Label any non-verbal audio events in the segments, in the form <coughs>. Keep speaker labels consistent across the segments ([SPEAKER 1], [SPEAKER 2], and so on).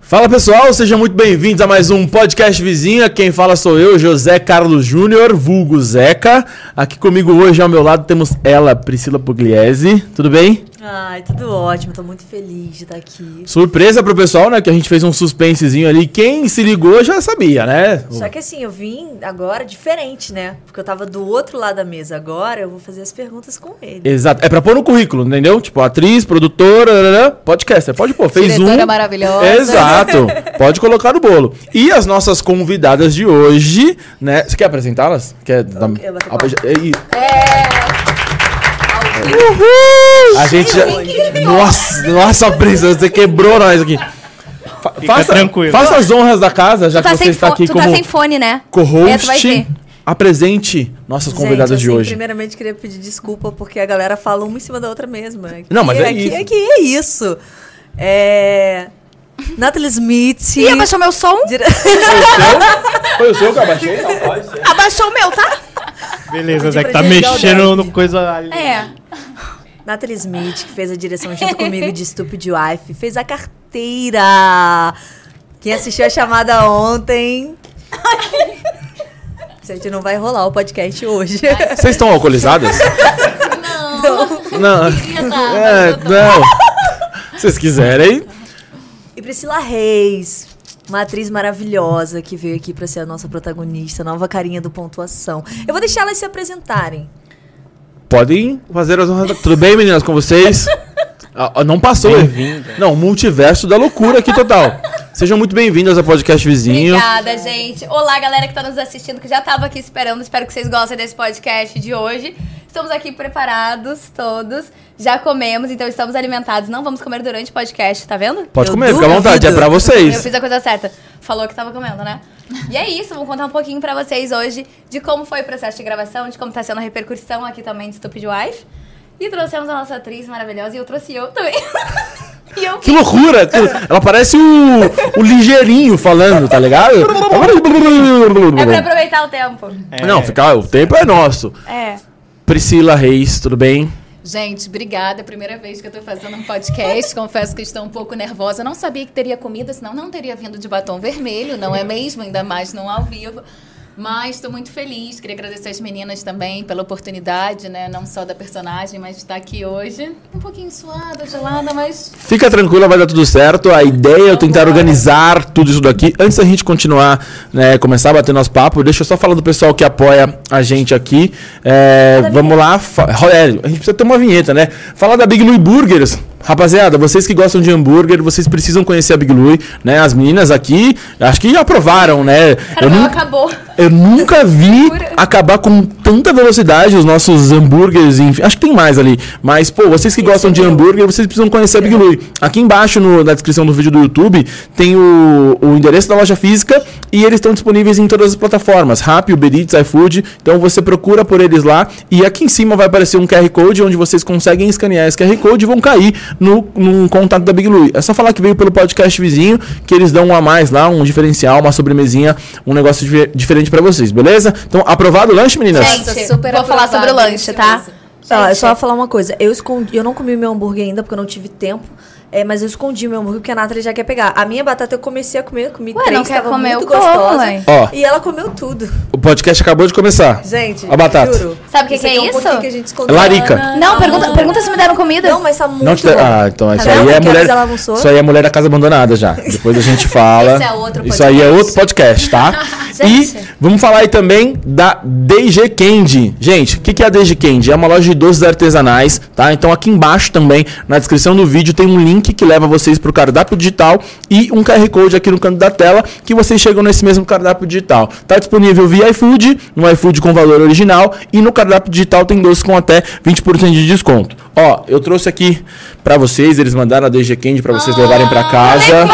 [SPEAKER 1] Fala pessoal, sejam muito bem-vindos a mais um podcast Vizinha. Quem fala sou eu, José Carlos Júnior, vulgo Zeca. Aqui comigo hoje ao meu lado temos ela, Priscila Pugliese. Tudo bem?
[SPEAKER 2] Ai, tudo ótimo, tô muito feliz de estar aqui.
[SPEAKER 1] Surpresa pro pessoal, né? Que a gente fez um suspensezinho ali. Quem se ligou já sabia, né?
[SPEAKER 2] Só que assim, eu vim agora diferente, né? Porque eu tava do outro lado da mesa. Agora eu vou fazer as perguntas com ele.
[SPEAKER 1] Exato. É pra pôr no currículo, entendeu? Tipo, atriz, produtora, rarará, podcaster. Pode pôr, fez
[SPEAKER 3] Diretora
[SPEAKER 1] um.
[SPEAKER 3] maravilhosa. <laughs>
[SPEAKER 1] Exato. Pode colocar no bolo. E as nossas convidadas de hoje, né? Você quer apresentá-las? Quer dar...
[SPEAKER 2] eu bato
[SPEAKER 1] Ah, pode- Ei,
[SPEAKER 3] É.
[SPEAKER 1] A gente já... Nossa, nossa, Brisa, você quebrou nós aqui. Fa- faça,
[SPEAKER 4] tranquilo.
[SPEAKER 1] faça as honras da casa, já
[SPEAKER 3] Tu tá,
[SPEAKER 1] que você
[SPEAKER 3] sem
[SPEAKER 1] está
[SPEAKER 3] fo-
[SPEAKER 1] aqui
[SPEAKER 3] tu tá
[SPEAKER 1] como
[SPEAKER 3] sem fone, né? É, tu vai
[SPEAKER 1] co-host.
[SPEAKER 3] ver.
[SPEAKER 1] Apresente nossas convidadas
[SPEAKER 2] Gente,
[SPEAKER 1] de
[SPEAKER 2] assim,
[SPEAKER 1] hoje.
[SPEAKER 2] Primeiramente, queria pedir desculpa porque a galera fala uma em cima da outra mesma.
[SPEAKER 1] Não, mas é
[SPEAKER 2] aqui,
[SPEAKER 1] isso.
[SPEAKER 2] Aqui é isso. É. Natalie Smith.
[SPEAKER 3] Ih, abaixou meu som?
[SPEAKER 2] dire-
[SPEAKER 1] Foi o seu que eu abaixei?
[SPEAKER 3] <laughs> Abaixou o meu, tá?
[SPEAKER 4] Beleza,
[SPEAKER 2] Pedi
[SPEAKER 4] Zé, que
[SPEAKER 2] pra
[SPEAKER 4] tá
[SPEAKER 2] gente dar
[SPEAKER 4] mexendo no coisa ali.
[SPEAKER 3] É.
[SPEAKER 2] Natalie Smith, que fez a direção junto comigo de Stupid Wife, fez a carteira. Quem assistiu a chamada ontem. Gente, não vai rolar o podcast hoje. <laughs>
[SPEAKER 1] Vocês estão alcoolizadas?
[SPEAKER 2] Então,
[SPEAKER 1] Não. Não. É, não. Se vocês quiserem.
[SPEAKER 2] E Priscila Reis, uma atriz maravilhosa que veio aqui pra ser a nossa protagonista, a nova carinha do Pontuação. Eu vou deixar elas se apresentarem.
[SPEAKER 1] Podem fazer as honras. da- Tudo bem, meninas, com vocês? Ah, ah, não passou. Não, multiverso da loucura aqui total. Sejam muito bem-vindas ao podcast vizinho.
[SPEAKER 3] Obrigada, gente. Olá, galera que tá nos assistindo, que já tava aqui esperando. Espero que vocês gostem desse podcast de hoje. Estamos aqui preparados todos. Já comemos, então estamos alimentados. Não vamos comer durante o podcast, tá vendo?
[SPEAKER 1] Pode
[SPEAKER 2] Eu
[SPEAKER 1] comer, fica à
[SPEAKER 2] duvido.
[SPEAKER 1] vontade, é pra
[SPEAKER 3] Eu
[SPEAKER 1] vocês.
[SPEAKER 3] fiz a coisa certa. Falou que tava comendo, né? E é isso, vou contar um pouquinho pra vocês hoje de como foi o processo de gravação, de como tá sendo a repercussão aqui também de Stupid Wife. E trouxemos a nossa atriz maravilhosa e eu trouxe eu também. <laughs> e eu
[SPEAKER 1] Que loucura! tu- Ela parece o, o ligeirinho falando, tá ligado?
[SPEAKER 3] É pra aproveitar o tempo.
[SPEAKER 4] É.
[SPEAKER 1] Não, fica, o tempo é nosso.
[SPEAKER 3] É.
[SPEAKER 1] Priscila Reis, tudo bem?
[SPEAKER 5] Gente, obrigada. É a Primeira vez que eu tô fazendo um <laughs> podcast. Confesso que estou um pouco nervosa. Não sabia que teria comida, senão não teria vindo de batom vermelho, não é mesmo? Ainda mais não ao vivo. Mas estou muito feliz. Queria agradecer as meninas também pela oportunidade, né? Não só da personagem, mas de estar aqui hoje. Um pouquinho suada, gelada, mas
[SPEAKER 1] Fica tranquila, vai dar tudo certo. A ideia é eu tentar organizar tudo isso daqui. Antes da gente continuar, né, começar a bater nosso papo, deixa eu só falar do pessoal que apoia a gente aqui. É, vamos lá. fa- Rogério, a gente precisa ter uma vinheta, né? Falar da Big Louie Burgers. Rapaziada, vocês que gostam de hambúrguer, vocês precisam conhecer a Big Louie, né? As meninas aqui, acho que já provaram, né?
[SPEAKER 3] Cara, não Então, acabou.
[SPEAKER 1] Eu nunca vi acabar com tanta velocidade os nossos hambúrgueres, enfim. Acho que tem mais ali. Mas, pô, vocês que gostam de hambúrguer, vocês precisam conhecer a Big Louie. Aqui embaixo no- na descrição do vídeo do YouTube tem o, o endereço da loja física e eles estão disponíveis em todas as plataformas: Rappi, Uber Eats, iFood. Então você procura por eles lá e aqui em cima vai aparecer um QR Code onde vocês conseguem escanear esse QR Code e vão cair no, num contato da Big Louie. É só falar que veio pelo podcast vizinho que eles dão um a mais lá, um diferencial, uma sobremesinha, um negócio dife- diferente pra vocês, beleza? Então, aprovado o lanche, meninas?
[SPEAKER 5] Nossa,
[SPEAKER 3] Gente,
[SPEAKER 5] Tá super
[SPEAKER 3] vou falar sobre o
[SPEAKER 5] aprovado,
[SPEAKER 3] lanche, tá?
[SPEAKER 5] delicioso.
[SPEAKER 2] Ó, é só falar uma coisa. Eu escondi, eu não comi meu hambúrguer ainda porque eu não tive tempo. É, mas eu escondi meu hambúrguer porque a Nathalie já quer pegar. A minha batata eu comecei a comer, eu comi
[SPEAKER 3] Ué,
[SPEAKER 2] três,
[SPEAKER 3] não quer
[SPEAKER 2] tava
[SPEAKER 3] comer,
[SPEAKER 2] muito
[SPEAKER 3] eu como,
[SPEAKER 2] gostosa.
[SPEAKER 3] ué.
[SPEAKER 1] Ó.
[SPEAKER 2] E ela comeu tudo.
[SPEAKER 1] O podcast acabou de começar.
[SPEAKER 2] Gente,
[SPEAKER 1] A batata.
[SPEAKER 2] juro.
[SPEAKER 3] Sabe o que que
[SPEAKER 2] aqui
[SPEAKER 3] é
[SPEAKER 2] um
[SPEAKER 3] isso?
[SPEAKER 2] pouquinho que a gente escondeu.
[SPEAKER 1] Larica.
[SPEAKER 3] Não, pergunta, pergunta se me deram comida.
[SPEAKER 2] Não, mas tá muito
[SPEAKER 1] Não te...
[SPEAKER 2] bom.
[SPEAKER 1] Ah, então
[SPEAKER 2] Tá
[SPEAKER 1] isso aí
[SPEAKER 2] vendo?
[SPEAKER 1] é
[SPEAKER 2] Que
[SPEAKER 1] mulher.
[SPEAKER 2] horas ela almoçou?
[SPEAKER 1] Isso aí é mulher da casa abandonada já. Depois a gente fala.
[SPEAKER 5] Isso é outro
[SPEAKER 1] Isso aí é
[SPEAKER 5] podcast.
[SPEAKER 1] outro podcast, tá?
[SPEAKER 3] Gente.
[SPEAKER 1] E vamos falar aí também da DG Candy. Gente, o que, que é a DG Candy? É uma loja de doces artesanais, tá? Então aqui embaixo também, na descrição do vídeo, tem um link que leva vocês pro cardápio digital e um QR Code aqui no canto da tela que vocês chegam nesse mesmo cardápio digital. Tá disponível via iFood, no iFood com valor original e no cardápio digital tem doces com até 20% de desconto. Ó, eu trouxe aqui pra vocês, eles mandaram a DG Candy pra vocês levarem pra casa.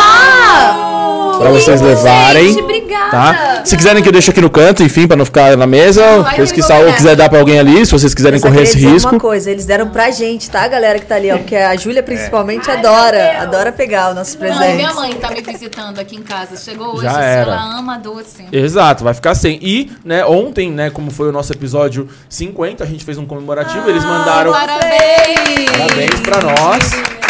[SPEAKER 1] Pra vocês levarem.
[SPEAKER 5] Gente, obrigada.
[SPEAKER 1] Tá? Se quiserem que eu deixe aqui no canto, enfim, pra não ficar na mesa.
[SPEAKER 5] vai né?
[SPEAKER 1] Vocês
[SPEAKER 5] me
[SPEAKER 1] que Saul
[SPEAKER 5] envolver.
[SPEAKER 1] quiser dar pra alguém ali, se vocês
[SPEAKER 2] Eu
[SPEAKER 1] quiserem
[SPEAKER 2] só
[SPEAKER 1] correr
[SPEAKER 2] queria
[SPEAKER 1] esse
[SPEAKER 2] dizer
[SPEAKER 1] risco.
[SPEAKER 2] uma coisa, eles deram pra gente, tá, galera que tá ali, ó. Porque a Júlia principalmente
[SPEAKER 1] É.
[SPEAKER 2] adora, adora pegar os nossos
[SPEAKER 5] Mãe, minha
[SPEAKER 2] presentes.
[SPEAKER 5] mãe tá me visitando aqui em casa. Chegou hoje,
[SPEAKER 1] Já
[SPEAKER 5] assim,
[SPEAKER 1] era.
[SPEAKER 5] ela ama doce.
[SPEAKER 1] Exato, vai ficar sem. E, né, ontem, né, como foi o nosso episódio
[SPEAKER 5] Ah,
[SPEAKER 1] 50, a gente fez um comemorativo, eles mandaram
[SPEAKER 5] Parabéns!
[SPEAKER 1] parabéns pra nós.
[SPEAKER 5] Que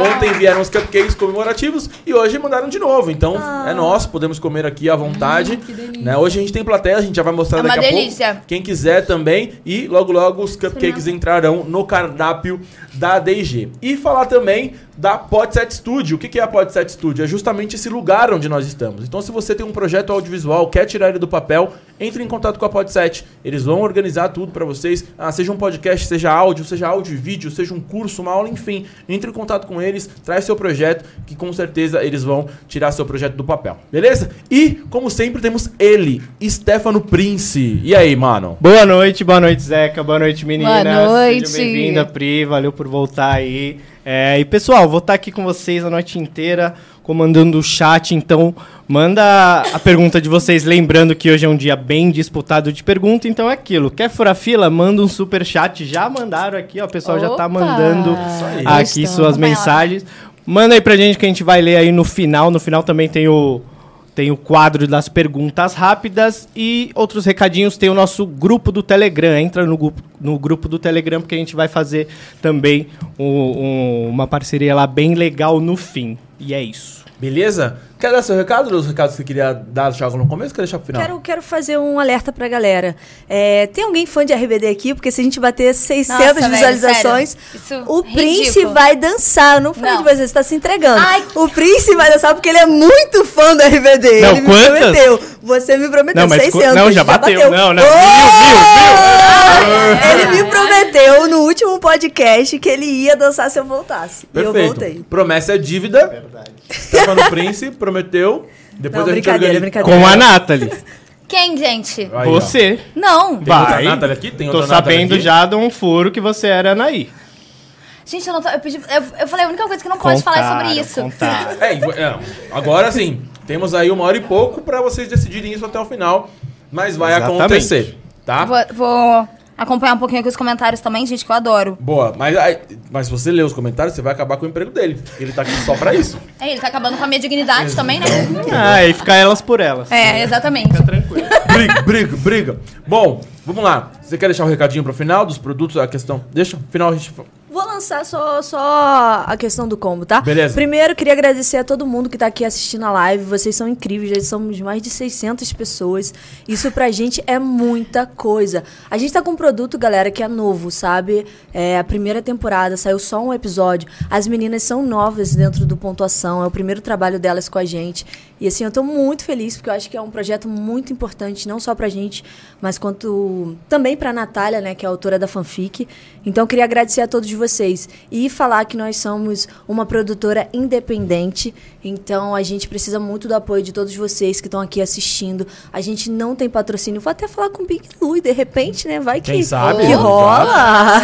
[SPEAKER 1] Ontem vieram os cupcakes comemorativos e hoje mandaram de novo. Então
[SPEAKER 3] Ah.
[SPEAKER 1] é nosso, podemos comer aqui à vontade. né? Hoje a gente tem plateia, a gente já vai mostrar
[SPEAKER 3] Hum, É uma
[SPEAKER 1] daqui a
[SPEAKER 3] delícia.
[SPEAKER 1] pouco. Quem quiser também. E logo logo os cupcakes entrarão no cardápio da DG. E falar também da Podset Studio. O que que é a Podset Studio? É justamente esse lugar onde nós estamos. Então se você tem um projeto audiovisual, quer tirar ele do papel, entre em contato com a Podset. Eles vão organizar tudo pra vocês. Ah, seja um podcast, seja áudio, seja áudio e vídeo, seja um curso, uma aula, enfim. Entre em contato com eles, traz seu projeto, que com certeza eles vão tirar seu projeto do papel. Beleza? E, como sempre, temos ele, Stefano Prince. E aí, mano?
[SPEAKER 4] Boa noite, boa noite, Zeca. Boa noite, meninas.
[SPEAKER 5] Boa noite.
[SPEAKER 4] Seja bem-vinda, Pri. Valeu por voltar aí. É, e, pessoal, vou estar aqui com vocês a noite inteira, comandando o chat. Então, manda a pergunta de vocês. Lembrando que hoje é um dia bem disputado de pergunta. Então, é aquilo. Quer furar fila? Manda um super chat. Já mandaram aqui, ó. O pessoal já tá
[SPEAKER 5] Opa!
[SPEAKER 4] mandando
[SPEAKER 1] aí.
[SPEAKER 4] aqui
[SPEAKER 5] Gostou.
[SPEAKER 4] suas mensagens. Manda aí pra gente que a gente vai ler aí no final. No final também tem o, tem o quadro das perguntas rápidas e outros recadinhos. Tem o nosso grupo do Telegram. Entra no, gu- no grupo do Telegram porque a gente vai fazer também um- um- uma parceria lá bem legal no fim. E é isso.
[SPEAKER 1] Beleza? Quer dar seu recado? Os recados que você queria dar, Thiago, no começo? Quer deixar pro final?
[SPEAKER 2] Quero, quero fazer um alerta pra galera. É, tem alguém fã de RBD aqui? Porque se a gente bater 600
[SPEAKER 3] Nossa, velho,
[SPEAKER 2] visualizações,
[SPEAKER 3] sério. Isso é
[SPEAKER 2] o
[SPEAKER 3] ridículo.
[SPEAKER 2] Prince vai dançar. Eu não falei
[SPEAKER 3] Não.
[SPEAKER 2] de você, você tá se entregando.
[SPEAKER 3] Ai,
[SPEAKER 2] O Prince vai dançar porque ele é muito fã do RBD.
[SPEAKER 4] Não,
[SPEAKER 2] ele me
[SPEAKER 4] quantas?
[SPEAKER 2] prometeu. Você me prometeu
[SPEAKER 4] Não, mas co-
[SPEAKER 2] 600.
[SPEAKER 4] não, já bateu. Não, não.
[SPEAKER 2] Oh! Ele
[SPEAKER 3] <laughs>
[SPEAKER 2] me prometeu no último podcast que ele ia dançar se eu voltasse. E eu voltei.
[SPEAKER 1] Promessa é dívida. Verdade. Stefano Prince
[SPEAKER 2] <laughs>
[SPEAKER 1] prometeu. Depois
[SPEAKER 2] Não,
[SPEAKER 1] a gente
[SPEAKER 2] brincadeira,
[SPEAKER 1] organiza-
[SPEAKER 2] brincadeira.
[SPEAKER 4] Com a Nathalie.
[SPEAKER 3] Quem, gente?
[SPEAKER 1] Aí, ó.
[SPEAKER 4] você.
[SPEAKER 1] Tem
[SPEAKER 3] Não.
[SPEAKER 1] outra
[SPEAKER 4] Vai.
[SPEAKER 1] Nathalie aqui? Tem
[SPEAKER 4] Tô
[SPEAKER 1] outra Nathalie
[SPEAKER 4] sabendo
[SPEAKER 1] aqui?
[SPEAKER 4] já de um furo que você era Anaí.
[SPEAKER 3] Gente, eu não tô. Eu, pedi- eu- eu falei, a única coisa que não pode falar é sobre isso.
[SPEAKER 4] Contaram.
[SPEAKER 1] É, e vo- é, agora sim, temos aí uma hora e pouco pra vocês decidirem isso até o final. Mas vai
[SPEAKER 4] Exatamente.
[SPEAKER 1] acontecer, tá?
[SPEAKER 3] Vou, vou acompanhar um pouquinho aqui os comentários também, gente, que eu adoro.
[SPEAKER 1] Boa, mas, aí- mas se você ler os comentários, você vai acabar com o emprego dele. Ele tá aqui só pra isso.
[SPEAKER 3] É, ele tá acabando com a minha dignidade também, né?
[SPEAKER 4] Ah, e ficar elas por elas.
[SPEAKER 3] É, exatamente.
[SPEAKER 4] Tranquilo.
[SPEAKER 1] Briga, briga, briga. Bom, vamos lá. Você quer deixar o recadinho pro final dos produtos? A questão. Deixa, final a gente. fa-
[SPEAKER 2] Vou lançar só, só a questão do combo, tá?
[SPEAKER 1] Beleza.
[SPEAKER 2] Primeiro, queria agradecer a todo mundo que tá aqui assistindo a live. Vocês são incríveis, já somos mais de 600 pessoas. Isso pra gente é muita coisa. A gente tá com um produto, galera, que é novo, sabe? É a primeira temporada, saiu só um episódio. As meninas são novas dentro do Pontuação, é o primeiro trabalho delas com a gente. E assim, eu tô muito feliz, porque eu acho que é um projeto muito importante, não só pra gente, mas quanto também pra Natália, né, que é autora da fanfic. Então, eu queria agradecer a todos vocês e falar que nós somos uma produtora independente. Então, a gente precisa muito do apoio de todos vocês que estão aqui assistindo. A gente não tem patrocínio. Vou até falar com o Big Lu e de repente, né, vai que,
[SPEAKER 1] Quem sabe?
[SPEAKER 2] que rola.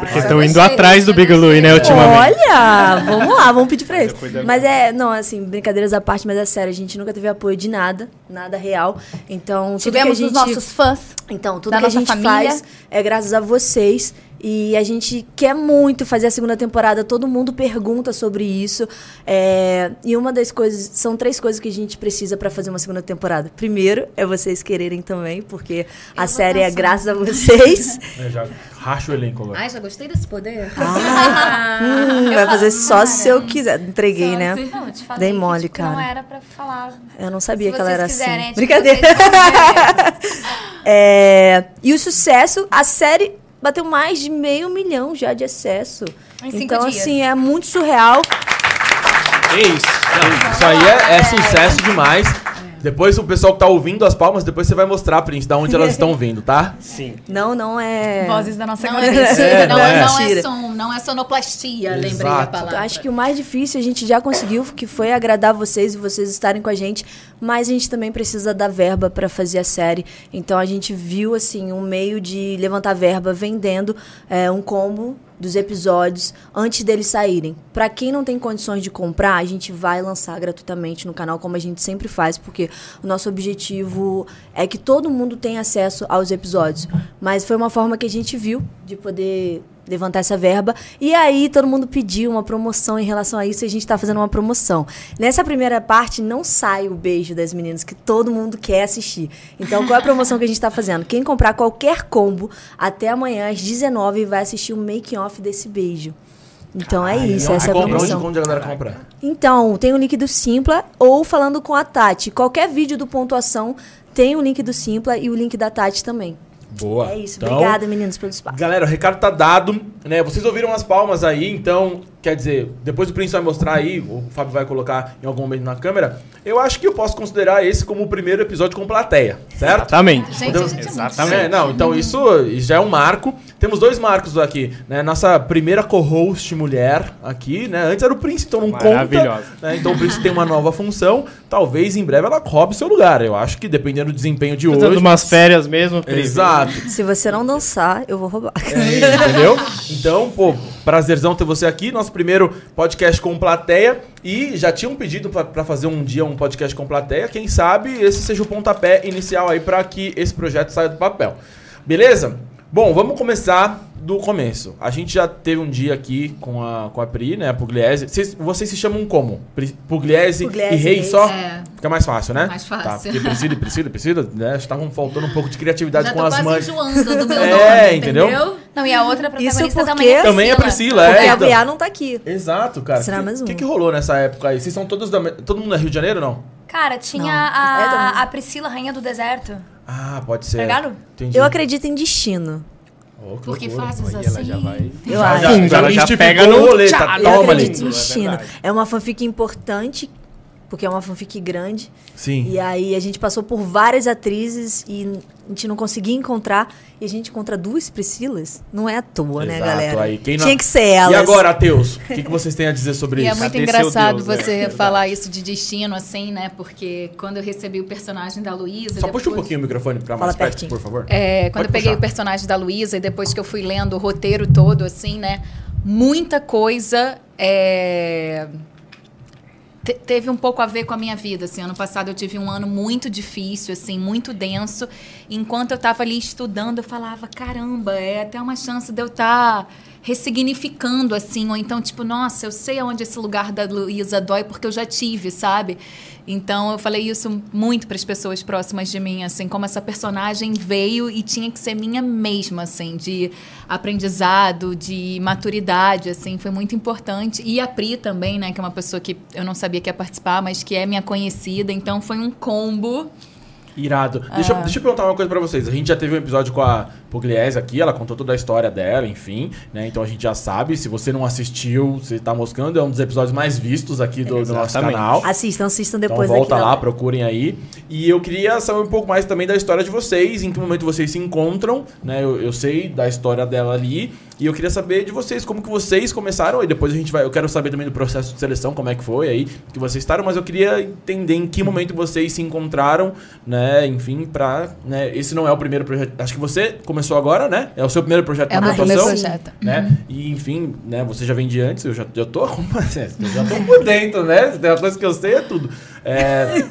[SPEAKER 4] Porque estão indo atrás do Biglui, né, ultimamente.
[SPEAKER 2] Olha, vamos lá, vamos pedir pra eles. Mas é, não, assim, brincadeiras à parte, mas é sério, a gente nunca teve apoio de nada, nada real. Então, tudo que a
[SPEAKER 3] Tivemos
[SPEAKER 2] gente...
[SPEAKER 3] os nossos fãs.
[SPEAKER 2] Então, tudo
[SPEAKER 3] da
[SPEAKER 2] que a
[SPEAKER 3] nossa
[SPEAKER 2] gente
[SPEAKER 3] família.
[SPEAKER 2] faz é graças a vocês. E a gente quer muito fazer a segunda temporada. Todo mundo pergunta sobre isso. É, E uma das coisas. São três coisas que a gente precisa pra fazer uma segunda temporada. Primeiro, é vocês quererem também, porque a série é graças a
[SPEAKER 3] um- <laughs>
[SPEAKER 2] vocês.
[SPEAKER 1] Eu É, já racho o elenco agora.
[SPEAKER 5] Ai, já gostei desse poder.
[SPEAKER 2] Hum, vai fazer só se eu quiser. Entreguei, né?
[SPEAKER 3] Não, eu te falei
[SPEAKER 2] Dei
[SPEAKER 3] que,
[SPEAKER 2] mole,
[SPEAKER 3] tipo, Não
[SPEAKER 2] cara.
[SPEAKER 3] era pra falar.
[SPEAKER 2] Eu não sabia
[SPEAKER 3] Se
[SPEAKER 2] que ela
[SPEAKER 3] vocês
[SPEAKER 2] era
[SPEAKER 3] quiserem,
[SPEAKER 2] assim.
[SPEAKER 3] é tipo
[SPEAKER 2] Brincadeira.
[SPEAKER 3] vocês quiserem.
[SPEAKER 2] <laughs> É, E o sucesso, a série bateu mais de meio milhão já de acesso.
[SPEAKER 3] Em cinco
[SPEAKER 2] então,
[SPEAKER 3] dias.
[SPEAKER 2] assim, é muito surreal.
[SPEAKER 1] É isso. Não, Isso aí é, é sucesso demais. Depois o pessoal que tá ouvindo as palmas, depois você vai mostrar, Prince, da onde elas estão vindo, tá?
[SPEAKER 4] Sim.
[SPEAKER 2] Não, não é.
[SPEAKER 3] Vozes da nossa
[SPEAKER 5] Não é
[SPEAKER 3] cabeça.
[SPEAKER 5] mentira,
[SPEAKER 1] É,
[SPEAKER 5] não,
[SPEAKER 1] né?
[SPEAKER 5] não é
[SPEAKER 2] Mentira.
[SPEAKER 5] som, não é sonoplastia, lembrei a
[SPEAKER 1] Exato.
[SPEAKER 5] palavra.
[SPEAKER 2] Eu Acho que o mais difícil a gente já conseguiu, que foi agradar vocês e vocês estarem com a gente, mas a gente também precisa da verba pra fazer a série. Então a gente viu assim um meio de levantar verba vendendo é, um combo dos episódios antes deles saírem. Pra quem não tem condições de comprar, a gente vai lançar gratuitamente no canal como a gente sempre faz, porque o nosso objetivo é que todo mundo tenha acesso aos episódios. Mas foi uma forma que a gente viu de poder levantar essa verba. E aí todo mundo pediu uma promoção em relação a isso e a gente tá fazendo uma promoção. Nessa primeira parte não sai o beijo das meninas que todo mundo quer assistir. Então qual é a promoção que a gente tá fazendo? Quem comprar qualquer combo até amanhã às 19 vai assistir o making off desse beijo. Então é isso, essa é a
[SPEAKER 1] Compra, onde,
[SPEAKER 2] promoção.
[SPEAKER 1] onde a galera compra?
[SPEAKER 2] Então, tem o link do Simpla ou falando com a Tati. Qualquer vídeo do pontuação tem o link do Simpla e o link da Tati também.
[SPEAKER 1] Boa.
[SPEAKER 2] É isso.
[SPEAKER 1] Então,
[SPEAKER 2] Obrigada, meninos, pelo espaço.
[SPEAKER 1] Galera, o recado tá dado, né? Vocês ouviram as palmas aí, então, quer dizer, depois o Prince vai mostrar aí, o Fábio vai colocar em algum momento na câmera. Eu acho que eu posso considerar esse como o primeiro episódio com plateia, certo?
[SPEAKER 4] Exatamente.
[SPEAKER 5] Gente, a gente é muito
[SPEAKER 4] Exatamente.
[SPEAKER 1] É, não, então isso, isso já é um marco. Temos dois marcos aqui, né? Nossa primeira co-host mulher aqui, né? Antes era o Prince, então não conta.
[SPEAKER 4] Maravilhosa.
[SPEAKER 1] né? Então o Prince tem uma nova função. Talvez em breve ela cobre seu lugar. Eu acho que dependendo do desempenho de
[SPEAKER 4] Precisando
[SPEAKER 1] hoje.
[SPEAKER 4] de umas férias mesmo.
[SPEAKER 1] Exato.
[SPEAKER 2] Se você não dançar, eu vou roubar.
[SPEAKER 1] É. <laughs> Entendeu? Então, pô, prazerzão ter você aqui. Nosso primeiro podcast com plateia. E já tinha um pedido pra- pra fazer um dia um podcast com plateia. Quem sabe esse seja o pontapé inicial aí pra que esse projeto saia do papel. Beleza? Bom, vamos começar do começo. A gente já teve um dia aqui com a, com a Pri, né? A Pugliese. Vocês, vocês se chamam como? Pri- Pugliese,
[SPEAKER 2] Pugliese
[SPEAKER 1] e
[SPEAKER 2] e
[SPEAKER 1] Rei
[SPEAKER 2] Reis.
[SPEAKER 1] só?
[SPEAKER 5] É.
[SPEAKER 1] Fica mais fácil, né?
[SPEAKER 5] Mais
[SPEAKER 1] Tá,
[SPEAKER 5] fácil.
[SPEAKER 1] porque Priscila, e Priscila, e Priscila, né? Estavam faltando um pouco de criatividade
[SPEAKER 5] Já
[SPEAKER 1] com
[SPEAKER 5] tô
[SPEAKER 1] as
[SPEAKER 5] quase
[SPEAKER 1] mães.
[SPEAKER 5] enjoando do meu nome,
[SPEAKER 1] <laughs> É,
[SPEAKER 5] entendeu?
[SPEAKER 1] entendeu?
[SPEAKER 3] <laughs> Não, e a outra protagonista
[SPEAKER 2] Isso porque-
[SPEAKER 3] também é
[SPEAKER 1] Também é Priscila,
[SPEAKER 2] <laughs> Porque
[SPEAKER 1] é.
[SPEAKER 2] a
[SPEAKER 1] então.
[SPEAKER 2] BA não tá aqui.
[SPEAKER 1] Exato, cara.
[SPEAKER 2] Será
[SPEAKER 1] que,
[SPEAKER 2] mais
[SPEAKER 1] O que,
[SPEAKER 2] um.
[SPEAKER 1] que rolou nessa época aí? Vocês são todos da. me- Todo mundo é Rio de Janeiro ou não?
[SPEAKER 3] Cara, tinha
[SPEAKER 2] Não. É
[SPEAKER 3] a,
[SPEAKER 2] também.
[SPEAKER 3] a Priscila, rainha do deserto.
[SPEAKER 1] Ah, pode ser.
[SPEAKER 3] Pegaram?
[SPEAKER 1] Entendi.
[SPEAKER 2] Eu acredito em destino.
[SPEAKER 1] Oh, que
[SPEAKER 5] Porque
[SPEAKER 1] loucura.
[SPEAKER 5] fazes
[SPEAKER 6] Aí ela
[SPEAKER 5] assim.
[SPEAKER 6] já vai.
[SPEAKER 2] Eu
[SPEAKER 1] Ah,
[SPEAKER 2] acho.
[SPEAKER 1] já,
[SPEAKER 4] Sim,
[SPEAKER 1] já,
[SPEAKER 4] ela já
[SPEAKER 1] mistificou
[SPEAKER 4] pega no-
[SPEAKER 1] o rolê, tá?
[SPEAKER 2] Eu
[SPEAKER 1] Toma ali.
[SPEAKER 2] acredito em destino. É uma fanfic importante, porque é uma fanfic grande.
[SPEAKER 1] Sim.
[SPEAKER 2] E aí a gente passou por várias atrizes e a gente não conseguia encontrar. E a gente encontra duas Priscilas. Não é à toa, né,
[SPEAKER 1] Exato,
[SPEAKER 2] galera?
[SPEAKER 1] aí, quem não-
[SPEAKER 2] Tinha que ser elas.
[SPEAKER 1] E agora, Ateus? O que, que vocês têm a dizer sobre
[SPEAKER 5] E é
[SPEAKER 1] isso?
[SPEAKER 5] muito
[SPEAKER 4] Cadê seu
[SPEAKER 5] engraçado
[SPEAKER 4] Deus, né?
[SPEAKER 5] você falar isso de destino, assim, né? Porque quando eu recebi o personagem da Luísa.
[SPEAKER 1] Só puxa um
[SPEAKER 5] depois-
[SPEAKER 1] pouquinho o microfone pra
[SPEAKER 2] Fala
[SPEAKER 1] mais perto,
[SPEAKER 2] pertinho.
[SPEAKER 1] por favor.
[SPEAKER 5] É, quando
[SPEAKER 1] Pode
[SPEAKER 5] eu peguei
[SPEAKER 1] puxar.
[SPEAKER 5] o personagem da Luísa e depois que eu fui lendo o roteiro todo, assim, né? Muita coisa é, te- teve um pouco a ver com a minha vida, assim. Ano passado eu tive um ano muito difícil, assim, muito denso. Enquanto eu estava ali estudando, eu falava, caramba, é até uma chance de eu estar ressignificando, assim. Ou então, tipo, nossa, eu sei aonde esse lugar da Luísa dói, porque eu já tive, sabe? Então, eu falei isso muito para as pessoas próximas de mim, assim. Como essa personagem veio e tinha que ser minha mesma, assim. De aprendizado, de maturidade, assim. Foi muito importante. E a Pri também, né? Que é uma pessoa que eu não sabia que ia participar, mas que é minha conhecida. Então, foi um combo.
[SPEAKER 1] Irado. Deixa, eu- deixa eu perguntar uma coisa pra vocês. A gente já teve um episódio com a Pugliese aqui, ela contou toda a história dela, enfim, né? Então a gente já sabe. Se você não assistiu, você tá moscando, é um dos episódios mais vistos aqui do, do nosso
[SPEAKER 4] Exatamente.
[SPEAKER 1] canal.
[SPEAKER 2] Assistam, assistam depois
[SPEAKER 1] então volta
[SPEAKER 2] daqui.
[SPEAKER 1] lá,
[SPEAKER 2] não.
[SPEAKER 1] procurem aí. E eu queria saber um pouco mais também da história de vocês, em que momento vocês se encontram, né? Eu, eu sei da história dela ali. E eu queria saber de vocês, como que vocês começaram, e depois a gente vai. Eu quero saber também do processo de seleção, como é que foi aí, que vocês estaram, mas eu queria entender em
[SPEAKER 2] Uhum.
[SPEAKER 1] que momento vocês se encontraram, né? Enfim, pra. Né, esse não é o primeiro projeto. Acho que você começou agora, né? É o seu primeiro projeto
[SPEAKER 5] É o
[SPEAKER 1] na
[SPEAKER 5] meu primeiro
[SPEAKER 1] pontuação
[SPEAKER 5] projeto.
[SPEAKER 1] né?
[SPEAKER 3] Uhum.
[SPEAKER 1] E enfim, né? Você já vem de antes, eu já, já tô <laughs> é, eu já tô por dentro, né? Se Tem uma coisa que eu sei é tudo.
[SPEAKER 3] <laughs>
[SPEAKER 1] É,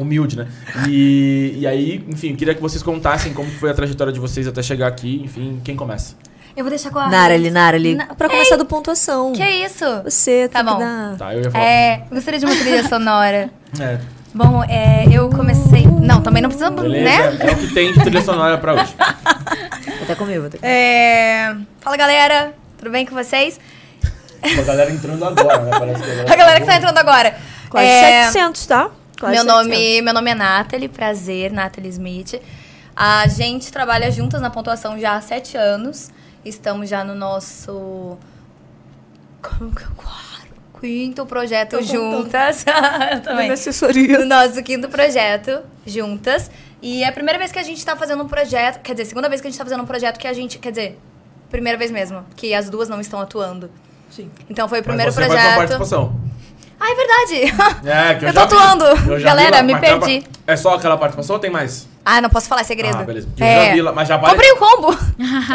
[SPEAKER 1] humilde, né? E, e aí, enfim, eu queria que vocês contassem como foi a trajetória de vocês até chegar aqui, enfim, quem começa?
[SPEAKER 3] Eu vou deixar com a.
[SPEAKER 2] Narali, Narali.
[SPEAKER 3] Na- É,
[SPEAKER 2] Pra começar do pontuação.
[SPEAKER 3] Que é isso?
[SPEAKER 2] Você
[SPEAKER 3] Tá
[SPEAKER 2] tem
[SPEAKER 3] bom.
[SPEAKER 2] que dar...
[SPEAKER 1] Tá, eu ia falar.
[SPEAKER 3] É, Né? gostaria de uma
[SPEAKER 2] <laughs>
[SPEAKER 3] trilha sonora.
[SPEAKER 1] É,
[SPEAKER 3] Bom, é, eu comecei. Não, também não precisa, né?
[SPEAKER 1] beleza? É o que tem de trilha sonora pra hoje. Tá.
[SPEAKER 2] Até comigo. Até comigo.
[SPEAKER 3] É, Fala galera, tudo bem com vocês?
[SPEAKER 1] A galera entrando agora, né? Parece que
[SPEAKER 3] A galera que tá entrando agora.
[SPEAKER 2] Quase
[SPEAKER 3] É,
[SPEAKER 2] 700, tá? Quase
[SPEAKER 3] meu,
[SPEAKER 2] 700.
[SPEAKER 3] nome, meu nome é Nathalie, prazer, Nathalie Smith. A gente trabalha juntas na pontuação já há sete anos. Estamos já no nosso. Como que eu guardo? Quinto projeto juntas. <laughs> Eu também.
[SPEAKER 2] assessoria.
[SPEAKER 3] No nosso quinto projeto, juntas. E é a primeira vez que a gente tá fazendo um projeto. Quer dizer, segunda vez que a gente tá fazendo um projeto que a gente. Quer dizer, primeira vez mesmo, que as duas não estão atuando. Sim. Então foi o primeiro
[SPEAKER 1] Mas você vai ter uma
[SPEAKER 3] projeto.
[SPEAKER 1] participação.
[SPEAKER 3] Ah, é verdade! <laughs>
[SPEAKER 1] É, que eu,
[SPEAKER 3] Eu tô
[SPEAKER 1] já vi.
[SPEAKER 3] atuando.
[SPEAKER 1] Eu já vi
[SPEAKER 3] Galera,
[SPEAKER 1] lá,
[SPEAKER 3] me
[SPEAKER 1] mas tava-
[SPEAKER 3] perdi.
[SPEAKER 1] É só aquela participação ou tem mais?
[SPEAKER 3] ah, não posso falar, é segredo.
[SPEAKER 1] Ah, beleza. Porque eu
[SPEAKER 3] É.
[SPEAKER 1] já vi lá, mas já apare-
[SPEAKER 3] Comprei o combo!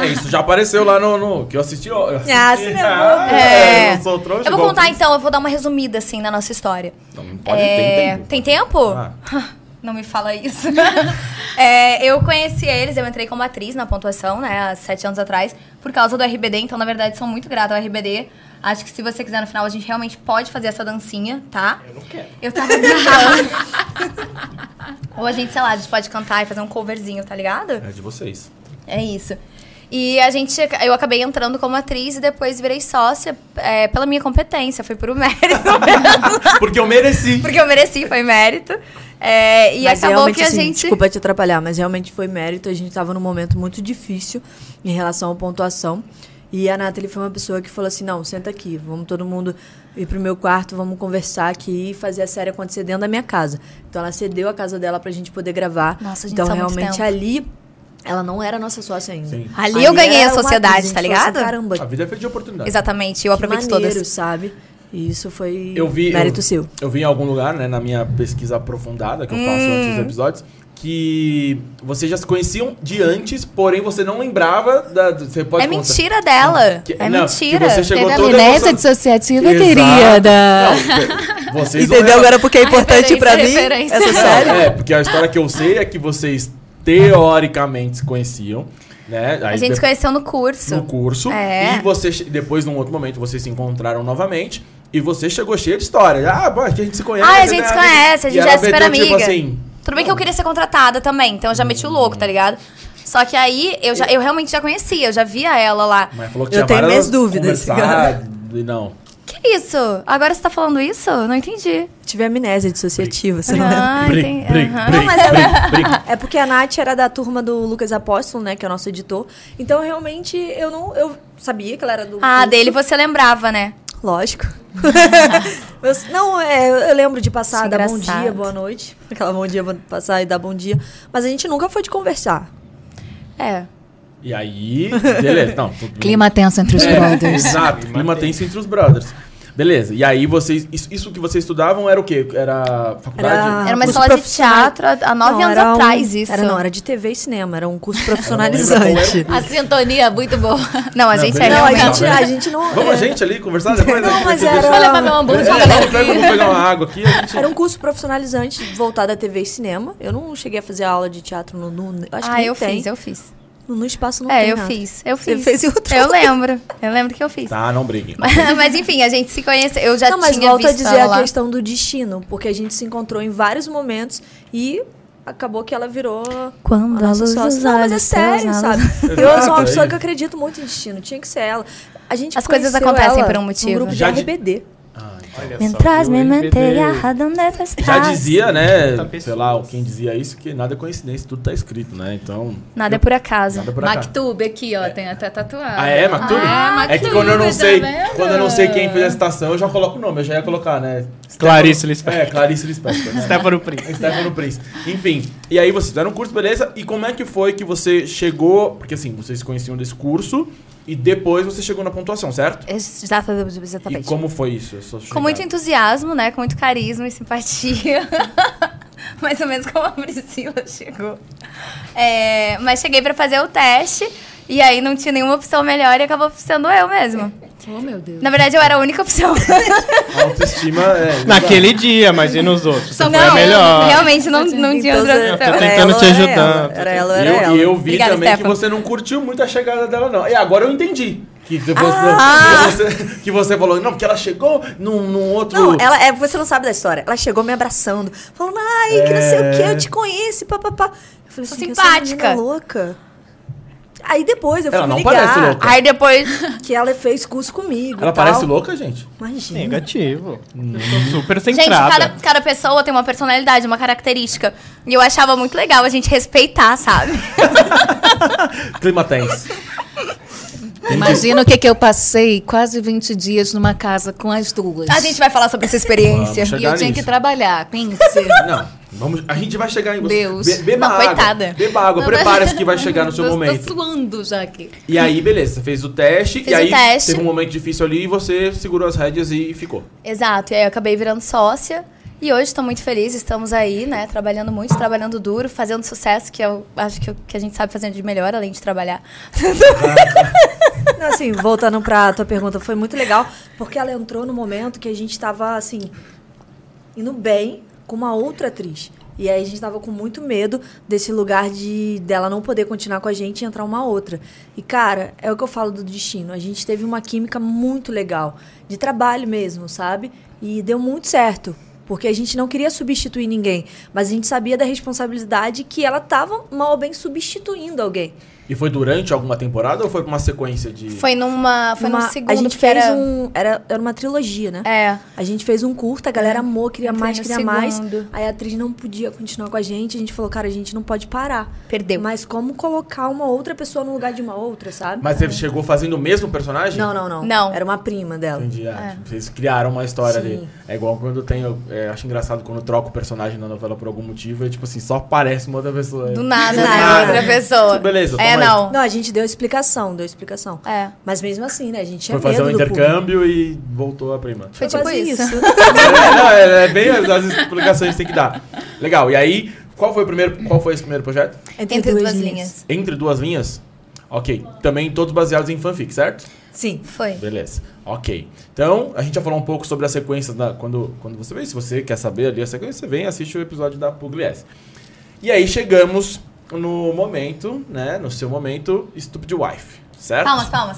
[SPEAKER 1] É isso, já apareceu lá no. no- que eu assisti. ó, Eu assisti.
[SPEAKER 2] Ah, você não é bobo.
[SPEAKER 1] é, eu não sou trouxa.
[SPEAKER 3] né? Eu vou
[SPEAKER 1] igual
[SPEAKER 3] contar
[SPEAKER 1] vocês.
[SPEAKER 3] então, eu vou dar uma resumida assim na nossa história.
[SPEAKER 1] Então, Não, pode,
[SPEAKER 3] É,
[SPEAKER 1] tem tempo.
[SPEAKER 3] Tem tempo?
[SPEAKER 1] Ah.
[SPEAKER 3] <laughs> Não me fala isso. <laughs> É, eu conheci eles, eu entrei como atriz na pontuação, né, há sete anos atrás, por causa do RBD, então, na verdade, sou muito grata ao RBD. Acho que se você quiser no final, a gente realmente pode fazer essa dancinha, tá? Eu não quero. Eu
[SPEAKER 1] <laughs>
[SPEAKER 3] tava <laughs> brincando. Ou a gente, sei lá, a gente pode cantar e fazer um coverzinho, tá ligado?
[SPEAKER 1] É de vocês.
[SPEAKER 3] É isso. E a gente, eu acabei entrando como atriz e depois virei sócia é, pela minha competência, foi por um <laughs> mérito mesmo.
[SPEAKER 1] Porque eu mereci.
[SPEAKER 3] Porque eu mereci, foi mérito. É, e
[SPEAKER 2] Mas
[SPEAKER 3] acabou
[SPEAKER 2] realmente,
[SPEAKER 3] que a
[SPEAKER 2] assim,
[SPEAKER 3] gente.
[SPEAKER 2] Desculpa te atrapalhar, mas realmente foi mérito. A gente tava num momento muito difícil em relação à pontuação. E a Nathalie foi uma pessoa que falou assim: não, senta aqui, vamos todo mundo ir pro meu quarto, vamos conversar aqui e fazer a série acontecer dentro da minha casa. Então ela cedeu a casa dela pra gente poder gravar.
[SPEAKER 3] Nossa, gente,
[SPEAKER 2] então
[SPEAKER 3] isso há muito
[SPEAKER 2] realmente
[SPEAKER 3] tempo.
[SPEAKER 2] ali ela não era nossa sócia ainda.
[SPEAKER 1] Sim.
[SPEAKER 3] Ali eu ganhei a
[SPEAKER 2] era uma
[SPEAKER 3] sociedade,
[SPEAKER 2] atriz,
[SPEAKER 3] tá
[SPEAKER 2] a gente falou assim,
[SPEAKER 3] ligado?
[SPEAKER 2] Caramba,
[SPEAKER 1] A vida é feita de oportunidade.
[SPEAKER 3] Exatamente, eu
[SPEAKER 2] que
[SPEAKER 3] aproveito
[SPEAKER 2] maneiro,
[SPEAKER 3] todas.
[SPEAKER 2] sabe? E isso foi
[SPEAKER 1] Eu vi,
[SPEAKER 2] mérito
[SPEAKER 1] eu,
[SPEAKER 2] seu.
[SPEAKER 1] Eu vi em algum lugar, né, na minha pesquisa aprofundada que eu faço antes
[SPEAKER 3] Hum.
[SPEAKER 1] dos episódios, que vocês já se conheciam de antes, porém você não lembrava da. do- Você pode
[SPEAKER 3] É
[SPEAKER 1] contar.
[SPEAKER 3] mentira dela.
[SPEAKER 1] Que-
[SPEAKER 3] é
[SPEAKER 1] não,
[SPEAKER 3] mentira.
[SPEAKER 1] Que você chegou
[SPEAKER 5] Teve
[SPEAKER 1] toda
[SPEAKER 5] amnésia
[SPEAKER 1] emocionada.
[SPEAKER 3] né,
[SPEAKER 5] dissociativa,
[SPEAKER 1] Exato.
[SPEAKER 5] querida.
[SPEAKER 1] Não,
[SPEAKER 3] <laughs>
[SPEAKER 1] vocês não
[SPEAKER 2] Entendeu
[SPEAKER 1] lembram-
[SPEAKER 2] agora porque é importante pra mim
[SPEAKER 5] referência, referência.
[SPEAKER 2] essa
[SPEAKER 1] Não,
[SPEAKER 2] série?
[SPEAKER 1] É, porque a história que eu sei é que vocês teoricamente se conheciam, né?
[SPEAKER 3] A gente se conheceu no curso.
[SPEAKER 1] no curso.
[SPEAKER 3] É.
[SPEAKER 1] E você, che- depois, num outro momento, vocês se encontraram novamente. E você chegou cheia de história. Ah, pô, a gente se conhece.
[SPEAKER 3] Ah, a gente
[SPEAKER 1] né,
[SPEAKER 3] se
[SPEAKER 1] amiga?
[SPEAKER 3] conhece, a gente
[SPEAKER 1] E
[SPEAKER 3] já
[SPEAKER 1] ela
[SPEAKER 3] é super
[SPEAKER 1] meteu, Tipo
[SPEAKER 3] amiga.
[SPEAKER 1] assim,
[SPEAKER 3] Tudo bem que eu queria ser contratada também, então eu já meti o louco, tá ligado? Só que aí eu, já, eu realmente já conhecia, eu já via ela lá.
[SPEAKER 1] mas falou que
[SPEAKER 2] Eu
[SPEAKER 1] tinha
[SPEAKER 2] tenho
[SPEAKER 1] várias
[SPEAKER 2] minhas dúvidas.
[SPEAKER 1] conversado, E não.
[SPEAKER 3] Que isso? Agora você tá falando isso? Não entendi.
[SPEAKER 2] Tive amnésia dissociativa, sabe?
[SPEAKER 3] Ah, entendi. Aham.
[SPEAKER 2] Não, mas ela- É porque a Nath era da turma do Lucas Apóstolo, né? Que é o nosso editor. Então, realmente, eu não. Eu sabia que ela era do.
[SPEAKER 3] Ah,
[SPEAKER 2] curso.
[SPEAKER 3] dele você lembrava, né?
[SPEAKER 2] Lógico. <laughs> Eu s- não, é, eu lembro de passar,
[SPEAKER 3] Isso é
[SPEAKER 2] dar bom
[SPEAKER 3] engraçado.
[SPEAKER 2] dia, boa noite. Aquela bom dia, boa- passar e dar bom dia. Mas a gente nunca foi de conversar.
[SPEAKER 3] É.
[SPEAKER 1] E aí, beleza. Não, tudo bem.
[SPEAKER 5] Clima tenso entre os
[SPEAKER 1] É,
[SPEAKER 5] brothers.
[SPEAKER 1] Exato, clima tenso entre os brothers. Beleza, e aí vocês. Isso, isso que vocês estudavam era o quê? Era faculdade?
[SPEAKER 3] Era uma
[SPEAKER 2] curso
[SPEAKER 3] escola de
[SPEAKER 2] profissional-
[SPEAKER 3] teatro há há nove
[SPEAKER 2] Ah, Não,
[SPEAKER 3] anos
[SPEAKER 2] era um-
[SPEAKER 3] atrás, isso.
[SPEAKER 2] Era, não, era de TV e cinema, era um
[SPEAKER 1] <laughs>
[SPEAKER 2] curso
[SPEAKER 1] Eu não lembro
[SPEAKER 2] profissionalizante.
[SPEAKER 1] qual
[SPEAKER 5] A sintonia é muito boa.
[SPEAKER 3] Não, a
[SPEAKER 1] Não,
[SPEAKER 3] gente <laughs> é
[SPEAKER 1] beleza.
[SPEAKER 2] Não, a
[SPEAKER 3] realmente.
[SPEAKER 1] Não,
[SPEAKER 2] gente, a gente não.
[SPEAKER 1] Vamos a
[SPEAKER 2] é,
[SPEAKER 1] gente ali conversar depois?
[SPEAKER 2] Não,
[SPEAKER 1] né?
[SPEAKER 2] mas
[SPEAKER 1] Você deixa-
[SPEAKER 5] Vou
[SPEAKER 2] era-
[SPEAKER 5] levar meu hambúrguer.
[SPEAKER 1] É, vamos pegar- vamos pegar uma água aqui. A gente...
[SPEAKER 2] Era um curso profissionalizante voltado a TV e cinema. Eu não cheguei a fazer aula de teatro no. no- acho que
[SPEAKER 3] Ah,
[SPEAKER 2] nem
[SPEAKER 3] eu
[SPEAKER 2] tem.
[SPEAKER 3] fiz, eu fiz.
[SPEAKER 2] No, no espaço não
[SPEAKER 3] é,
[SPEAKER 2] tem
[SPEAKER 3] eu
[SPEAKER 2] nada.
[SPEAKER 3] fiz, eu
[SPEAKER 2] Você
[SPEAKER 3] fiz.
[SPEAKER 2] fez em outro
[SPEAKER 3] Eu lembro, eu lembro que eu fiz.
[SPEAKER 1] Tá, não briguem.
[SPEAKER 3] <laughs> Mas enfim, a gente se conhece, eu já
[SPEAKER 2] Não, mas
[SPEAKER 3] tinha
[SPEAKER 2] volta a
[SPEAKER 3] visto
[SPEAKER 2] dizer
[SPEAKER 3] ela
[SPEAKER 2] a
[SPEAKER 3] lá.
[SPEAKER 2] questão do destino, porque a gente se encontrou em vários momentos e acabou que ela virou
[SPEAKER 3] Quando
[SPEAKER 2] a nossa
[SPEAKER 3] a luz
[SPEAKER 2] sócia.
[SPEAKER 3] dos
[SPEAKER 2] Não, mas é
[SPEAKER 3] olhos
[SPEAKER 2] sério,
[SPEAKER 3] teus
[SPEAKER 2] sabe? Eu sou
[SPEAKER 1] Exato,
[SPEAKER 2] uma
[SPEAKER 1] é
[SPEAKER 2] pessoa que
[SPEAKER 1] isso.
[SPEAKER 2] acredito muito em destino, tinha que ser ela. A gente
[SPEAKER 3] As coisas
[SPEAKER 2] conheceu
[SPEAKER 3] acontecem
[SPEAKER 2] ela
[SPEAKER 3] por um motivo.
[SPEAKER 2] num grupo
[SPEAKER 1] Já
[SPEAKER 2] de
[SPEAKER 1] de-
[SPEAKER 2] RBD.
[SPEAKER 1] Ah, então.
[SPEAKER 3] Mientras me mantenha onde é
[SPEAKER 1] Já
[SPEAKER 3] estás.
[SPEAKER 1] dizia,
[SPEAKER 4] Tá
[SPEAKER 1] né?
[SPEAKER 4] pessoas.
[SPEAKER 1] Sei lá, quem dizia isso, que nada é coincidência, tudo tá escrito, né? Então.
[SPEAKER 3] Nada é por acaso.
[SPEAKER 1] Nada por acaso.
[SPEAKER 5] Maktub aqui, ó, tem até tatuado.
[SPEAKER 1] Ah, é, Mactube? é que quando eu
[SPEAKER 5] tá
[SPEAKER 1] não sei, quando eu não sei quem fez a citação, eu já coloco o nome, eu já ia colocar, né?
[SPEAKER 4] Clarice Lispector.
[SPEAKER 1] É, Clarice Lispector. né?
[SPEAKER 4] Stefano Prince.
[SPEAKER 1] Stefano Prince. Enfim, e aí vocês fizeram um curso, beleza? E como é que foi que você chegou? Porque assim, vocês conheciam desse curso e depois você chegou na pontuação, certo?
[SPEAKER 3] Exata-
[SPEAKER 1] E
[SPEAKER 3] Exatamente.
[SPEAKER 1] como foi isso? a sua
[SPEAKER 3] Com muito
[SPEAKER 1] chegada?
[SPEAKER 3] entusiasmo, né? Com muito carisma e simpatia. <laughs> Mais ou menos como a Priscila chegou. É, mas cheguei pra fazer o teste e aí não tinha nenhuma opção melhor e acabou sendo eu mesma.
[SPEAKER 5] Oh, meu Deus.
[SPEAKER 3] Na verdade, eu era a única opção.
[SPEAKER 1] A autoestima é.
[SPEAKER 4] Naquele dia, mas e nos outros? Você
[SPEAKER 3] <laughs>
[SPEAKER 4] foi a melhor.
[SPEAKER 3] realmente é, não, não tinha outra
[SPEAKER 1] Tá
[SPEAKER 4] tô
[SPEAKER 3] opção.
[SPEAKER 4] tentando
[SPEAKER 2] Era ela,
[SPEAKER 4] te
[SPEAKER 2] era
[SPEAKER 4] ajudar.
[SPEAKER 2] ela, Era ela,
[SPEAKER 1] E
[SPEAKER 2] era
[SPEAKER 1] tá eu,
[SPEAKER 2] ela.
[SPEAKER 1] e eu vi
[SPEAKER 3] Obrigada,
[SPEAKER 1] também
[SPEAKER 3] Stefano.
[SPEAKER 1] que você não curtiu muito a chegada dela, não. E agora eu entendi. Que você, que você- que você falou, não, porque ela chegou num, num outro.
[SPEAKER 2] Não, ela é, você não sabe da história. Ela chegou me abraçando, falando, ai, que não sei o que, eu te conheço, papapá. Eu falei
[SPEAKER 3] Sou
[SPEAKER 2] assim,
[SPEAKER 3] simpática.
[SPEAKER 2] simpática. louca. Aí depois eu fui
[SPEAKER 1] Ela não
[SPEAKER 2] me ligar
[SPEAKER 1] parece louca.
[SPEAKER 3] Aí depois.
[SPEAKER 2] que ela fez curso comigo.
[SPEAKER 1] Ela
[SPEAKER 2] e tal.
[SPEAKER 1] parece louca, gente.
[SPEAKER 2] Imagina.
[SPEAKER 4] Negativo. Super
[SPEAKER 3] Gente,
[SPEAKER 4] centrada.
[SPEAKER 3] cada, cada pessoa tem uma personalidade, uma característica. E eu achava muito legal a gente respeitar, sabe?
[SPEAKER 1] Clima tenso.
[SPEAKER 5] Imagina o que, que eu passei quase 20 dias numa casa com as duas.
[SPEAKER 3] A gente vai falar sobre essa experiência.
[SPEAKER 1] Vamos.
[SPEAKER 5] E eu
[SPEAKER 1] chegar
[SPEAKER 5] tinha
[SPEAKER 1] nisso.
[SPEAKER 5] que trabalhar,
[SPEAKER 1] <laughs>
[SPEAKER 5] pense.
[SPEAKER 1] Não, vamos, a gente vai chegar em você.
[SPEAKER 5] Deus.
[SPEAKER 1] Be- beba
[SPEAKER 3] Não,
[SPEAKER 1] água.
[SPEAKER 3] coitada.
[SPEAKER 1] Beba água, prepara-se que vai chegar no seu
[SPEAKER 5] <laughs> Tô-
[SPEAKER 1] momento.
[SPEAKER 5] Tô suando já aqui.
[SPEAKER 1] E aí, beleza, você fez o teste.
[SPEAKER 3] Fiz
[SPEAKER 1] e
[SPEAKER 3] o
[SPEAKER 1] aí,
[SPEAKER 3] teste.
[SPEAKER 1] teve um momento difícil ali e você segurou as rédeas e ficou.
[SPEAKER 3] Exato, e aí eu acabei virando sócia. E hoje estou muito feliz, estamos aí, né? Trabalhando muito, trabalhando duro, fazendo sucesso, que eu acho que, eu- que a gente sabe fazer de melhor, além de trabalhar.
[SPEAKER 2] Não, assim, voltando pra tua pergunta, foi muito legal, porque ela entrou no momento que a gente tava, assim, indo bem com uma outra atriz. E aí a gente tava com muito medo desse lugar de dela não poder continuar com a gente e entrar uma outra. E, cara, é o que eu falo do destino. A gente teve uma química muito legal, de trabalho mesmo, sabe? E deu muito certo. Porque a gente não queria substituir ninguém, mas a gente sabia da responsabilidade que ela tava mal ou bem substituindo alguém.
[SPEAKER 1] E foi durante alguma temporada ou foi uma sequência de.
[SPEAKER 3] Foi numa. Foi
[SPEAKER 2] Uma-
[SPEAKER 3] num segundo.
[SPEAKER 2] a gente
[SPEAKER 3] porque
[SPEAKER 2] fez
[SPEAKER 3] era...
[SPEAKER 2] um. Era, era uma trilogia, né?
[SPEAKER 3] É.
[SPEAKER 2] A gente fez um curta, a galera amou, queria
[SPEAKER 3] Entrei
[SPEAKER 2] mais,
[SPEAKER 3] no
[SPEAKER 2] queria mais.
[SPEAKER 3] segundo.
[SPEAKER 2] Aí a atriz não podia continuar com a gente. A gente falou, cara, a gente não pode parar.
[SPEAKER 3] Perdeu.
[SPEAKER 2] Mas como colocar uma outra pessoa no lugar de uma outra, sabe?
[SPEAKER 1] Mas ele chegou fazendo o mesmo personagem?
[SPEAKER 2] Não, não, não.
[SPEAKER 3] Não.
[SPEAKER 2] Era uma prima dela.
[SPEAKER 1] Entendi.
[SPEAKER 3] É.
[SPEAKER 1] ah, Vocês criaram uma história
[SPEAKER 2] Sim.
[SPEAKER 1] ali. É igual quando tem. Eu é, acho engraçado quando troca o personagem na novela por algum motivo e, tipo assim, só parece uma outra pessoa. é.
[SPEAKER 3] Do nada, né?
[SPEAKER 1] nada. Tipo,
[SPEAKER 3] Outra pessoa.
[SPEAKER 1] Beleza,
[SPEAKER 3] É,
[SPEAKER 1] toma aí.
[SPEAKER 3] não.
[SPEAKER 2] Não, a gente deu explicação, deu explicação.
[SPEAKER 3] É.
[SPEAKER 2] Mas mesmo assim, né? A gente tinha
[SPEAKER 1] Foi fazer um
[SPEAKER 2] medo do público.
[SPEAKER 1] intercâmbio e voltou a prima. <laughs>
[SPEAKER 3] Foi
[SPEAKER 2] Quase
[SPEAKER 3] tipo isso. <laughs>
[SPEAKER 1] é, não, é, é bem as, as explicações que tem que dar. Legal. E aí, qual foi o primeiro. Qual foi esse primeiro projeto?
[SPEAKER 2] Entre, duas, linhas.
[SPEAKER 1] Entre duas linhas? Ok. Também todos baseados em fanfic, certo?
[SPEAKER 2] Sim.
[SPEAKER 3] Foi.
[SPEAKER 1] Beleza. Ok. Então, a gente já falou um pouco sobre a sequência da. Quando, quando você vem, se você quer saber ali a sequência, você vem e assiste o episódio da Pugliese. E aí chegamos no momento, né? No seu momento, Stupid Wife. Certo?
[SPEAKER 3] Palmas, palmas.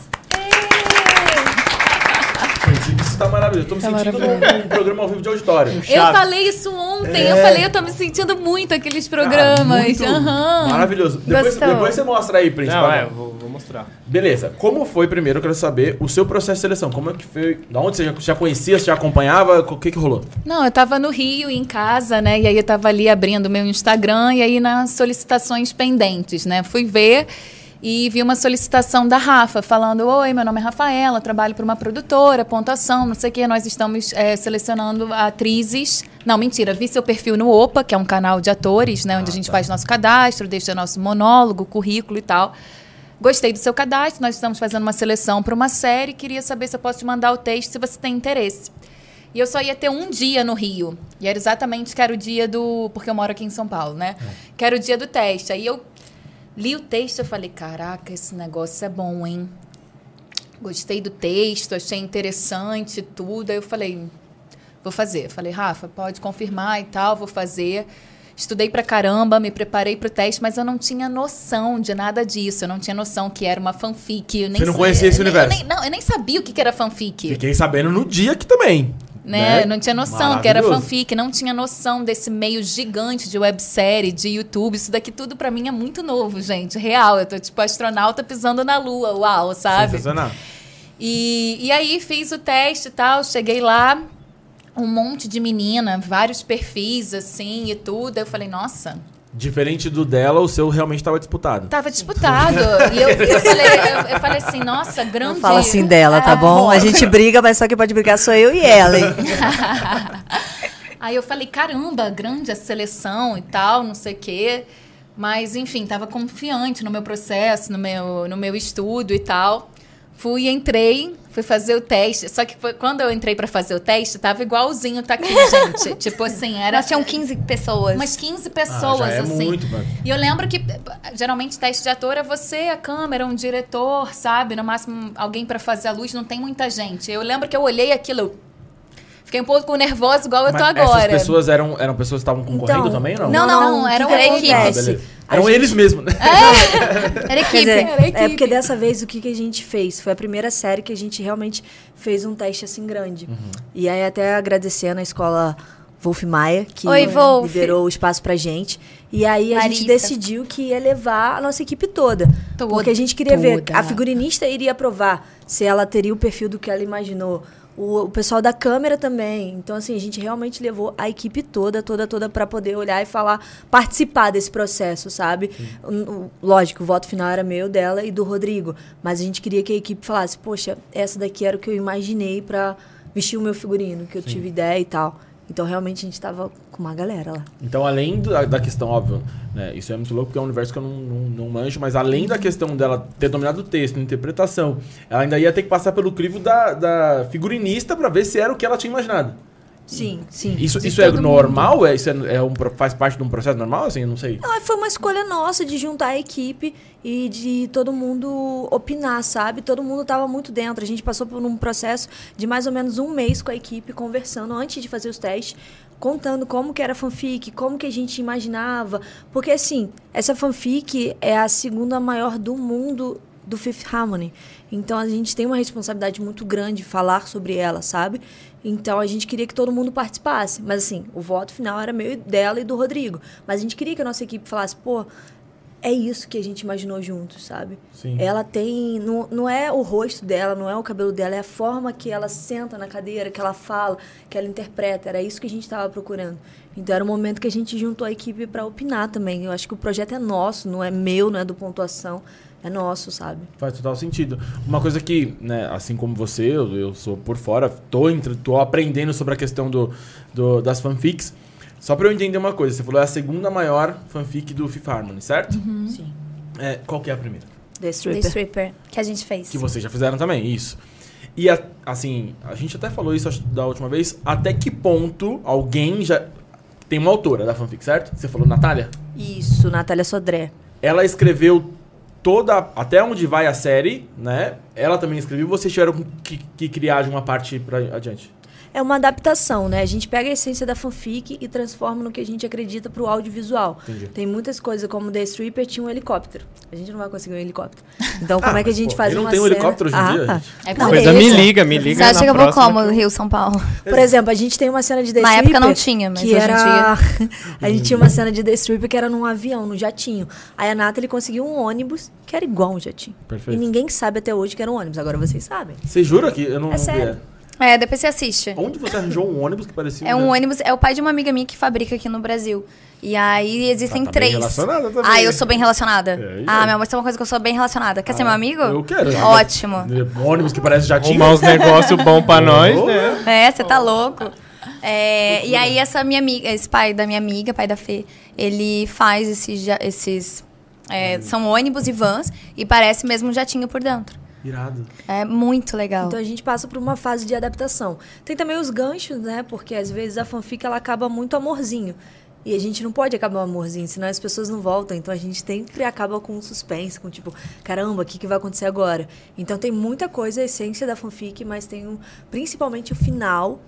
[SPEAKER 1] Gente, Isso tá maravilhoso. Eu tô me sentindo num, num programa ao vivo de auditório.
[SPEAKER 5] Eu falei isso ontem, eu falei, eu tô me sentindo muito aqueles programas.
[SPEAKER 1] É. Ah, muito
[SPEAKER 5] Aham.
[SPEAKER 1] Maravilhoso. Depois,
[SPEAKER 3] Gostou.
[SPEAKER 1] depois você mostra aí, Prince.
[SPEAKER 4] Não,
[SPEAKER 1] pra
[SPEAKER 4] é,
[SPEAKER 1] mim.
[SPEAKER 4] vou, vou mostrar.
[SPEAKER 1] Beleza. Como foi, primeiro, eu quero saber o seu processo de seleção. Como é que foi? Da onde você já, já conhecia, você já acompanhava? O que que rolou?
[SPEAKER 5] Não, eu tava no Rio, em casa, né? E aí eu tava ali abrindo meu Instagram e aí nas solicitações pendentes, né? Fui ver e vi uma solicitação da Rafa falando: Oi, meu nome é Rafaela, trabalho para uma produtora, pontuação, não sei o quê. Nós estamos eh, selecionando atrizes. Não, mentira, vi seu perfil no OPA, que é um canal de atores, né? Onde a gente faz nosso cadastro, deixa nosso monólogo, currículo e tal. Gostei do seu cadastro, nós estamos fazendo uma seleção para uma série, queria saber se eu posso te mandar o texto se você tem interesse. E eu só ia ter um dia no Rio. E era exatamente que era o dia do. Porque eu moro aqui em São Paulo, né?
[SPEAKER 1] É.
[SPEAKER 5] Que era o dia do teste. Aí eu li o texto e falei: caraca, esse negócio é bom, hein? Gostei do texto, achei interessante tudo. Aí eu falei: vou fazer. Falei, Rafa, pode confirmar e tal, vou fazer. Estudei pra caramba, me preparei pro teste, mas eu não tinha noção de nada disso. Eu não tinha noção que era uma fanfic. Eu nem
[SPEAKER 1] Você não
[SPEAKER 5] sa-
[SPEAKER 1] conhecia esse
[SPEAKER 5] eu nem-
[SPEAKER 1] universo?
[SPEAKER 5] eu nem- não, eu nem sabia o que que era fanfic
[SPEAKER 1] Fiquei sabendo no dia aqui também.
[SPEAKER 5] né? Eu Não tinha noção que era
[SPEAKER 1] Maravilhoso.
[SPEAKER 5] fanfic, não tinha noção desse meio gigante de websérie, de YouTube. Isso daqui tudo pra mim é muito novo, gente. Real, eu tô tipo astronauta pisando na lua, uau, sabe?
[SPEAKER 1] Ah, Sensacional.
[SPEAKER 5] E, e aí fiz o teste e tal, cheguei lá, um monte de menina, vários perfis assim e tudo. Eu falei, nossa,
[SPEAKER 1] Diferente do dela, o seu realmente estava disputado.
[SPEAKER 5] tava disputado. e eu, eu falei, eu, eu falei assim, nossa, grande.
[SPEAKER 2] Não fala assim dela, tá
[SPEAKER 3] É
[SPEAKER 5] Ah,
[SPEAKER 2] bom? A gente briga, mas só quem pode brigar sou
[SPEAKER 1] <laughs>
[SPEAKER 2] eu e ela, hein?
[SPEAKER 5] <laughs> Aí eu falei, caramba, grande a seleção e tal, não sei o quê. Mas, enfim, tava confiante no meu processo, no meu, no meu estudo e tal. Fui, entrei, fui fazer o teste. Só que foi- quando eu entrei pra fazer o teste, tava igualzinho
[SPEAKER 3] <laughs>
[SPEAKER 5] tá aqui, gente. tipo assim, era
[SPEAKER 3] Nós tinham 15 pessoas.
[SPEAKER 5] umas 15
[SPEAKER 1] Ah,
[SPEAKER 5] pessoas,
[SPEAKER 1] já é
[SPEAKER 5] assim.
[SPEAKER 1] muito, mano.
[SPEAKER 5] E eu lembro que eh, geralmente teste de ator é você, a câmera, um diretor, sabe? No máximo alguém pra fazer a luz, não tem muita gente. Eu lembro que eu olhei aquilo, eu fiquei um pouco nervosa igual eu tô
[SPEAKER 1] Mas
[SPEAKER 5] agora.
[SPEAKER 1] Essas pessoas eram, eram pessoas que estavam concorrendo
[SPEAKER 2] Então,
[SPEAKER 1] também, não?
[SPEAKER 5] Não, não,
[SPEAKER 2] o
[SPEAKER 5] era
[SPEAKER 2] que
[SPEAKER 5] uma
[SPEAKER 2] que
[SPEAKER 5] equipe.
[SPEAKER 1] Ah,
[SPEAKER 2] acontece?
[SPEAKER 1] beleza. Eram eles mesmos,
[SPEAKER 5] <laughs>
[SPEAKER 1] né?
[SPEAKER 5] É.
[SPEAKER 3] Era
[SPEAKER 2] Quer
[SPEAKER 3] equipe.
[SPEAKER 2] dizer,
[SPEAKER 5] Era equipe.
[SPEAKER 2] é porque dessa vez o que, que a gente fez? Foi a primeira série que a gente realmente fez um teste assim grande. E aí até agradecendo a escola Wolf Maia, que
[SPEAKER 3] Oi, Wolf.
[SPEAKER 2] liberou o espaço pra gente. E aí a gente
[SPEAKER 3] Larissa.
[SPEAKER 2] decidiu que ia levar a nossa equipe toda.
[SPEAKER 5] Toda,
[SPEAKER 2] porque a gente queria ver.
[SPEAKER 5] toda.
[SPEAKER 2] A figurinista iria provar se ela teria o perfil do que ela imaginou. O, o pessoal da câmera também. Então, assim, a gente realmente levou a equipe toda, toda, toda, pra poder olhar e falar, participar desse processo, sabe? Um, um, Lógico, o voto final era meu, dela e do Rodrigo. Mas a gente queria que a equipe falasse, poxa, essa daqui era o que eu imaginei pra vestir o meu figurino, que eu tive ideia e tal. Então, realmente, a gente tava com uma galera lá.
[SPEAKER 1] Então, além da, da questão, óbvio, né, isso é muito louco porque é um universo que eu não, não, não manjo, mas além da questão dela ter dominado o texto, interpretação, ela ainda ia ter que passar pelo crivo da, da figurinista pra ver se era o que ela tinha imaginado.
[SPEAKER 2] Sim, sim.
[SPEAKER 1] Isso,
[SPEAKER 5] De
[SPEAKER 1] isso é
[SPEAKER 5] todo mundo.
[SPEAKER 1] normal? É, isso é, é um, pro- faz parte de um processo normal? Assim, eu não sei.
[SPEAKER 2] Não, Ah, foi uma escolha nossa de juntar a equipe e de todo mundo opinar, sabe? Todo mundo estava muito dentro. A gente passou por um processo de mais ou menos um mês com a equipe, conversando antes de fazer os testes, contando como que era a fanfic, como que a gente imaginava. Porque, assim, essa fanfic é a segunda maior do mundo do Fifth Harmony. Então a gente tem uma responsabilidade muito grande falar sobre ela, sabe? Então a gente queria que todo mundo participasse. Mas assim, o voto final era meu e dela e do Rodrigo. Mas a gente queria que a nossa equipe falasse, pô, é isso que a gente imaginou juntos, sabe?
[SPEAKER 1] Sim.
[SPEAKER 2] Ela tem. Não, não é o rosto dela, não é o cabelo dela, é a forma que ela senta na cadeira, que ela fala, que ela interpreta. Era isso que a gente estava procurando. Então era o momento que a gente juntou a equipe para opinar também. Eu acho que o projeto é nosso, não é meu, não é do pontuação. É nosso, sabe?
[SPEAKER 1] Faz total sentido. Uma coisa que, né, assim como você, eu, eu sou por fora, tô, entre, tô aprendendo sobre a questão do, do- das fanfics. Só pra eu entender uma coisa, você falou é a segunda maior fanfic do Fifth Harmony, certo?
[SPEAKER 2] Sim.
[SPEAKER 1] É, qual que é a primeira?
[SPEAKER 2] Uhum. The
[SPEAKER 3] The
[SPEAKER 2] Stripper.
[SPEAKER 3] Stripper, que a gente fez.
[SPEAKER 1] Que vocês já fizeram também, isso. E, a- assim, a gente até falou isso acho, da última vez, até que ponto alguém já... Tem uma autora da fanfic, certo? Você falou Natália?
[SPEAKER 2] Isso, Natália Sodré.
[SPEAKER 1] Ela escreveu toda. Até onde vai a série, né? Ela também escreveu. Vocês tiveram que, que criar de uma parte pra adiante.
[SPEAKER 2] É uma adaptação, né? A gente pega a essência da fanfic e transforma no que a gente acredita pro audiovisual.
[SPEAKER 1] Entendi.
[SPEAKER 2] Tem muitas coisas, como The Stripper tinha um helicóptero. A A gente não vai conseguir um helicóptero.
[SPEAKER 1] <laughs>
[SPEAKER 2] Então, como é que a gente
[SPEAKER 1] Ah, pô,
[SPEAKER 2] faz
[SPEAKER 1] eu não
[SPEAKER 2] uma
[SPEAKER 1] tenho
[SPEAKER 2] cena... Ah, tá.
[SPEAKER 1] helicóptero hoje em dia, gente.
[SPEAKER 5] É
[SPEAKER 2] Não,
[SPEAKER 5] coisa
[SPEAKER 4] Coisa me
[SPEAKER 2] beleza.
[SPEAKER 4] liga, me liga.
[SPEAKER 3] Você acha
[SPEAKER 4] na
[SPEAKER 3] que eu vou
[SPEAKER 4] próxima.
[SPEAKER 3] como? Rio, São Paulo.
[SPEAKER 2] Por
[SPEAKER 1] É.
[SPEAKER 2] exemplo, a gente tem uma cena de The
[SPEAKER 3] Na
[SPEAKER 2] Stripper...
[SPEAKER 3] época não tinha, mas
[SPEAKER 2] que
[SPEAKER 3] hoje em
[SPEAKER 2] era... <laughs> a gente tinha uma cena de The Stripper que era num avião, num jatinho. Aí a Nathalie conseguiu um ônibus que era igual um jatinho.
[SPEAKER 1] Perfeito.
[SPEAKER 2] E ninguém sabe até hoje que era um ônibus. Agora vocês sabem.
[SPEAKER 1] Você jura que eu não, não
[SPEAKER 2] É
[SPEAKER 1] vi,
[SPEAKER 2] sério.
[SPEAKER 3] É, depois você assiste.
[SPEAKER 1] Onde você arranjou um ônibus que parecia
[SPEAKER 3] É um
[SPEAKER 1] jato?
[SPEAKER 3] ônibus, é o pai de uma amiga minha que fabrica aqui no Brasil. E aí existem
[SPEAKER 1] Ah, tá bem
[SPEAKER 3] três.
[SPEAKER 1] relacionada também,
[SPEAKER 3] ah,
[SPEAKER 1] né?
[SPEAKER 3] eu sou bem relacionada.
[SPEAKER 1] É, e
[SPEAKER 3] ah,
[SPEAKER 1] aí? Ah,
[SPEAKER 3] meu amor, isso é uma coisa que eu sou bem relacionada. Quer ser meu amigo?
[SPEAKER 1] Eu quero. né?
[SPEAKER 3] Ótimo.
[SPEAKER 1] Um ônibus que parece jatinho.
[SPEAKER 4] Arrumar uns negócios bons pra nós, né?
[SPEAKER 3] É, você tá louco. É, e aí essa minha amiga, esse pai da minha amiga, pai da Fê, ele faz esses, ja- esses é,
[SPEAKER 1] Hum.
[SPEAKER 3] são ônibus e vans e parece mesmo um jatinho por dentro.
[SPEAKER 1] Irado.
[SPEAKER 3] É muito legal.
[SPEAKER 2] Então a gente passa por uma fase de adaptação. Tem também os ganchos, né? Porque às vezes a fanfic ela acaba muito amorzinho. E a gente não pode acabar um amorzinho, senão as pessoas não voltam. Então a gente sempre acaba com um suspense, com tipo, caramba, o que, que vai acontecer agora? Então tem muita coisa, a essência da fanfic, mas tem um, principalmente o final,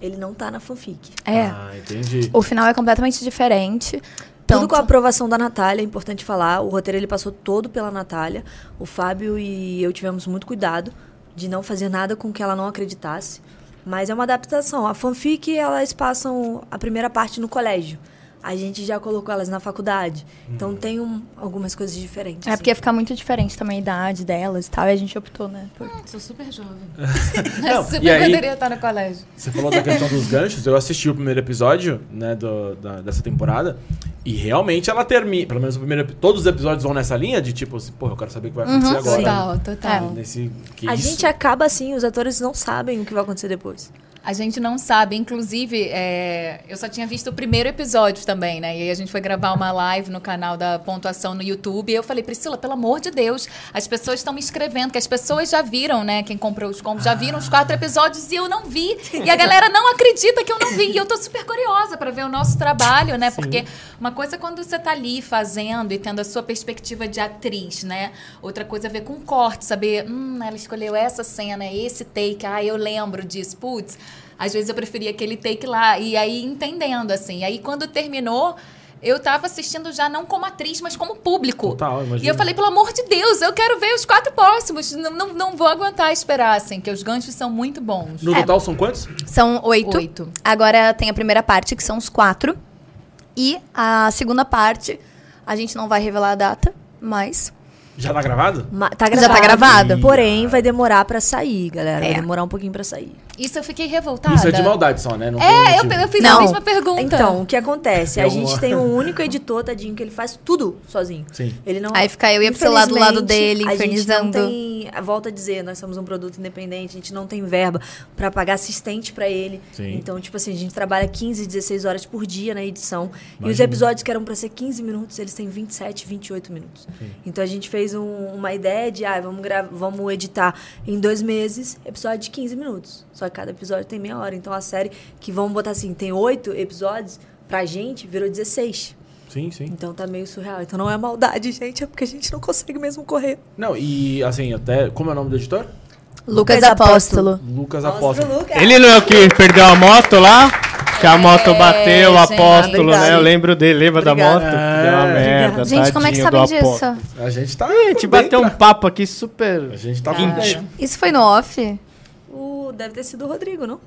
[SPEAKER 2] ele não tá na fanfic.
[SPEAKER 3] é.
[SPEAKER 1] Ah, entendi.
[SPEAKER 3] O final é completamente diferente.
[SPEAKER 2] Tudo com a aprovação da Natália, é importante falar. O roteiro ele passou todo pela Natália. O Fábio e eu tivemos muito cuidado de não fazer nada com que ela não acreditasse. Mas é uma adaptação. A fanfic, elas passam a primeira parte no colégio. A gente já colocou elas na faculdade.
[SPEAKER 1] Uhum.
[SPEAKER 2] Então tem um- algumas coisas diferentes.
[SPEAKER 3] É
[SPEAKER 2] assim.
[SPEAKER 3] porque ia ficar muito diferente também a idade delas e tal, e a gente optou, né? por-
[SPEAKER 5] Sou super jovem. <laughs>
[SPEAKER 1] Não,
[SPEAKER 5] super
[SPEAKER 1] e aí-
[SPEAKER 5] poderia estar no colégio.
[SPEAKER 1] Você falou da questão dos ganchos. Eu assisti o primeiro episódio, né, do- da- dessa temporada. E realmente ela termina. Pelo menos o primeiro. epi- Todos os episódios vão nessa linha de tipo assim, pô, eu quero saber o que vai
[SPEAKER 2] Uhum.
[SPEAKER 1] acontecer agora.
[SPEAKER 5] Total, total.
[SPEAKER 1] Tá. Nesse, que
[SPEAKER 2] É. a
[SPEAKER 1] isso?
[SPEAKER 2] gente acaba assim, os atores não sabem o que vai acontecer depois.
[SPEAKER 5] A gente não sabe, inclusive, é, eu só tinha visto o primeiro episódio também, né? E aí a gente foi gravar uma live no canal da pontuação no YouTube. E eu falei, Priscila, pelo amor de Deus, as pessoas estão me escrevendo, que as pessoas já viram, né? Quem comprou os combos já viram os quatro episódios e eu não vi. E a galera não acredita que eu não vi. E eu tô super curiosa pra ver o nosso trabalho, né? Porque uma coisa é quando você tá ali fazendo e tendo a sua perspectiva de atriz, né? Outra coisa a ver com corte, saber, hum, ela escolheu essa cena, esse take, ah, eu lembro disso, putz. Às vezes eu preferia aquele take lá, e aí entendendo, assim. Aí quando terminou, eu tava assistindo já não como atriz, mas como público.
[SPEAKER 1] Total, imagino.
[SPEAKER 5] E eu falei, pelo amor de Deus, eu quero ver os quatro próximos. Não, não, não vou aguentar esperar, assim, que os ganchos são muito
[SPEAKER 2] é-
[SPEAKER 5] bons.
[SPEAKER 1] No total são quantos?
[SPEAKER 3] São oito.
[SPEAKER 5] Oito.
[SPEAKER 3] Agora tem a primeira parte, que são os quatro. E a segunda parte, a gente não vai revelar a data, mas.
[SPEAKER 1] Já tá gravado?
[SPEAKER 2] Ma- tá
[SPEAKER 3] Já tá gravado?
[SPEAKER 2] Porém, vai demorar pra sair, galera. Vai
[SPEAKER 3] É.
[SPEAKER 2] demorar um pouquinho pra sair.
[SPEAKER 5] Isso eu fiquei
[SPEAKER 2] Tá,
[SPEAKER 5] revoltada.
[SPEAKER 1] Isso é de maldade só, né? Não
[SPEAKER 5] É, eu, eu fiz a
[SPEAKER 2] Não.
[SPEAKER 5] mesma pergunta.
[SPEAKER 2] Então, o que acontece? A
[SPEAKER 1] Eu-
[SPEAKER 2] gente tem um único editor, tadinho, que ele faz tudo sozinho.
[SPEAKER 1] Sim.
[SPEAKER 2] Ele não...
[SPEAKER 3] Aí fica eu e a Priscila do lado dele,
[SPEAKER 2] Infelizmente,
[SPEAKER 3] infernizando.
[SPEAKER 2] A gente não tem... Volto a dizer, nós somos um produto independente, a gente não tem verba pra pagar assistente pra ele.
[SPEAKER 1] Sim.
[SPEAKER 2] Então, tipo assim, a gente trabalha 15, 16 horas por dia na edição. E os
[SPEAKER 1] Imagina.
[SPEAKER 2] episódios que eram pra ser 15 minutos, eles têm 27, 28 minutos. Então, a gente fez um- uma ideia de, ah, vamos, gra- vamos editar em dois meses, episódio de 15 minutos. Só que cada episódio tem meia hora. Então, a série que, vamos botar assim, tem oito episódios, pra gente virou 16.
[SPEAKER 1] Sim, sim.
[SPEAKER 2] Então tá meio surreal. Então não é maldade, <laughs> gente, é porque a gente não consegue mesmo correr.
[SPEAKER 1] Não, e assim, até. Como é o nome do editor?
[SPEAKER 3] Lucas,
[SPEAKER 2] Lucas
[SPEAKER 3] Apóstolo.
[SPEAKER 1] Lucas Apóstolo.
[SPEAKER 2] Lucas.
[SPEAKER 4] Ele não é o que perdeu a moto lá? Que a moto bateu, o
[SPEAKER 5] gente,
[SPEAKER 4] apóstolo, né? Eu
[SPEAKER 2] obrigado.
[SPEAKER 4] lembro dele, lembra da
[SPEAKER 2] Obrigada.
[SPEAKER 4] moto? Que deu uma
[SPEAKER 1] É.
[SPEAKER 4] merda,
[SPEAKER 3] Gente, como é que
[SPEAKER 4] tadinho
[SPEAKER 3] sabem
[SPEAKER 4] do
[SPEAKER 3] disso?
[SPEAKER 4] apóstolo.
[SPEAKER 1] A gente tá.
[SPEAKER 4] A gente bateu um papo aqui super.
[SPEAKER 2] Ah.
[SPEAKER 1] A gente tá
[SPEAKER 4] Quente.
[SPEAKER 1] bem. É.
[SPEAKER 3] Isso foi no off?
[SPEAKER 2] O... Deve ter sido o Rodrigo, não?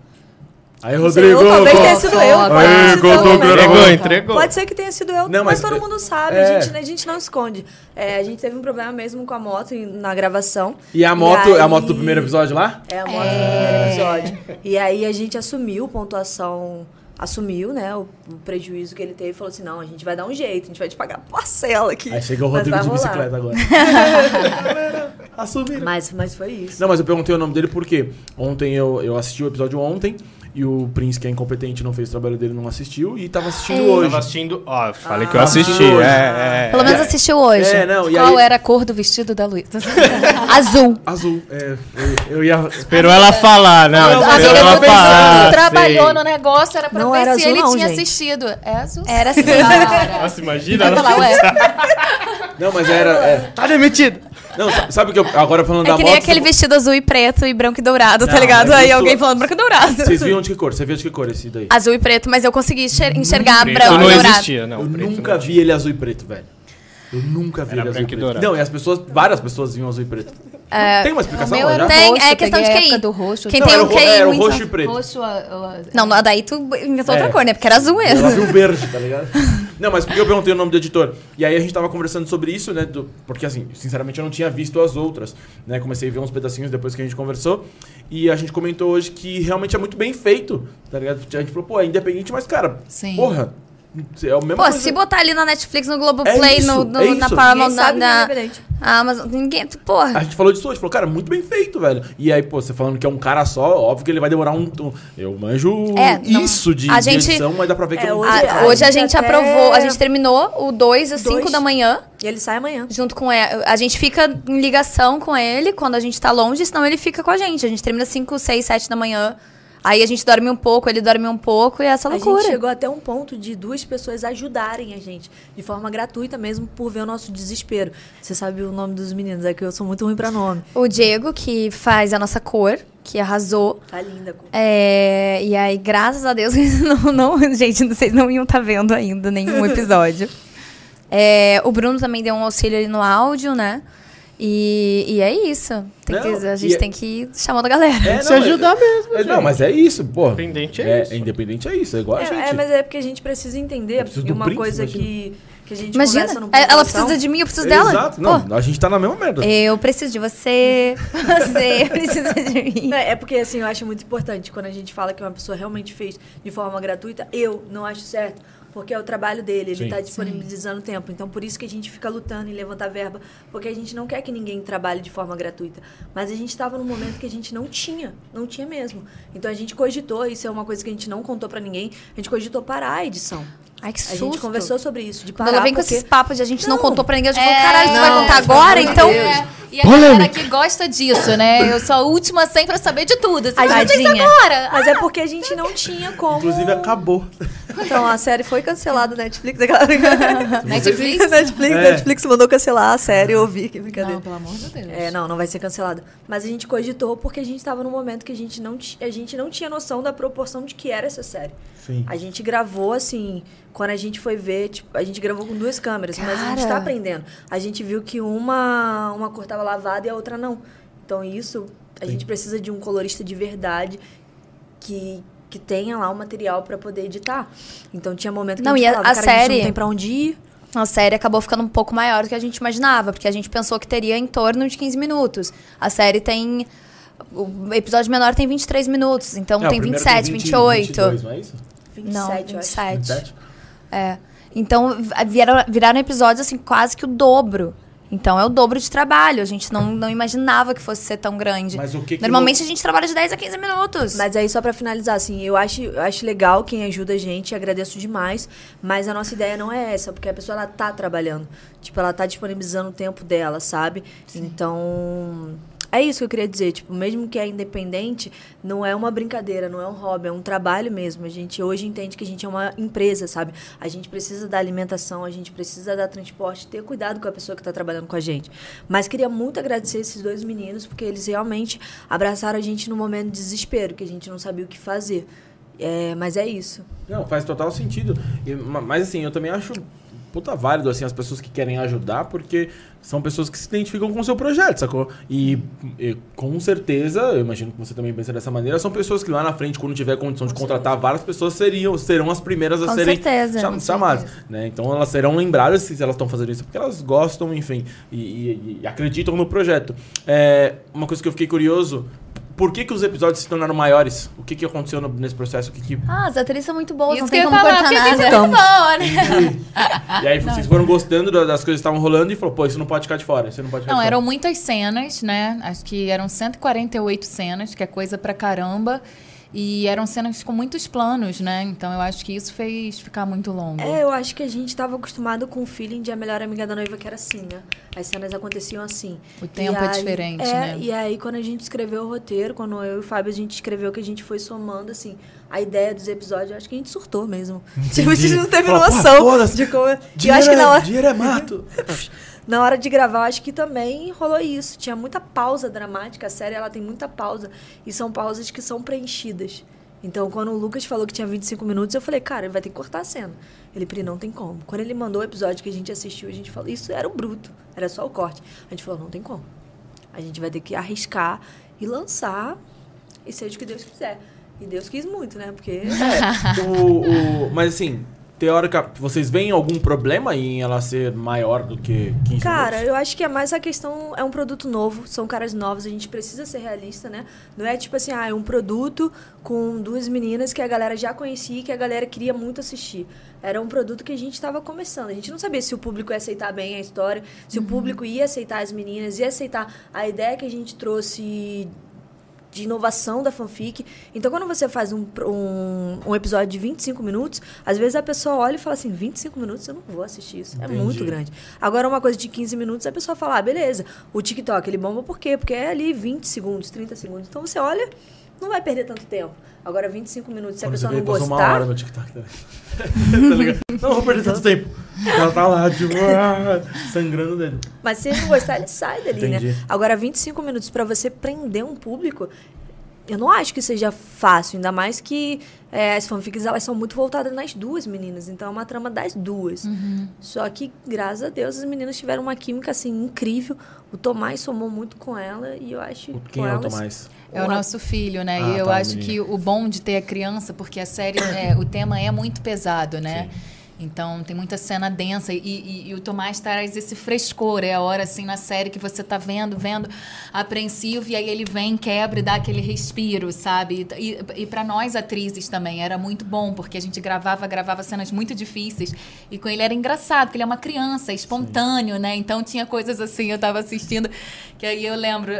[SPEAKER 1] Aí,
[SPEAKER 2] Não sei,
[SPEAKER 1] Rodrigo.
[SPEAKER 2] ou talvez
[SPEAKER 1] pô.
[SPEAKER 2] tenha sido eu.
[SPEAKER 5] Aí,
[SPEAKER 2] pode ter sido
[SPEAKER 1] contou
[SPEAKER 2] eu,
[SPEAKER 1] o
[SPEAKER 2] mas-
[SPEAKER 1] Entregou,
[SPEAKER 4] entregou.
[SPEAKER 2] Pode ser que tenha sido eu,
[SPEAKER 1] Não, mas-
[SPEAKER 2] mas, todo mundo sabe.
[SPEAKER 1] É.
[SPEAKER 2] A, gente, né, a gente não esconde. É, a gente teve um problema mesmo com a moto em- na gravação.
[SPEAKER 1] E a moto,
[SPEAKER 2] aí-
[SPEAKER 1] a moto do primeiro episódio
[SPEAKER 2] <laughs>
[SPEAKER 1] lá?
[SPEAKER 2] É, a moto do primeiro episódio. E aí a gente assumiu pontuação, assumiu, né, o, o prejuízo que ele teve. Falou assim, não, a gente vai dar um jeito, a gente vai te pagar a parcela aqui.
[SPEAKER 1] Aí chega o
[SPEAKER 2] mas tá
[SPEAKER 1] Rodrigo
[SPEAKER 2] vai
[SPEAKER 1] de
[SPEAKER 2] rolar."
[SPEAKER 1] bicicleta agora. Galera,
[SPEAKER 2] <laughs>
[SPEAKER 1] Assumiram.
[SPEAKER 2] Mas, mas foi isso.
[SPEAKER 1] Não, mas eu perguntei o nome dele porque ontem eu, eu assisti o episódio ontem e o Prince, que é incompetente, não fez o trabalho dele, não assistiu e tava assistindo
[SPEAKER 2] É.
[SPEAKER 1] hoje.
[SPEAKER 4] Tava assistindo. Ó, eu falei que eu
[SPEAKER 1] Ah.
[SPEAKER 4] assisti.
[SPEAKER 1] Hoje.
[SPEAKER 4] É, é.
[SPEAKER 3] Pelo menos assistiu hoje.
[SPEAKER 1] É, não, e
[SPEAKER 5] Qual
[SPEAKER 1] aí...
[SPEAKER 5] era a cor do vestido da Luísa?
[SPEAKER 3] Azul.
[SPEAKER 1] Azul, é, eu, eu ia...
[SPEAKER 4] Esperou ela falar, né?
[SPEAKER 1] Não,
[SPEAKER 5] A
[SPEAKER 1] mas
[SPEAKER 4] Esperou
[SPEAKER 5] amiga
[SPEAKER 1] ela
[SPEAKER 5] do
[SPEAKER 4] falar,
[SPEAKER 5] Luizão trabalhou
[SPEAKER 4] sim.
[SPEAKER 5] no negócio, era pra
[SPEAKER 2] Não
[SPEAKER 5] ver
[SPEAKER 2] era
[SPEAKER 5] se
[SPEAKER 2] azul
[SPEAKER 5] ele
[SPEAKER 2] não,
[SPEAKER 5] tinha
[SPEAKER 2] gente.
[SPEAKER 5] assistido. É azul?
[SPEAKER 1] <laughs>
[SPEAKER 3] Era assim.
[SPEAKER 5] Cara.
[SPEAKER 4] Nossa,
[SPEAKER 3] Então
[SPEAKER 4] imagina.
[SPEAKER 1] assim.
[SPEAKER 5] Ela
[SPEAKER 3] tá
[SPEAKER 4] ela-
[SPEAKER 5] lá, ué.
[SPEAKER 1] Não, mas era... é.
[SPEAKER 4] Tá demitido.
[SPEAKER 1] Não, sa- sabe o que eu... Agora falando
[SPEAKER 3] É
[SPEAKER 1] da
[SPEAKER 3] que
[SPEAKER 1] moto...
[SPEAKER 3] nem aquele
[SPEAKER 1] você-
[SPEAKER 3] vestido azul e preto e branco e dourado, tá
[SPEAKER 1] Não,
[SPEAKER 3] ligado?
[SPEAKER 1] mas
[SPEAKER 3] Aí
[SPEAKER 1] isso-
[SPEAKER 3] alguém falando branco e dourado.
[SPEAKER 1] Vocês viram de que cor? Você viu de que cor esse daí?
[SPEAKER 3] Azul e preto, mas eu consegui enxer- enxergar
[SPEAKER 4] Preto
[SPEAKER 3] branco
[SPEAKER 4] não
[SPEAKER 3] e dourado.
[SPEAKER 4] existia, não.
[SPEAKER 1] eu
[SPEAKER 4] preto
[SPEAKER 1] nunca
[SPEAKER 4] não
[SPEAKER 1] vi ele azul e preto, velho. Eu nunca vi
[SPEAKER 4] Era
[SPEAKER 1] ele azul e
[SPEAKER 4] branco e
[SPEAKER 1] preto.
[SPEAKER 4] dourado.
[SPEAKER 1] Não, e as pessoas... Várias pessoas viam azul e preto.
[SPEAKER 3] É,
[SPEAKER 1] Tem uma explicação?
[SPEAKER 5] meu
[SPEAKER 1] né?
[SPEAKER 5] era o
[SPEAKER 3] Tem,
[SPEAKER 5] Roxo,
[SPEAKER 3] é questão de
[SPEAKER 5] peguei a
[SPEAKER 3] QI.
[SPEAKER 5] época do roxo.
[SPEAKER 3] Quem
[SPEAKER 5] Não,
[SPEAKER 3] tem
[SPEAKER 1] era
[SPEAKER 3] um
[SPEAKER 1] o ro- era
[SPEAKER 3] QI
[SPEAKER 1] o
[SPEAKER 3] muito...
[SPEAKER 1] roxo e preto.
[SPEAKER 5] Roxo, a- a-
[SPEAKER 3] Não, não, daí tu inventou
[SPEAKER 1] É.
[SPEAKER 3] outra cor, né? Porque era azul mesmo.
[SPEAKER 1] Ela viu verde, tá ligado? <laughs> Não, mas porque eu perguntei o nome do editor. E aí a gente tava conversando sobre isso, né? do- porque assim, sinceramente eu não tinha visto as outras, né? Comecei a ver uns pedacinhos depois que a gente conversou. E a gente comentou hoje que realmente é muito bem feito, tá ligado? A gente falou, pô, é independente, mas cara,
[SPEAKER 5] Sim.
[SPEAKER 1] porra, é o mesmo.
[SPEAKER 3] Pô, se botar ali na Netflix, no Globoplay,
[SPEAKER 1] É isso,
[SPEAKER 3] no, no-
[SPEAKER 1] é
[SPEAKER 3] na
[SPEAKER 1] isso.
[SPEAKER 3] Paramount,
[SPEAKER 2] Ninguém
[SPEAKER 3] na,
[SPEAKER 2] sabe,
[SPEAKER 3] na
[SPEAKER 2] ninguém é diferente.
[SPEAKER 3] Amazon, ninguém... tu- Porra.
[SPEAKER 1] A gente falou disso hoje, falou, cara, muito bem feito, velho. E aí, pô, você falando que é um cara só, óbvio que ele vai demorar um. um- eu manjo
[SPEAKER 3] É, não-
[SPEAKER 1] isso de,
[SPEAKER 3] a
[SPEAKER 1] de
[SPEAKER 3] gente-
[SPEAKER 1] edição, mas dá pra ver que
[SPEAKER 2] É,
[SPEAKER 1] eu não
[SPEAKER 2] hoje-
[SPEAKER 1] tenho
[SPEAKER 3] A-
[SPEAKER 1] cara.
[SPEAKER 3] hoje a
[SPEAKER 2] a gente
[SPEAKER 3] gente
[SPEAKER 2] até-
[SPEAKER 3] aprovou, a gente terminou o 2 às 5
[SPEAKER 2] Dois.
[SPEAKER 3] da manhã,
[SPEAKER 2] E ele sai amanhã.
[SPEAKER 3] junto com ele. A gente fica em ligação com ele quando a gente tá longe, senão ele fica com a gente. A gente termina 5, 6, 7 da manhã. Aí a gente dorme um pouco, ele dorme um pouco e é essa
[SPEAKER 2] A
[SPEAKER 3] loucura.
[SPEAKER 2] gente chegou até um ponto de duas pessoas ajudarem a gente, de forma gratuita mesmo, por ver o nosso desespero. Você sabe o nome dos meninos, é que eu sou muito ruim pra nome.
[SPEAKER 3] O Diego, que faz a nossa cor, que arrasou.
[SPEAKER 2] Tá linda. com-
[SPEAKER 3] É, e aí, graças a Deus, <laughs> eles não, não- gente, vocês não iam estar vendo ainda nenhum
[SPEAKER 2] <laughs>
[SPEAKER 3] episódio. É, o Bruno também deu um auxílio ali no áudio, né? E, e é isso. Tem que-
[SPEAKER 1] Não,
[SPEAKER 3] a gente
[SPEAKER 1] e-
[SPEAKER 3] tem que ir chamando a galera.
[SPEAKER 1] É,
[SPEAKER 4] Se
[SPEAKER 1] não,
[SPEAKER 4] ajudar mesmo,
[SPEAKER 1] é,
[SPEAKER 4] gente.
[SPEAKER 1] Não, mas é isso, pô.
[SPEAKER 4] Independente é isso.
[SPEAKER 1] Independente é isso, é igual a gente.
[SPEAKER 2] É, é, mas é porque a gente precisa entender
[SPEAKER 1] Eu preciso
[SPEAKER 2] e
[SPEAKER 1] do
[SPEAKER 2] uma
[SPEAKER 1] Prince,
[SPEAKER 2] coisa
[SPEAKER 1] imagina.
[SPEAKER 2] que, que a gente
[SPEAKER 3] Imagina,
[SPEAKER 2] conversa no
[SPEAKER 3] é, ela
[SPEAKER 2] Pontuação.
[SPEAKER 3] precisa de mim, eu preciso dela.
[SPEAKER 1] Exato,
[SPEAKER 3] Pô, É.
[SPEAKER 1] não, a gente tá na mesma merda.
[SPEAKER 3] eu preciso
[SPEAKER 1] <laughs>
[SPEAKER 3] de você, você <laughs> precisa de mim.
[SPEAKER 2] É, é porque, assim, eu acho muito importante quando a gente fala que uma pessoa realmente fez de forma gratuita, eu não acho certo. Porque é o trabalho dele, ele
[SPEAKER 1] Sim.
[SPEAKER 2] está disponibilizando tempo. Então, por isso que a gente fica lutando em levantar verba, porque a gente não quer que ninguém trabalhe de forma gratuita. Mas a gente estava num momento que a gente não tinha, não tinha mesmo. Então, a gente cogitou, isso é uma coisa que a gente não contou para ninguém, a gente cogitou parar a edição.
[SPEAKER 3] Ai, que
[SPEAKER 2] A
[SPEAKER 3] susto.
[SPEAKER 2] gente conversou sobre isso, de parar
[SPEAKER 3] Quando ela vem com
[SPEAKER 2] porque...
[SPEAKER 3] esses papos de a gente não,
[SPEAKER 2] Não.
[SPEAKER 3] contou pra ninguém, eu já
[SPEAKER 5] É,
[SPEAKER 3] falo, caralho, tu vai
[SPEAKER 5] não,
[SPEAKER 3] contar
[SPEAKER 5] pelo
[SPEAKER 3] agora,
[SPEAKER 5] amor de
[SPEAKER 3] então...
[SPEAKER 5] Deus. E a galera que gosta disso, né? Eu sou a última sempre a saber de tudo. Assim,
[SPEAKER 2] A
[SPEAKER 5] mas eu fiz
[SPEAKER 3] tadinha.
[SPEAKER 5] agora.
[SPEAKER 2] Mas é porque a gente não tinha como...
[SPEAKER 1] Inclusive, acabou.
[SPEAKER 2] Então, a série foi cancelada da Netflix. Aquela...
[SPEAKER 3] <laughs>
[SPEAKER 5] Netflix?
[SPEAKER 2] Netflix,
[SPEAKER 1] É.
[SPEAKER 2] Netflix mandou cancelar a série, eu ouvi, que
[SPEAKER 5] Não,
[SPEAKER 2] brincadeira.
[SPEAKER 5] pelo amor de Deus.
[SPEAKER 2] É, não, não vai ser cancelada. Mas a gente cogitou porque a gente tava num momento que a gente não, ti- a gente não tinha noção da proporção de que era essa série.
[SPEAKER 1] Sim.
[SPEAKER 2] A gente gravou, assim, quando a gente foi ver, tipo, a gente gravou com duas câmeras, mas a gente
[SPEAKER 3] Cara!
[SPEAKER 2] tá aprendendo. A gente viu que uma, uma cor tava lavada e a outra não. Então isso, a gente precisa de um colorista de verdade que que tenha lá o material pra poder editar. Então tinha momento que
[SPEAKER 3] Não,
[SPEAKER 2] a gente
[SPEAKER 3] e a-
[SPEAKER 2] falava,
[SPEAKER 3] a
[SPEAKER 2] "Cara, gente
[SPEAKER 3] série-
[SPEAKER 2] não tem pra onde ir.
[SPEAKER 3] A série acabou ficando um pouco maior do que a gente imaginava, porque a gente pensou que teria em torno de 15 minutos. A série tem. O episódio menor tem 23 minutos, então
[SPEAKER 1] É, o
[SPEAKER 3] tem
[SPEAKER 1] primeiro
[SPEAKER 3] 27,
[SPEAKER 1] 20,
[SPEAKER 3] 28.
[SPEAKER 1] 22, não é isso?
[SPEAKER 3] Não,
[SPEAKER 2] 27, eu acho.
[SPEAKER 3] 27.
[SPEAKER 1] 27?
[SPEAKER 3] É. Então vi- vieram, viraram episódios assim, quase que o dobro. Então é o dobro de trabalho. A gente não, não imaginava que fosse ser tão grande.
[SPEAKER 1] Mas o que que
[SPEAKER 3] Normalmente a gente trabalha de 10 a 15 minutos.
[SPEAKER 2] Mas aí, só pra finalizar, assim, eu acho, eu acho legal quem ajuda a gente, agradeço demais, mas a nossa ideia não é essa, porque a pessoa, ela tá trabalhando. Tipo, ela tá disponibilizando o tempo dela, sabe? Então, é isso que eu queria dizer. Tipo, mesmo que é independente, não é uma brincadeira, não é um hobby, é um trabalho mesmo. A gente hoje entende que a gente é uma empresa, sabe? A gente precisa da alimentação, a gente precisa dar transporte, ter cuidado com a pessoa que tá trabalhando com a gente. Mas queria muito agradecer esses dois meninos, porque eles realmente abraçaram a gente no momento de desespero, que a gente não sabia o que fazer. É, mas é isso.
[SPEAKER 1] Não, faz total sentido. E, ma- mas assim, eu também acho puta válido, assim, as pessoas que querem ajudar, porque são pessoas que se identificam com o seu projeto, sacou? E, e com certeza, eu imagino que você também pensa dessa maneira, são pessoas que lá na frente, quando tiver condição de contratar várias pessoas, seriam, serão as primeiras a
[SPEAKER 2] Com
[SPEAKER 1] serem
[SPEAKER 2] certeza,
[SPEAKER 1] cham-
[SPEAKER 2] com
[SPEAKER 1] chamadas. Né? Então elas serão lembradas se elas estão fazendo isso, porque elas gostam, enfim, e, e- e acreditam no projeto. É, uma coisa que eu fiquei curioso. Por que, que os episódios se tornaram maiores? O que, que aconteceu no- nesse processo? O que que-
[SPEAKER 2] Ah, as atrizes são muito boas,
[SPEAKER 3] Isso
[SPEAKER 2] não
[SPEAKER 3] que
[SPEAKER 2] tem
[SPEAKER 3] eu ia
[SPEAKER 2] como
[SPEAKER 3] falar,
[SPEAKER 2] cortar
[SPEAKER 3] porque tem
[SPEAKER 2] nada.
[SPEAKER 5] é
[SPEAKER 3] muito boa, né?
[SPEAKER 2] Ah,
[SPEAKER 1] E aí vocês foram gostando da- das coisas que estavam rolando e falou, pô, isso não pode ficar de fora, isso não pode ficar
[SPEAKER 5] Não,
[SPEAKER 1] de fora.
[SPEAKER 2] um
[SPEAKER 5] eram muitas cenas, né? Acho que eram 148 cenas, que é coisa pra caramba. E eram cenas com muitos planos, né? Então eu acho que isso fez ficar muito longo.
[SPEAKER 2] É, eu acho que a gente tava acostumado com o feeling de a melhor amiga da noiva que era assim, né? As cenas aconteciam assim.
[SPEAKER 5] O
[SPEAKER 2] E
[SPEAKER 5] tempo é diferente,
[SPEAKER 2] é,
[SPEAKER 5] né?
[SPEAKER 2] E aí, quando a gente escreveu o roteiro, quando eu e o Fábio, a gente escreveu que a gente foi somando, assim, a ideia dos episódios, eu acho que a gente surtou mesmo. <laughs> Tipo, a gente não teve
[SPEAKER 1] Fala, pô,
[SPEAKER 2] noção
[SPEAKER 1] foda-se.
[SPEAKER 2] de como. E eu
[SPEAKER 1] Dinheiro
[SPEAKER 2] acho que
[SPEAKER 1] é-
[SPEAKER 2] na hora.
[SPEAKER 1] Dinheiro é <laughs> mato.
[SPEAKER 2] Na hora de gravar, eu acho que também rolou isso. Tinha muita pausa dramática. A série, ela tem muita pausa. E são pausas que são preenchidas. Então, quando o Lucas falou que tinha 25 minutos, eu falei, cara, ele vai ter que cortar a cena. Ele, Pri, não tem como. Quando ele mandou o episódio que a gente assistiu, a gente falou, isso era o bruto, era só o corte. A gente falou, não tem como. A gente vai ter que arriscar e lançar, e seja o que Deus quiser. E Deus quis muito, né? Porque.
[SPEAKER 1] É, O- o- mas assim, teórica, vocês veem algum problema em ela ser maior do que 15
[SPEAKER 2] Cara,
[SPEAKER 1] minutos?
[SPEAKER 2] eu acho que é mais a questão. É um produto novo, são caras novos, a gente precisa ser realista, né? Não é tipo assim, ah, é um produto com duas meninas que a galera já conhecia e que a galera queria muito assistir. Era um produto que a gente estava começando. A gente não sabia se o público ia aceitar bem a história, se o público ia aceitar as meninas, ia aceitar a ideia que a gente trouxe de inovação da fanfic. Então, quando você faz um, pro- um, um episódio de 25 minutos, às vezes a pessoa olha e fala assim: 25 minutos eu não vou assistir isso.
[SPEAKER 1] Entendi.
[SPEAKER 2] É muito grande. Agora, uma coisa de 15 minutos, a pessoa fala: ah, beleza, o TikTok ele bomba por quê? Porque é ali 20 segundos, 30 segundos. Então, você olha, não vai perder tanto tempo. Agora, 25 minutos, se a
[SPEAKER 1] Quando
[SPEAKER 2] pessoa
[SPEAKER 1] você vê,
[SPEAKER 2] não
[SPEAKER 1] passou uma hora né?
[SPEAKER 2] gostar.
[SPEAKER 1] no TikTok também. <laughs> tá ligado? Não vou perder tanto tempo. Ela tá lá, tipo,
[SPEAKER 2] <laughs>
[SPEAKER 1] ah, sangrando dele.
[SPEAKER 2] Mas se ele não gostar, ele sai dali, né?
[SPEAKER 1] Entendi.
[SPEAKER 2] Agora, 25 minutos pra você prender um público, eu não acho que seja fácil, ainda mais que é, as fanfics elas são muito voltadas nas duas meninas, então é uma trama das duas.
[SPEAKER 3] Uhum.
[SPEAKER 2] Só que, graças a Deus, as meninas tiveram uma química assim incrível. O Tomás somou muito com ela e eu acho
[SPEAKER 1] O-
[SPEAKER 2] que
[SPEAKER 1] Quem
[SPEAKER 2] com
[SPEAKER 1] é o
[SPEAKER 2] elas-
[SPEAKER 1] Tomás?
[SPEAKER 5] É o
[SPEAKER 2] Uma-
[SPEAKER 5] nosso filho, né?
[SPEAKER 1] Ah,
[SPEAKER 5] e eu
[SPEAKER 1] tá,
[SPEAKER 5] acho
[SPEAKER 1] menino.
[SPEAKER 5] que o bom de ter a criança, porque a série, é, o tema é muito pesado, né? Então tem muita cena densa e, e- e o Tomás traz esse frescor. É a hora assim na série que você tá vendo, vendo, apreensivo, e aí ele vem, quebra e dá aquele respiro, sabe? E, e, e para nós atrizes também era muito bom, porque a gente gravava, gravava cenas muito difíceis. E com ele era engraçado, porque ele é uma criança, é espontâneo, né? Então tinha coisas assim, eu tava assistindo, que aí eu lembro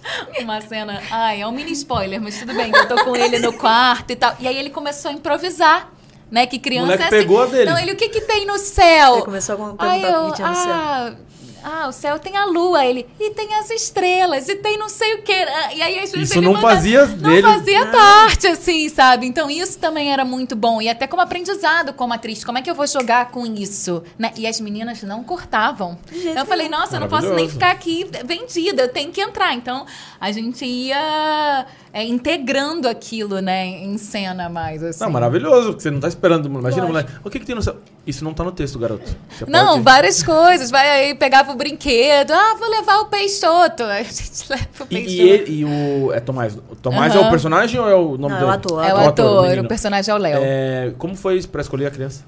[SPEAKER 5] <laughs> uma cena. Ai, é um mini spoiler, mas tudo bem, que eu tô com ele no quarto e tal. E aí ele começou a improvisar. Né, que criança
[SPEAKER 1] Moleque
[SPEAKER 5] é assim.
[SPEAKER 1] pegou a dele.
[SPEAKER 5] Não, ele o que que tem no céu?
[SPEAKER 2] Ele começou a perguntar
[SPEAKER 5] Aí
[SPEAKER 2] o
[SPEAKER 5] eu,
[SPEAKER 2] que tinha no
[SPEAKER 5] ah, ah, o céu tem a lua, ele, e tem as estrelas, e tem não sei o quê. Ah, E aí às vezes
[SPEAKER 1] Isso
[SPEAKER 5] ele
[SPEAKER 1] não
[SPEAKER 5] mandava-
[SPEAKER 1] fazia
[SPEAKER 5] não
[SPEAKER 1] dele-
[SPEAKER 5] fazia parte, assim, sabe? Então isso também era muito bom. E até como aprendizado como atriz, como é que eu vou jogar com isso? né? E as meninas não cortavam.
[SPEAKER 2] jeito
[SPEAKER 5] Eu falei, nossa, eu não posso nem
[SPEAKER 1] Maravilhoso.
[SPEAKER 5] ficar aqui vendida, eu tenho que entrar. Então a gente ia é, integrando aquilo, né, em cena mais, assim.
[SPEAKER 1] Não, maravilhoso, porque você não tá esperando. Imagina,
[SPEAKER 2] Lógico.
[SPEAKER 1] moleque. O que que tem no seu... Isso não tá no texto, garoto. Você
[SPEAKER 5] Não,
[SPEAKER 1] pode-
[SPEAKER 5] várias coisas. Vai aí, pegava o brinquedo. Ah, vou levar o peixoto. Aí A gente leva o
[SPEAKER 1] E,
[SPEAKER 5] peixoto.
[SPEAKER 1] e ele- e o... É Tomás. O Tomás é o
[SPEAKER 5] Aham.
[SPEAKER 1] personagem ou é o nome
[SPEAKER 2] Não, é o
[SPEAKER 1] dele?
[SPEAKER 2] ator.
[SPEAKER 5] É o
[SPEAKER 1] o
[SPEAKER 5] ator,
[SPEAKER 1] menino.
[SPEAKER 5] o personagem é o Léo.
[SPEAKER 1] É, como foi isso pra escolher a criança?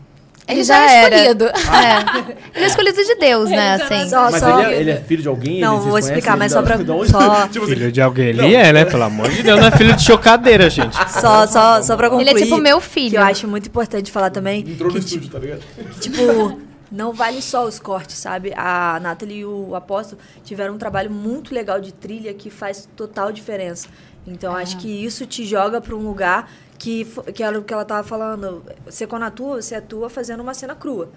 [SPEAKER 5] Ele já era escolhido.
[SPEAKER 3] É. Ele é escolhido de Deus, né?
[SPEAKER 5] Ele tá já
[SPEAKER 3] Assim.
[SPEAKER 2] Só,
[SPEAKER 1] mas
[SPEAKER 2] só.
[SPEAKER 1] ele, é, ele é filho de alguém?
[SPEAKER 2] Não,
[SPEAKER 1] Ele- vocês
[SPEAKER 2] vou
[SPEAKER 1] conhecem
[SPEAKER 2] explicar,
[SPEAKER 1] ele <laughs>
[SPEAKER 2] mas
[SPEAKER 1] da-
[SPEAKER 2] só pra-
[SPEAKER 1] de onde?
[SPEAKER 2] só-
[SPEAKER 1] Tipo assim,
[SPEAKER 4] Filho de alguém.
[SPEAKER 1] Não.
[SPEAKER 4] Ele é, né? Pelo amor de Deus, não é filho de chocadeira, gente.
[SPEAKER 2] Só, só, só pra concluir.
[SPEAKER 3] Ele é tipo meu filho.
[SPEAKER 2] Que eu acho muito importante falar também.
[SPEAKER 1] Entrou no
[SPEAKER 2] que,
[SPEAKER 1] estúdio, tá ligado?
[SPEAKER 2] Tipo, não vale só os cortes, sabe? A Nathalie e o Apóstolo tiveram um trabalho muito legal de trilha que faz total diferença. Então, acho que isso te joga para um lugar que, fo- que era o que ela tava falando. Você, quando atua, você atua fazendo uma cena crua.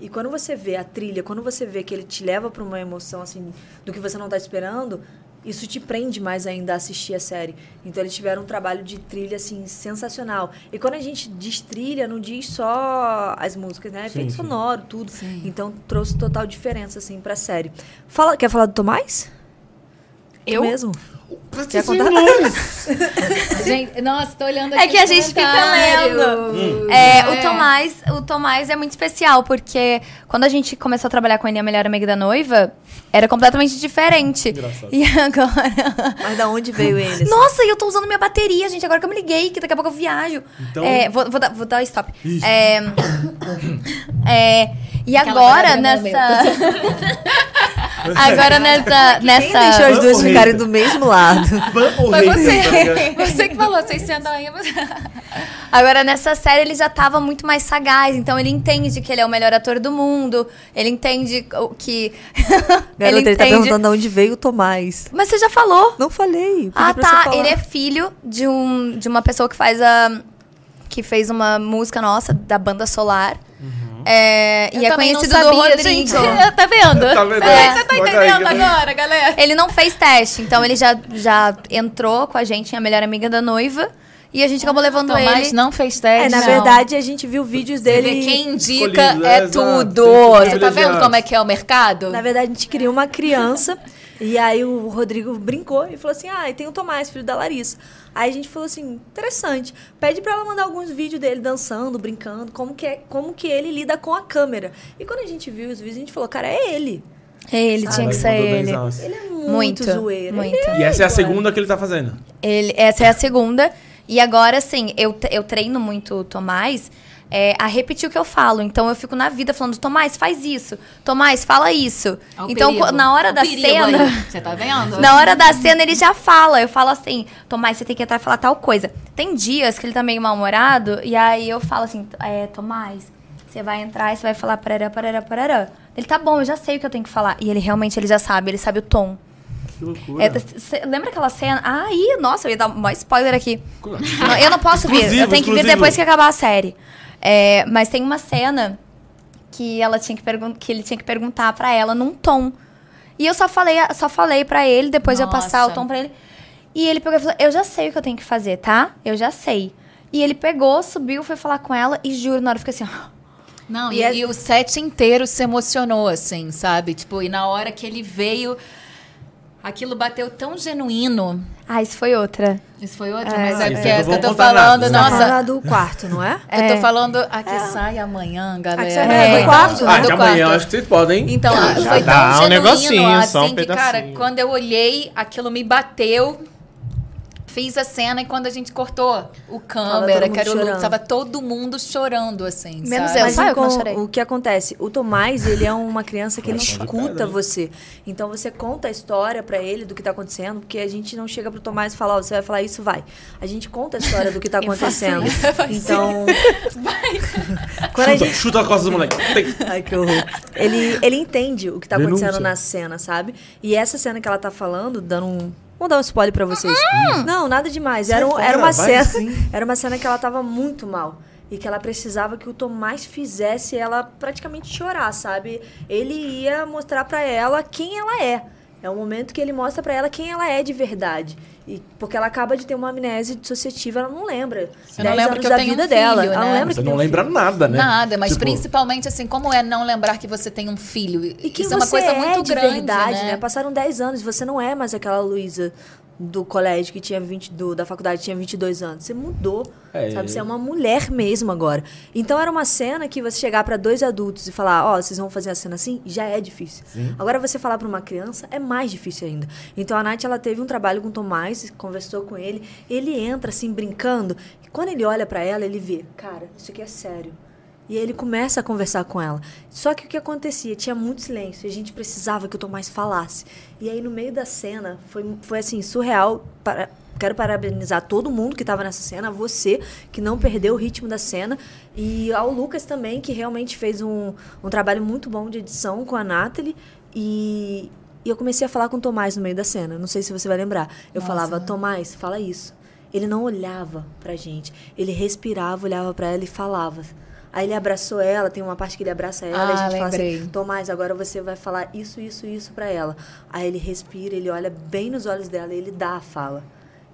[SPEAKER 2] E quando você vê a trilha, quando você vê que ele te leva para uma emoção, assim, do que você não tá esperando, isso te prende mais ainda a assistir a série. Então eles tiveram um trabalho de trilha, assim, sensacional. E quando a gente diz trilha, não diz só as músicas, né? Efeito
[SPEAKER 1] sim.
[SPEAKER 2] sonoro, tudo.
[SPEAKER 5] Sim.
[SPEAKER 2] Então trouxe total diferença, assim, pra série. Fala, quer falar do Tomás?
[SPEAKER 3] Eu?
[SPEAKER 2] mesmo? Quer
[SPEAKER 4] Sim,
[SPEAKER 2] contar?
[SPEAKER 4] Lunes.
[SPEAKER 5] <laughs> Gente, nossa, tô olhando aqui.
[SPEAKER 3] É que a gente fica lendo. É, o Tomás, o Tomás é muito especial, porque quando a gente começou a trabalhar com ele a melhor amiga da noiva, era completamente diferente. E
[SPEAKER 2] <laughs>
[SPEAKER 3] agora. <laughs>
[SPEAKER 2] Mas da onde veio ele? assim?
[SPEAKER 3] Nossa, e eu tô usando minha bateria, gente. Agora que eu me liguei, que daqui a pouco eu viajo.
[SPEAKER 1] Então-
[SPEAKER 3] É, vou, vou dar, vou dar stop. É, <coughs> é, e agora,
[SPEAKER 5] Aquela
[SPEAKER 3] nessa.
[SPEAKER 5] barata
[SPEAKER 3] agora nessa.
[SPEAKER 2] Quem deixou
[SPEAKER 3] nessa.
[SPEAKER 2] as duas
[SPEAKER 1] Vamos,
[SPEAKER 2] ficarem
[SPEAKER 1] Rita.
[SPEAKER 2] do mesmo lado?
[SPEAKER 5] Foi
[SPEAKER 2] tá
[SPEAKER 5] você. Você que falou, vocês se andam aí. Você...
[SPEAKER 3] Agora, nessa série, ele já tava muito mais sagaz. Então, ele entende que ele é o melhor ator do mundo. Ele entende o que. <laughs>
[SPEAKER 2] Garota, ele,
[SPEAKER 3] ele
[SPEAKER 2] tá
[SPEAKER 3] entende.
[SPEAKER 2] perguntando de onde veio o Tomás.
[SPEAKER 3] Mas você já falou.
[SPEAKER 2] Não falei. pedi
[SPEAKER 3] Ah,
[SPEAKER 2] pra você
[SPEAKER 3] tá.
[SPEAKER 2] falar.
[SPEAKER 3] Ele é filho de, um, de uma pessoa que faz a. que fez uma música nossa, da banda Solar. É, e é
[SPEAKER 5] também não
[SPEAKER 3] conhecido do
[SPEAKER 5] sabia,
[SPEAKER 3] <laughs> Rodrigo.
[SPEAKER 5] gente. tá vendo?
[SPEAKER 1] Tá vendo?
[SPEAKER 5] É, você tá
[SPEAKER 1] Olha aí,
[SPEAKER 5] entendendo
[SPEAKER 1] galera.
[SPEAKER 5] agora, galera?
[SPEAKER 3] Ele não fez teste, então ele já, já entrou com a gente, a melhor amiga da noiva. E a gente
[SPEAKER 2] Ah,
[SPEAKER 3] acabou levando
[SPEAKER 5] Tomás
[SPEAKER 3] ele.
[SPEAKER 5] não fez
[SPEAKER 2] É,
[SPEAKER 5] teste.
[SPEAKER 2] na
[SPEAKER 5] não.
[SPEAKER 2] verdade, a gente viu vídeos
[SPEAKER 5] Você
[SPEAKER 2] dele.
[SPEAKER 5] vê Quem indica
[SPEAKER 1] Escolhido,
[SPEAKER 5] é
[SPEAKER 1] exato.
[SPEAKER 5] tudo.
[SPEAKER 1] Tem que
[SPEAKER 5] Você tá vendo
[SPEAKER 1] privilegiar.
[SPEAKER 5] como é que é o mercado?
[SPEAKER 2] Na verdade, a gente criou uma criança. e aí o Rodrigo brincou e falou assim: Ah, e tem o Tomás, filho da Larissa. Aí a gente falou assim, interessante. Pede pra ela mandar alguns vídeos dele dançando, brincando, como que, é- como que ele lida com a câmera. E quando a gente viu os vídeos, a gente falou, cara, é ele.
[SPEAKER 3] Ele tinha
[SPEAKER 1] Ah,
[SPEAKER 3] que ser ele.
[SPEAKER 2] Ele é muito,
[SPEAKER 3] Muito,
[SPEAKER 2] zoeiro.
[SPEAKER 3] muito.
[SPEAKER 2] Ele é
[SPEAKER 1] E essa é a
[SPEAKER 2] igual.
[SPEAKER 1] segunda que ele tá fazendo.
[SPEAKER 3] Ele- essa é a segunda. E agora, assim, eu, te- eu treino muito o Tomás é, a repetir o que eu falo. Então, eu fico na vida falando, Tomás, faz isso. Tomás, fala isso.
[SPEAKER 5] Olha o
[SPEAKER 3] então,
[SPEAKER 5] É um perigo.
[SPEAKER 3] co- na hora
[SPEAKER 5] O
[SPEAKER 3] da
[SPEAKER 5] perigo
[SPEAKER 3] cena...
[SPEAKER 5] aí. Você tá
[SPEAKER 3] <laughs>
[SPEAKER 5] vendo?
[SPEAKER 3] Na hora da cena, ele já fala. Eu falo assim, Tomás, você tem que entrar e falar tal coisa. Tem dias que ele tá meio mal-humorado, e aí eu falo assim, é, Tomás, você vai entrar e você vai falar parará, parará, parará. Ele, tá bom, eu já sei o que eu tenho que falar. E ele realmente, ele já sabe, ele sabe o tom.
[SPEAKER 1] Que loucura.
[SPEAKER 3] É, c- c- lembra aquela cena? Ah, Ai, nossa, eu ia dar mais spoiler
[SPEAKER 1] <laughs>
[SPEAKER 3] aqui. Não,
[SPEAKER 2] é
[SPEAKER 3] eu não posso vir,
[SPEAKER 1] Exclusivo,
[SPEAKER 3] eu tenho que vir
[SPEAKER 1] exclusivo.
[SPEAKER 3] depois que acabar a série. É, mas tem uma cena que ela tinha que, pergun- que ele tinha que perguntar pra ela num tom. E eu só falei, só falei para ele, depois de eu passar o
[SPEAKER 5] Nossa.
[SPEAKER 3] tom pra ele. E ele pegou e falou: "Eu já sei o que eu tenho que fazer, tá? Eu já sei". E ele pegou, subiu, foi falar com ela e juro, na hora eu fiquei assim, ó.
[SPEAKER 5] Não,
[SPEAKER 2] E
[SPEAKER 5] e,
[SPEAKER 2] é-
[SPEAKER 5] e o set inteiro se emocionou, assim, sabe? Tipo, e na hora que ele veio, aquilo bateu tão genuíno.
[SPEAKER 3] Ah, isso foi outra.
[SPEAKER 5] Isso foi outra, mas é
[SPEAKER 1] Isso
[SPEAKER 5] porque
[SPEAKER 1] eu não
[SPEAKER 5] essa
[SPEAKER 1] vou
[SPEAKER 5] que eu tô
[SPEAKER 1] contar
[SPEAKER 5] falando,
[SPEAKER 1] nada, né?
[SPEAKER 2] Tá
[SPEAKER 5] nossa.
[SPEAKER 2] falando do quarto, não é?
[SPEAKER 5] Eu
[SPEAKER 3] É.
[SPEAKER 5] tô falando a que sai amanhã, galera.
[SPEAKER 2] sai amanhã, do quarto, né?
[SPEAKER 1] Ah,
[SPEAKER 5] Do
[SPEAKER 1] de amanhã eu
[SPEAKER 5] quarto.
[SPEAKER 1] acho que vocês podem. hein?
[SPEAKER 5] Então,
[SPEAKER 4] Ah, já
[SPEAKER 5] foi
[SPEAKER 4] dá um
[SPEAKER 5] tão genuíno,
[SPEAKER 4] negocinho,
[SPEAKER 5] assim,
[SPEAKER 4] só um
[SPEAKER 5] que, cara,
[SPEAKER 4] pedacinho.
[SPEAKER 5] quando eu olhei, aquilo me bateu. Fiz a cena e quando a gente cortou o câmera,
[SPEAKER 2] todo
[SPEAKER 5] que era o
[SPEAKER 2] mundo
[SPEAKER 5] Lu,
[SPEAKER 2] chorando.
[SPEAKER 5] tava todo mundo chorando, assim,
[SPEAKER 3] Menos
[SPEAKER 5] sabe?
[SPEAKER 3] eu.
[SPEAKER 2] Mas
[SPEAKER 3] sabe
[SPEAKER 2] o
[SPEAKER 3] como
[SPEAKER 2] con-
[SPEAKER 3] chorei?
[SPEAKER 2] o que acontece? O Tomás, ele é uma criança que ele
[SPEAKER 1] Coração de
[SPEAKER 2] escuta
[SPEAKER 1] pedra, né?
[SPEAKER 2] você. Então você conta a história pra ele do que tá acontecendo, porque a gente não chega pro Tomás e fala, ó, você vai falar isso, vai. A gente conta a história do que tá acontecendo. Então, quando a
[SPEAKER 1] Chuta,
[SPEAKER 2] gente
[SPEAKER 1] chuta a costa do moleque. Tem.
[SPEAKER 2] Ai, que horror. Ele, ele entende o que tá
[SPEAKER 1] Denúncia.
[SPEAKER 2] acontecendo na cena, sabe? E essa cena que ela tá falando, dando um. Vou dar um spoiler pra vocês. Não, nada demais. Era, um-
[SPEAKER 1] Sai
[SPEAKER 2] era uma
[SPEAKER 1] fora, vai
[SPEAKER 2] cena.
[SPEAKER 1] sim.
[SPEAKER 2] Era uma cena que ela tava muito mal. E que ela precisava que o Tomás fizesse ela praticamente chorar, sabe? Ele ia mostrar pra ela quem ela é. É o momento que ele mostra pra ela quem ela é de verdade. E, porque ela acaba de ter uma amnésia dissociativa, ela não lembra.
[SPEAKER 5] Eu não
[SPEAKER 2] Dez
[SPEAKER 5] lembro
[SPEAKER 2] anos
[SPEAKER 5] que eu
[SPEAKER 2] da
[SPEAKER 5] tenho um
[SPEAKER 2] vida dela.
[SPEAKER 5] filho,
[SPEAKER 2] Ela não
[SPEAKER 5] né?
[SPEAKER 2] lembra
[SPEAKER 1] Você
[SPEAKER 2] que
[SPEAKER 1] não
[SPEAKER 2] tem um
[SPEAKER 1] lembra
[SPEAKER 2] filho.
[SPEAKER 1] nada, né?
[SPEAKER 5] Nada, mas
[SPEAKER 1] Tipo,
[SPEAKER 5] principalmente assim, como é não lembrar que você tem um filho?
[SPEAKER 2] E que
[SPEAKER 5] Isso
[SPEAKER 2] você
[SPEAKER 5] é uma coisa muito
[SPEAKER 2] de
[SPEAKER 5] grande,
[SPEAKER 2] verdade, né?
[SPEAKER 5] né?
[SPEAKER 2] Passaram 10 anos, você não é mais aquela Luísa do colégio que tinha 20, do, da faculdade que tinha 22 anos. Você mudou,
[SPEAKER 1] É.
[SPEAKER 2] sabe? Você é uma mulher mesmo agora. Então era uma cena que você chegar pra dois adultos e falar, ó, vocês vão fazer a cena assim, já é difícil. Agora você falar pra uma criança é mais difícil ainda. Então a Nath, ela teve um trabalho com o Tomás, conversou com ele, ele entra assim brincando, e quando ele olha pra ela, ele vê, cara, isso aqui é sério. E ele começa a conversar com ela. Só que o que acontecia? Tinha muito silêncio. E a gente precisava que o Tomás falasse. E aí, no meio da cena, foi, foi assim, surreal. Para- quero parabenizar todo mundo que estava nessa cena. a Você, que não perdeu o ritmo da cena. E ao Lucas também, que realmente fez um, um trabalho muito bom de edição com a Nathalie. E, e eu comecei a falar com o Tomás no meio da cena. Não sei se você vai lembrar. Eu falava, Tomás, fala isso. Ele não olhava pra gente. Ele respirava, olhava pra ela e falava. Aí ele abraçou ela, tem uma parte que ele abraça ela e a
[SPEAKER 5] Ah,
[SPEAKER 2] gente fala assim:
[SPEAKER 5] lembrei.
[SPEAKER 2] Tomás, agora você vai falar isso, isso, isso pra ela. Aí ele respira, ele olha bem nos olhos dela e ele dá a fala.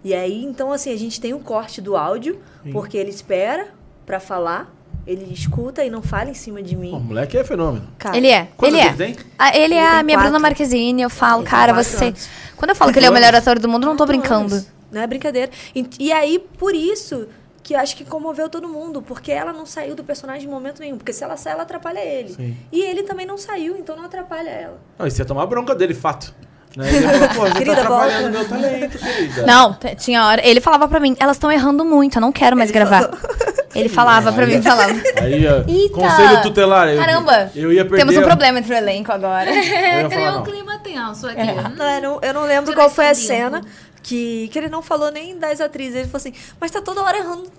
[SPEAKER 2] E aí, então, assim, a gente tem um corte do áudio, porque ele espera pra falar. Ele escuta e não fala em cima de mim.
[SPEAKER 1] O moleque é fenômeno.
[SPEAKER 2] Cara,
[SPEAKER 3] Ele é.
[SPEAKER 1] Quantos
[SPEAKER 3] ele é.
[SPEAKER 1] anos ele tem?
[SPEAKER 3] Ah, ele
[SPEAKER 2] Ele
[SPEAKER 3] é a
[SPEAKER 2] tem
[SPEAKER 3] minha
[SPEAKER 2] quatro.
[SPEAKER 3] Bruna Marquezine. Eu falo,
[SPEAKER 2] Ele tem
[SPEAKER 3] cara,
[SPEAKER 2] quatro
[SPEAKER 3] você.
[SPEAKER 2] anos.
[SPEAKER 3] Quando eu falo que ele é o melhor ator do mundo, eu não tô
[SPEAKER 2] Quatro
[SPEAKER 3] brincando.
[SPEAKER 2] anos. Não é brincadeira. E, e aí, por isso que eu acho que comoveu todo mundo, porque ela não saiu do personagem em momento nenhum. Porque se ela sai, ela atrapalha ele.
[SPEAKER 1] Sim.
[SPEAKER 2] E ele também não saiu, então não atrapalha ela.
[SPEAKER 1] Não, isso ia tomar bronca dele, fato. Né? Ele ia falar, pô, você tá
[SPEAKER 2] Querida,
[SPEAKER 1] atrapalhando
[SPEAKER 2] volta.
[SPEAKER 1] meu talento, querida.
[SPEAKER 3] Não, t- tinha hora. Ele falava pra mim, elas estão errando muito, eu não quero mais gravar. <laughs> Ele falava pra mim, falava.
[SPEAKER 1] Aí, ó,
[SPEAKER 3] Eita!
[SPEAKER 1] conselho tutelar. <laughs> Eu,
[SPEAKER 3] Caramba!
[SPEAKER 1] Eu ia perder.
[SPEAKER 3] Temos um problema entre o
[SPEAKER 2] <laughs>
[SPEAKER 3] elenco agora.
[SPEAKER 1] Eu ia falar,
[SPEAKER 5] Criou um
[SPEAKER 1] não.
[SPEAKER 5] clima tenso aqui. Tá
[SPEAKER 2] Não, eu não, eu não lembro
[SPEAKER 5] Tudo
[SPEAKER 2] qual foi a
[SPEAKER 5] escondido.
[SPEAKER 2] cena que, que ele não falou nem das atrizes. Ele falou assim, mas tá toda hora errando.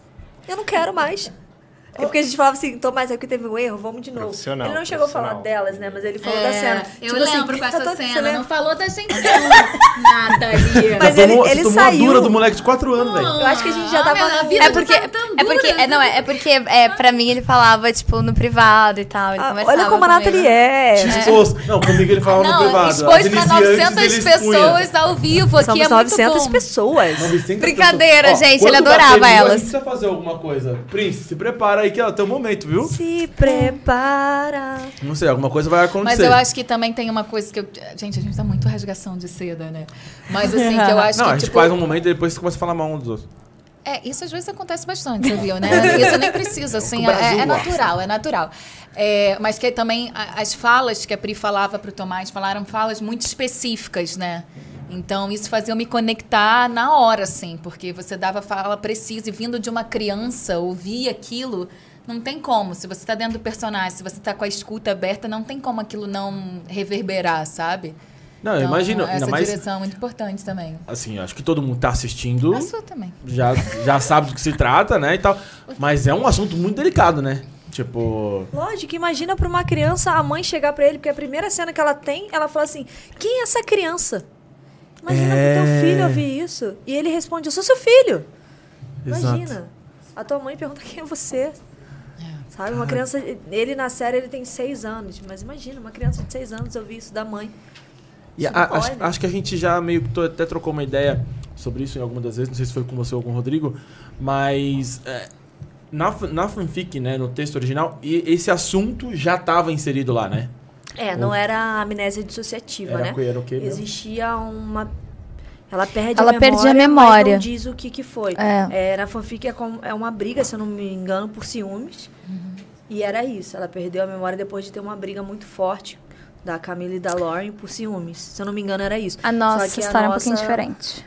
[SPEAKER 2] Eu não quero mais. É porque a gente falava assim, então, mas é porque teve um erro, vamos de novo. Ele
[SPEAKER 4] Profissional,
[SPEAKER 2] não chegou a falar
[SPEAKER 4] profissional.
[SPEAKER 2] delas, né? Mas ele falou da
[SPEAKER 5] É,
[SPEAKER 2] cena.
[SPEAKER 5] Eu
[SPEAKER 2] Tipo assim,
[SPEAKER 5] lembro com
[SPEAKER 2] tá
[SPEAKER 5] essa
[SPEAKER 2] toda- você
[SPEAKER 5] cena.
[SPEAKER 2] lembra?
[SPEAKER 5] Não falou da gente
[SPEAKER 2] <laughs>
[SPEAKER 5] não. nada ali.
[SPEAKER 2] Mas
[SPEAKER 1] Você
[SPEAKER 2] ele-
[SPEAKER 1] tomou, Tá você
[SPEAKER 2] ele
[SPEAKER 1] tomou a dura
[SPEAKER 2] saiu.
[SPEAKER 1] do moleque de 4 anos, velho.
[SPEAKER 2] Eu acho que a gente já
[SPEAKER 5] Ah,
[SPEAKER 2] tava
[SPEAKER 5] meu,
[SPEAKER 2] na-
[SPEAKER 5] a vida
[SPEAKER 3] É
[SPEAKER 5] não
[SPEAKER 3] porque.
[SPEAKER 5] tá tão
[SPEAKER 3] É porque.
[SPEAKER 5] dura,
[SPEAKER 3] É, não, é, é porque é, pra mim ele falava, tipo, no privado e tal. Ele
[SPEAKER 2] Ah,
[SPEAKER 3] conversava
[SPEAKER 2] olha como a
[SPEAKER 5] né?
[SPEAKER 3] comigo.
[SPEAKER 2] Nathalie é.
[SPEAKER 1] Te expôs. Não, comigo ele falava no
[SPEAKER 5] Não,
[SPEAKER 1] privado.
[SPEAKER 5] expôs
[SPEAKER 1] As
[SPEAKER 5] pra
[SPEAKER 1] iniciantes,
[SPEAKER 5] 900
[SPEAKER 1] ele expunha.
[SPEAKER 5] pessoas ao vivo aqui.
[SPEAKER 2] Somos
[SPEAKER 5] é muito
[SPEAKER 2] 900
[SPEAKER 5] bom.
[SPEAKER 2] pessoas.
[SPEAKER 1] 900 pessoas.
[SPEAKER 3] Brincadeira, gente,
[SPEAKER 1] quando
[SPEAKER 3] ele
[SPEAKER 1] bater
[SPEAKER 3] adorava
[SPEAKER 1] mil, a gente
[SPEAKER 3] elas.
[SPEAKER 1] precisa fazer alguma coisa. Prince, se prepara aí que é o teu momento, viu?
[SPEAKER 2] Se prepara.
[SPEAKER 1] Não sei, alguma coisa vai acontecer.
[SPEAKER 5] Mas eu acho que também tem uma coisa que eu. Gente, a gente tá muito rasgação de seda, né? Mas assim,
[SPEAKER 2] <laughs>
[SPEAKER 5] que eu acho
[SPEAKER 1] Não,
[SPEAKER 5] que.
[SPEAKER 1] a gente
[SPEAKER 5] tipo,
[SPEAKER 1] faz um momento e depois você começa a falar mal um dos outros.
[SPEAKER 5] É, isso às vezes acontece bastante, você
[SPEAKER 1] <laughs>
[SPEAKER 5] viu, né? Isso nem precisa, assim,
[SPEAKER 1] um O Brasil
[SPEAKER 5] é, é
[SPEAKER 1] gosta.
[SPEAKER 5] natural, é natural. É, mas que também a- as falas que a Pri falava pro Tomás, falaram falas muito específicas, né? Então, isso fazia eu me conectar na hora, assim, porque você dava fala precisa e vindo de uma criança, ouvir aquilo, não tem como. Se você tá dentro do personagem, se você tá com a escuta aberta, não tem como aquilo não reverberar, sabe? Então,
[SPEAKER 1] Não, eu imagino.
[SPEAKER 5] Essa
[SPEAKER 1] Ainda mais,
[SPEAKER 5] direção é muito importante também.
[SPEAKER 1] assim, acho que todo mundo tá assistindo.
[SPEAKER 5] A sua também.
[SPEAKER 1] já, já sabe do que se trata, né? E tal. Mas é um assunto muito delicado, né? Tipo.
[SPEAKER 2] Lógico, imagina pra uma criança a mãe chegar pra ele, porque a primeira cena que ela tem, ela fala assim: quem é essa criança? Imagina pro
[SPEAKER 1] É.
[SPEAKER 2] teu filho ouvir isso. E ele responde: eu sou seu filho. Imagina.
[SPEAKER 1] Exato.
[SPEAKER 2] A tua mãe pergunta quem é você. Sabe, uma criança, ele na série ele tem seis anos, mas imagina, uma criança de seis anos ouvir isso da mãe.
[SPEAKER 1] E
[SPEAKER 2] Isso
[SPEAKER 1] a-
[SPEAKER 2] não
[SPEAKER 1] acho,
[SPEAKER 2] pode.
[SPEAKER 1] acho que a gente já meio que to- até trocou uma ideia sobre isso em alguma das vezes, não sei se foi com você ou com o Rodrigo, mas é, na, fa- na fanfic, né, no texto original, e esse assunto já estava inserido lá, né?
[SPEAKER 2] É, não era amnésia dissociativa,
[SPEAKER 1] Era
[SPEAKER 2] né?
[SPEAKER 1] que- era o quê mesmo?
[SPEAKER 2] Existia uma. Ela perde
[SPEAKER 3] Ela
[SPEAKER 2] a memória.
[SPEAKER 3] perdia a
[SPEAKER 2] Mas
[SPEAKER 3] memória.
[SPEAKER 2] não diz o que, que foi.
[SPEAKER 3] É.
[SPEAKER 2] É, na fanfic é, com- é uma briga, se eu não me engano, por ciúmes. E era isso. Ela perdeu a memória depois de ter uma briga muito forte da Camila e da Lauren por ciúmes. Se eu não me engano, era isso.
[SPEAKER 3] A
[SPEAKER 2] Só
[SPEAKER 3] nossa
[SPEAKER 2] que a
[SPEAKER 3] história é um
[SPEAKER 2] nossa
[SPEAKER 3] pouquinho diferente.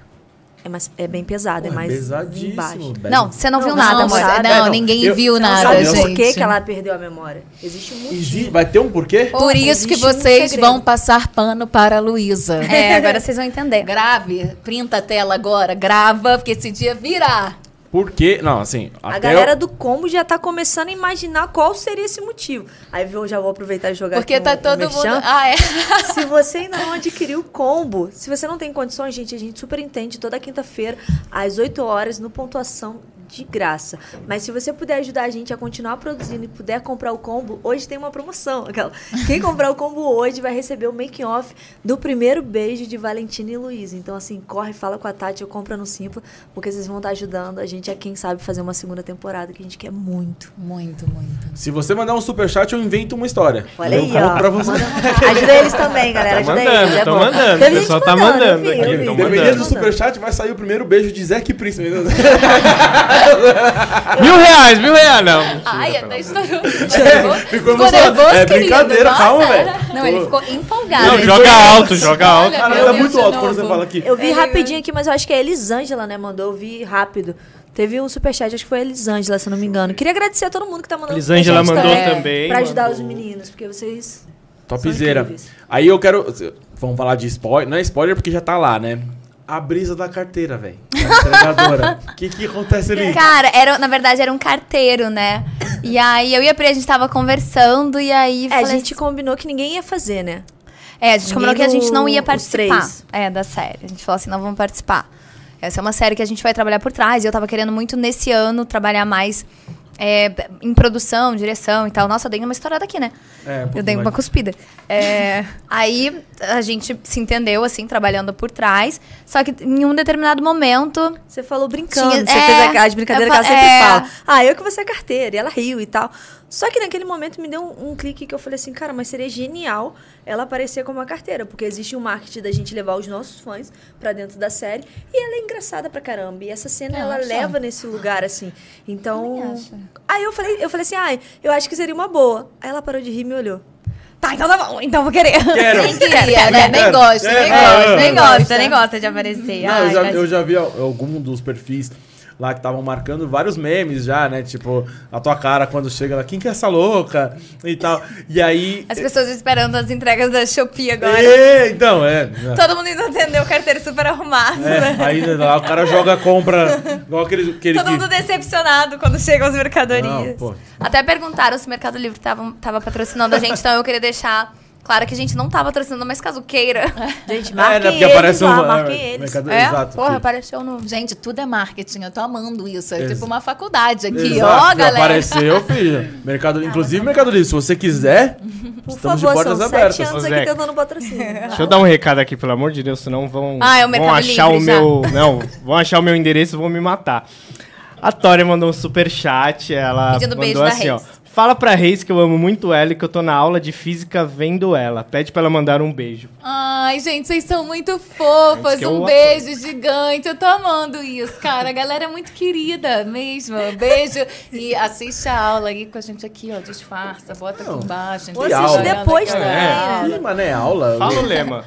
[SPEAKER 2] É, mais, é bem pesada, é
[SPEAKER 1] Pô,
[SPEAKER 2] mais
[SPEAKER 1] pesadíssimo,
[SPEAKER 2] embaixo.
[SPEAKER 1] velho.
[SPEAKER 3] Não, você não,
[SPEAKER 2] Não,
[SPEAKER 3] viu
[SPEAKER 2] não,
[SPEAKER 3] nada,
[SPEAKER 5] Não,
[SPEAKER 3] amor.
[SPEAKER 2] você-
[SPEAKER 5] não,
[SPEAKER 2] sabe?
[SPEAKER 1] um- É, não,
[SPEAKER 5] ninguém
[SPEAKER 1] eu-
[SPEAKER 5] viu
[SPEAKER 2] Você não
[SPEAKER 5] nada,
[SPEAKER 2] sabe
[SPEAKER 5] gente.
[SPEAKER 2] por que, que ela perdeu a memória. Existe um
[SPEAKER 1] Exi-
[SPEAKER 2] motivo.
[SPEAKER 1] vai ter um porquê?
[SPEAKER 5] Por
[SPEAKER 2] Porra,
[SPEAKER 5] isso que
[SPEAKER 2] existe um
[SPEAKER 5] vocês
[SPEAKER 2] segredo.
[SPEAKER 5] vão passar pano para a Luísa.
[SPEAKER 3] É, agora vocês vão entender.
[SPEAKER 5] <laughs> Grave, printa a tela agora, grava, porque esse dia virá.
[SPEAKER 1] Porque, não, assim,
[SPEAKER 2] A
[SPEAKER 1] até
[SPEAKER 2] galera do combo já tá começando a imaginar qual seria esse motivo. Aí eu já vou aproveitar e jogar
[SPEAKER 5] Porque
[SPEAKER 2] aqui
[SPEAKER 5] tá
[SPEAKER 2] um- um
[SPEAKER 5] todo mundo.
[SPEAKER 2] merchan.
[SPEAKER 5] Ah, é.
[SPEAKER 2] <laughs> Se você ainda não adquiriu o combo, se você não tem condições, gente, a gente super entende toda quinta-feira, às 8 horas, no pontuação de graça. Mas se você puder ajudar a gente a continuar produzindo e puder comprar o combo, hoje tem uma promoção. Aquela. Quem comprar o combo hoje vai receber o making off do primeiro beijo de Valentina e Luiz. Então, assim, corre, fala com a Tati, eu compro no Simpla, porque vocês vão estar ajudando a gente a, quem sabe, fazer uma segunda temporada que a gente quer muito.
[SPEAKER 5] Muito, muito.
[SPEAKER 1] Se você mandar um superchat, eu invento uma história.
[SPEAKER 2] Olha
[SPEAKER 1] eu
[SPEAKER 2] aí,
[SPEAKER 1] conto
[SPEAKER 2] ó.
[SPEAKER 1] pra você. <laughs>
[SPEAKER 2] Ajuda eles também, galera.
[SPEAKER 4] Tô
[SPEAKER 2] Ajuda
[SPEAKER 4] Tá mandando,
[SPEAKER 2] eles. É
[SPEAKER 4] tô
[SPEAKER 2] bom.
[SPEAKER 4] mandando,
[SPEAKER 2] Teve
[SPEAKER 4] o
[SPEAKER 2] gente
[SPEAKER 4] pessoal tá mandando
[SPEAKER 2] eu vi,
[SPEAKER 4] aqui,
[SPEAKER 2] eu vi.
[SPEAKER 1] Dependendo
[SPEAKER 4] tão
[SPEAKER 1] do
[SPEAKER 4] mandando.
[SPEAKER 1] um superchat, vai sair o primeiro beijo de Zac Prince. <laughs>
[SPEAKER 4] Mil reais, mil reais, não.
[SPEAKER 5] Ai,
[SPEAKER 2] é, tá
[SPEAKER 5] até
[SPEAKER 1] <laughs>
[SPEAKER 5] estourou.
[SPEAKER 1] Ficou
[SPEAKER 5] Ficou
[SPEAKER 1] emocionado.
[SPEAKER 5] nervoso,
[SPEAKER 1] É
[SPEAKER 5] querido?
[SPEAKER 1] brincadeira,
[SPEAKER 5] Nossa,
[SPEAKER 1] calma,
[SPEAKER 5] era.
[SPEAKER 1] velho.
[SPEAKER 5] Não, ele
[SPEAKER 1] Pô.
[SPEAKER 5] ficou empolgado.
[SPEAKER 4] Não,
[SPEAKER 5] Ele
[SPEAKER 4] joga
[SPEAKER 5] ficou-
[SPEAKER 4] alto, joga alto.
[SPEAKER 5] Olha,
[SPEAKER 1] Cara,
[SPEAKER 5] meu
[SPEAKER 1] tá
[SPEAKER 5] Deus,
[SPEAKER 1] muito
[SPEAKER 5] de
[SPEAKER 1] alto quando
[SPEAKER 5] novo.
[SPEAKER 1] você fala aqui.
[SPEAKER 2] Eu vi
[SPEAKER 5] É,
[SPEAKER 2] rapidinho aqui, mas eu acho que é a Elisângela, né? Mandou, eu vi rápido. Teve um superchat, acho que foi a Elisângela, se eu não me engano. Queria agradecer a todo mundo que tá mandando
[SPEAKER 4] Elisângela
[SPEAKER 2] superchat
[SPEAKER 4] mandou
[SPEAKER 2] também,
[SPEAKER 4] também,
[SPEAKER 2] Pra ajudar
[SPEAKER 4] mandou.
[SPEAKER 2] os meninos, porque vocês...
[SPEAKER 1] Topzera.
[SPEAKER 2] São incríveis.
[SPEAKER 1] Aí eu quero. Vamos falar de spoiler. Não é spoiler porque já tá lá, né? A brisa da carteira, velho. Da entregadora. O que, que acontece ali?
[SPEAKER 3] Cara, era, na verdade era um carteiro, né? E aí eu e a Pri, a gente tava conversando e aí.
[SPEAKER 2] É, a
[SPEAKER 3] falei
[SPEAKER 2] gente combinou que ninguém ia fazer, né?
[SPEAKER 3] É, a gente combinou que a gente não ia
[SPEAKER 2] Os
[SPEAKER 3] participar.
[SPEAKER 2] três.
[SPEAKER 3] É, da série. A gente falou assim, não vamos participar. Essa é uma série que a gente vai trabalhar por trás. E eu tava querendo muito nesse ano trabalhar mais é, em produção, direção e tal. Nossa, eu dei uma estourada aqui, né?
[SPEAKER 4] É, um pouco
[SPEAKER 3] eu dei
[SPEAKER 4] mais.
[SPEAKER 3] uma cuspida.
[SPEAKER 2] <laughs>
[SPEAKER 3] É, aí a gente se entendeu, assim, trabalhando por trás. Só que em um determinado momento.
[SPEAKER 2] Você falou brincando,
[SPEAKER 3] Tinha-
[SPEAKER 2] você
[SPEAKER 3] é,
[SPEAKER 2] fez a- as brincadeiras que
[SPEAKER 3] eu
[SPEAKER 2] ela sempre
[SPEAKER 3] fa- é.
[SPEAKER 2] fala. Ah, eu que você é carteira, e ela riu e tal. Só que naquele momento me deu um, um clique que eu falei assim, cara, mas seria genial ela aparecer como uma carteira, porque existe um marketing da gente levar os nossos fãs pra dentro da série, e ela é engraçada pra caramba, e essa cena
[SPEAKER 5] É,
[SPEAKER 2] ela
[SPEAKER 5] ela é
[SPEAKER 2] leva
[SPEAKER 5] chata.
[SPEAKER 2] nesse lugar assim. Então,
[SPEAKER 3] acho.
[SPEAKER 2] aí eu falei, eu falei assim: "Ai, eu acho que seria uma boa". Aí ela parou de rir e me olhou.
[SPEAKER 3] Tá, então tá bom, então vou querer.
[SPEAKER 4] Quero.
[SPEAKER 5] Nem queria, né? Nem gosto,
[SPEAKER 4] É,
[SPEAKER 5] nem
[SPEAKER 4] é,
[SPEAKER 5] gosto.
[SPEAKER 4] é.
[SPEAKER 3] nem gosta, nem gosta de aparecer.
[SPEAKER 1] Não,
[SPEAKER 3] Ai,
[SPEAKER 1] eu, já,
[SPEAKER 2] tá
[SPEAKER 3] mas-
[SPEAKER 1] eu já vi al- algum dos perfis lá que estavam marcando vários memes já, né? Tipo, a tua cara quando chega lá, quem que é essa louca? E tal. E aí.
[SPEAKER 3] As pessoas esperando as entregas da Shopee agora.
[SPEAKER 1] É, então, é.
[SPEAKER 3] Todo mundo indo atender o carteiro super arrumado.
[SPEAKER 1] É, aí né, lá o cara joga a compra. Igual aquele. aquele
[SPEAKER 3] Todo
[SPEAKER 1] que-
[SPEAKER 3] mundo decepcionado quando chegam as mercadorias.
[SPEAKER 1] Não, pô.
[SPEAKER 3] Até perguntaram se o Mercado Livre tava, tava patrocinando a gente, então eu queria deixar claro que a gente não tá patrocinando, mas caso queira.
[SPEAKER 2] Gente,
[SPEAKER 1] Ah, é, né,
[SPEAKER 2] marquem
[SPEAKER 1] porque
[SPEAKER 2] eles
[SPEAKER 1] aparece um.
[SPEAKER 2] lá,
[SPEAKER 1] é,
[SPEAKER 2] marquem eles.
[SPEAKER 1] mercado-
[SPEAKER 3] É,
[SPEAKER 1] Exato.
[SPEAKER 3] porra,
[SPEAKER 1] que-
[SPEAKER 3] apareceu no...
[SPEAKER 5] Gente, tudo é marketing, eu tô amando isso. É
[SPEAKER 1] Ex-
[SPEAKER 5] tipo uma faculdade aqui,
[SPEAKER 1] Exato,
[SPEAKER 5] ó, galera.
[SPEAKER 1] Apareceu, filho. Mercado, inclusive, Mercado Livre, se você quiser,
[SPEAKER 2] Por
[SPEAKER 1] estamos
[SPEAKER 2] favor,
[SPEAKER 1] de portas
[SPEAKER 2] são
[SPEAKER 1] abertas.
[SPEAKER 2] sete anos
[SPEAKER 4] ô
[SPEAKER 2] aqui
[SPEAKER 4] Zeca.
[SPEAKER 2] tentando patrocínio.
[SPEAKER 4] Deixa eu dar um recado aqui, pelo amor de Deus, senão vão,
[SPEAKER 3] Ah, é o
[SPEAKER 4] vão
[SPEAKER 3] Mercado
[SPEAKER 4] achar o
[SPEAKER 3] Livre já.
[SPEAKER 4] meu. Não, vão achar o meu endereço e vão me matar. A Tória mandou um superchat, ela
[SPEAKER 3] Pedindo
[SPEAKER 4] mandou
[SPEAKER 3] beijo da
[SPEAKER 4] assim, ó.
[SPEAKER 3] Reis.
[SPEAKER 4] Fala pra Reis que eu amo muito ela e que eu tô na aula de física vendo ela. Pede pra ela mandar um beijo.
[SPEAKER 5] Ai, gente, vocês são muito fofas.
[SPEAKER 4] Gente, que
[SPEAKER 5] um
[SPEAKER 4] eu-
[SPEAKER 5] beijo gigante. Eu tô amando isso, cara. A galera é muito querida mesmo. Beijo. E assiste a aula aí com a gente aqui, ó. Disfarça, bota aqui embaixo.
[SPEAKER 1] Ou assiste
[SPEAKER 2] depois
[SPEAKER 5] né?
[SPEAKER 2] também, né?
[SPEAKER 1] Ih, mas não é aula.
[SPEAKER 4] Fala o lema.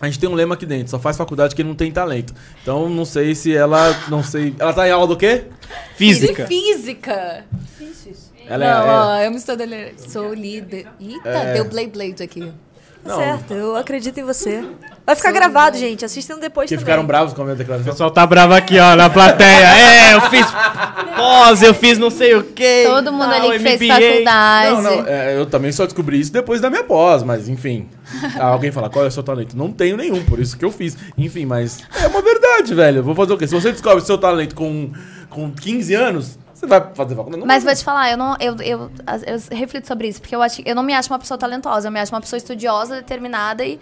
[SPEAKER 1] A gente tem um lema aqui dentro, só faz faculdade quem não tem talento. Então não sei se ela. Não sei. Ela tá em aula do quê?
[SPEAKER 4] É, Física.
[SPEAKER 5] Física.
[SPEAKER 1] Ela é- é.
[SPEAKER 5] Não, ó, eu me sou, dele... sou líder. Eita, deu Blade Blade aqui.
[SPEAKER 2] Tá Certo, eu acredito em você. Vai ficar gravado, gente. Assistam depois
[SPEAKER 1] Que
[SPEAKER 2] também.
[SPEAKER 1] ficaram bravos com a minha
[SPEAKER 4] O
[SPEAKER 1] declaração.
[SPEAKER 4] pessoal tá bravo aqui, ó, na plateia. É, eu fiz pós, eu fiz não sei o quê.
[SPEAKER 3] Todo mundo
[SPEAKER 4] tal,
[SPEAKER 3] ali que fez
[SPEAKER 4] MBA.
[SPEAKER 3] faculdade.
[SPEAKER 1] Não, não, é, eu também só descobri isso depois da minha pós, mas enfim. Ah, Alguém fala, qual é o seu talento? Não tenho nenhum, por isso que eu fiz. Enfim, mas é uma verdade, velho. Vou fazer o quê? Se você descobre seu talento com, com 15 anos, você vai fazer faculdade. Não
[SPEAKER 3] Mas vou
[SPEAKER 1] vai
[SPEAKER 3] te falar, eu não, eu, eu, as- eu reflito sobre isso, porque eu, acho, eu não me acho uma pessoa talentosa, eu me acho uma pessoa estudiosa, determinada e,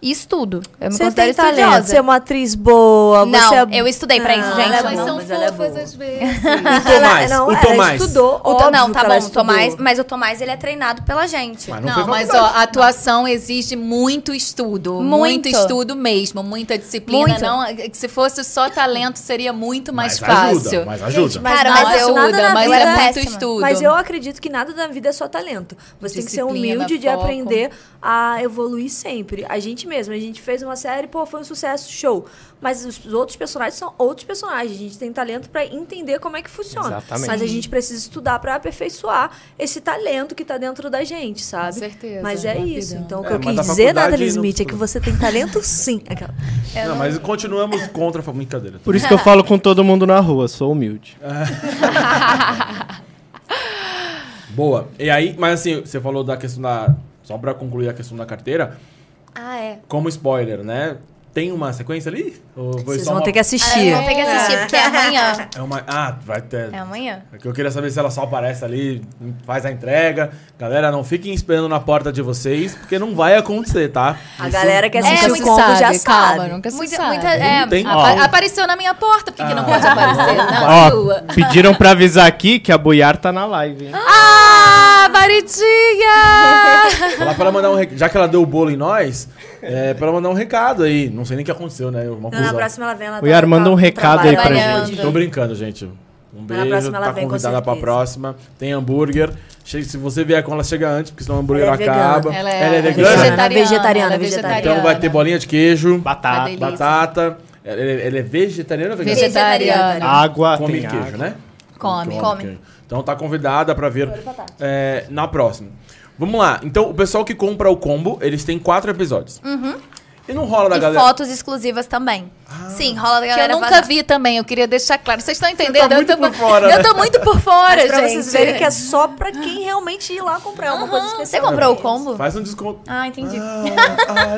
[SPEAKER 3] e estudo. Eu me
[SPEAKER 2] Você
[SPEAKER 3] considero
[SPEAKER 2] tem talento,
[SPEAKER 3] estudiosa.
[SPEAKER 2] você é uma atriz boa.
[SPEAKER 3] Não,
[SPEAKER 2] você é...
[SPEAKER 3] eu estudei pra isso,
[SPEAKER 2] Ah,
[SPEAKER 3] gente.
[SPEAKER 2] ela é
[SPEAKER 5] Elas
[SPEAKER 3] não.
[SPEAKER 2] boa,
[SPEAKER 5] são
[SPEAKER 2] mas ela é
[SPEAKER 5] fofas
[SPEAKER 2] boa.
[SPEAKER 5] às vezes.
[SPEAKER 1] O Tomás,
[SPEAKER 2] Ela- não,
[SPEAKER 1] o
[SPEAKER 2] ela
[SPEAKER 1] Tomás.
[SPEAKER 2] estudou.
[SPEAKER 3] O Tom- não,
[SPEAKER 2] óbvio
[SPEAKER 3] tá
[SPEAKER 2] que ela é
[SPEAKER 3] bom, o
[SPEAKER 2] estudou.
[SPEAKER 3] Tomás, mas o Tomás ele é treinado pela gente.
[SPEAKER 1] Mas não,
[SPEAKER 5] Não,
[SPEAKER 1] foi
[SPEAKER 5] mas ó,
[SPEAKER 1] faculdade.
[SPEAKER 5] a atuação exige muito estudo. Muito,
[SPEAKER 3] Muito.
[SPEAKER 5] estudo mesmo, muita disciplina.
[SPEAKER 3] Muito.
[SPEAKER 5] Não, que se fosse só talento, seria muito mais
[SPEAKER 1] Mas ajuda,
[SPEAKER 5] fácil.
[SPEAKER 1] mas ajuda.
[SPEAKER 2] Gente,
[SPEAKER 3] Cara,
[SPEAKER 5] não,
[SPEAKER 3] mas eu-
[SPEAKER 5] ajuda,
[SPEAKER 2] nada na
[SPEAKER 5] mas
[SPEAKER 2] vida-
[SPEAKER 5] é muito
[SPEAKER 3] péssima.
[SPEAKER 5] estudo.
[SPEAKER 2] Mas eu acredito que nada na vida é só talento. Você tem que ser
[SPEAKER 5] Disciplina,
[SPEAKER 2] humilde de
[SPEAKER 5] foco.
[SPEAKER 2] aprender a evoluir sempre. A gente mesmo, a gente fez uma série, pô, foi um sucesso, show. Mas os outros personagens são outros personagens. A gente tem talento pra entender como é que funciona.
[SPEAKER 4] Exatamente.
[SPEAKER 2] Mas a gente precisa estudar pra aperfeiçoar esse talento que tá dentro da gente, sabe?
[SPEAKER 5] Com certeza,
[SPEAKER 2] Mas é
[SPEAKER 5] na
[SPEAKER 2] isso.
[SPEAKER 5] vida.
[SPEAKER 2] Então, o
[SPEAKER 1] É,
[SPEAKER 2] que eu
[SPEAKER 1] mas
[SPEAKER 2] quis
[SPEAKER 1] na
[SPEAKER 2] dizer,
[SPEAKER 1] faculdade
[SPEAKER 2] Natalie
[SPEAKER 1] não
[SPEAKER 2] Smith, é
[SPEAKER 1] funciona.
[SPEAKER 2] que você tem talento sim. Aquela.
[SPEAKER 1] Não, mas continuamos contra a faculdade. Brincadeira.
[SPEAKER 4] Por isso que eu falo com todo mundo na rua, sou humilde.
[SPEAKER 1] Boa. E aí, mas assim, você falou da questão da. Só pra concluir a questão da carteira,
[SPEAKER 3] Ah, é.
[SPEAKER 1] como spoiler, né? Tem uma sequência ali? Ou foi
[SPEAKER 2] Vocês
[SPEAKER 1] só
[SPEAKER 2] vão
[SPEAKER 1] uma-
[SPEAKER 2] ter que
[SPEAKER 3] Ah,
[SPEAKER 2] assistir.
[SPEAKER 3] eu vou ter que assistir, porque é
[SPEAKER 1] <laughs>
[SPEAKER 3] amanhã.
[SPEAKER 1] É uma... Ah, vai ter.
[SPEAKER 3] É amanhã.
[SPEAKER 1] É que eu queria saber se ela só aparece ali, faz a entrega. Galera, não fiquem esperando na porta de vocês, porque não vai acontecer, tá?
[SPEAKER 2] A galera que
[SPEAKER 5] Nunca
[SPEAKER 2] assistiu
[SPEAKER 5] se
[SPEAKER 2] o combo já
[SPEAKER 5] sabe, É, calma,
[SPEAKER 2] sabe.
[SPEAKER 5] nunca se
[SPEAKER 3] Muita,
[SPEAKER 5] sabe.
[SPEAKER 3] muita, é,
[SPEAKER 1] Não tem Ah.
[SPEAKER 4] Ó.
[SPEAKER 5] Apa- Apareceu na minha porta, porque não
[SPEAKER 1] <laughs>
[SPEAKER 5] pode aparecer. Não, é
[SPEAKER 4] Ó,
[SPEAKER 5] sua.
[SPEAKER 4] pediram pra avisar aqui que a Boiar tá na live, hein?
[SPEAKER 5] Ah, Baritinha!
[SPEAKER 1] Falar pra ela mandar um rec... Já que ela deu o bolo em nós, é pra ela mandar um recado aí. Não sei nem o que aconteceu, né? Uma
[SPEAKER 2] Não, na
[SPEAKER 1] cuzão.
[SPEAKER 2] próxima ela vem, ela
[SPEAKER 4] O Yara
[SPEAKER 2] no
[SPEAKER 4] manda
[SPEAKER 2] tra-
[SPEAKER 4] um
[SPEAKER 2] no
[SPEAKER 4] recado aí pra
[SPEAKER 2] trabalho.
[SPEAKER 3] gente.
[SPEAKER 1] Tô brincando, gente. Um
[SPEAKER 2] Mas na
[SPEAKER 1] beijo,
[SPEAKER 2] próxima ela
[SPEAKER 1] tá
[SPEAKER 2] vem, com
[SPEAKER 1] convidada pra
[SPEAKER 2] certeza.
[SPEAKER 1] próxima. Tem hambúrguer. Che- Se você vier com ela, chega antes, porque senão o hambúrguer
[SPEAKER 2] Ela é vegana.
[SPEAKER 1] acaba.
[SPEAKER 5] Ela é,
[SPEAKER 1] vegana?
[SPEAKER 5] vegetariana.
[SPEAKER 2] Vegetariana,
[SPEAKER 5] ela é
[SPEAKER 2] vegetariana.
[SPEAKER 1] Então vai ter bolinha de queijo,
[SPEAKER 4] Batata,
[SPEAKER 5] Delícia.
[SPEAKER 1] batata. Ela é, ela é vegetariana ou vegana?
[SPEAKER 5] Vegetariana.
[SPEAKER 4] água,
[SPEAKER 1] Come
[SPEAKER 4] Ah, tem
[SPEAKER 1] queijo,
[SPEAKER 4] água.
[SPEAKER 1] né?
[SPEAKER 5] Come.
[SPEAKER 3] Come.
[SPEAKER 1] queijo. Então tá convidada pra ver é, na próxima. Vamos lá. Então, o pessoal que compra o combo, eles têm quatro episódios. E não rola da
[SPEAKER 3] Uhum. E
[SPEAKER 1] galera. Ah.
[SPEAKER 3] fotos exclusivas também. Sim, rola da
[SPEAKER 5] Que eu
[SPEAKER 3] galera.
[SPEAKER 5] nunca
[SPEAKER 3] vazar.
[SPEAKER 5] vi também, eu queria deixar claro. Vocês estão entendendo?
[SPEAKER 1] muito
[SPEAKER 5] eu, tô...
[SPEAKER 1] por fora,
[SPEAKER 5] eu
[SPEAKER 1] né?
[SPEAKER 5] tô muito por fora,
[SPEAKER 2] Mas
[SPEAKER 5] gente.
[SPEAKER 2] pra vocês verem que é só pra quem realmente ir lá comprar é uma coisa
[SPEAKER 3] Você
[SPEAKER 2] especial.
[SPEAKER 3] comprou o combo?
[SPEAKER 1] Faz um desconto.
[SPEAKER 3] Ah, entendi.
[SPEAKER 1] Ah,
[SPEAKER 3] <laughs>
[SPEAKER 1] I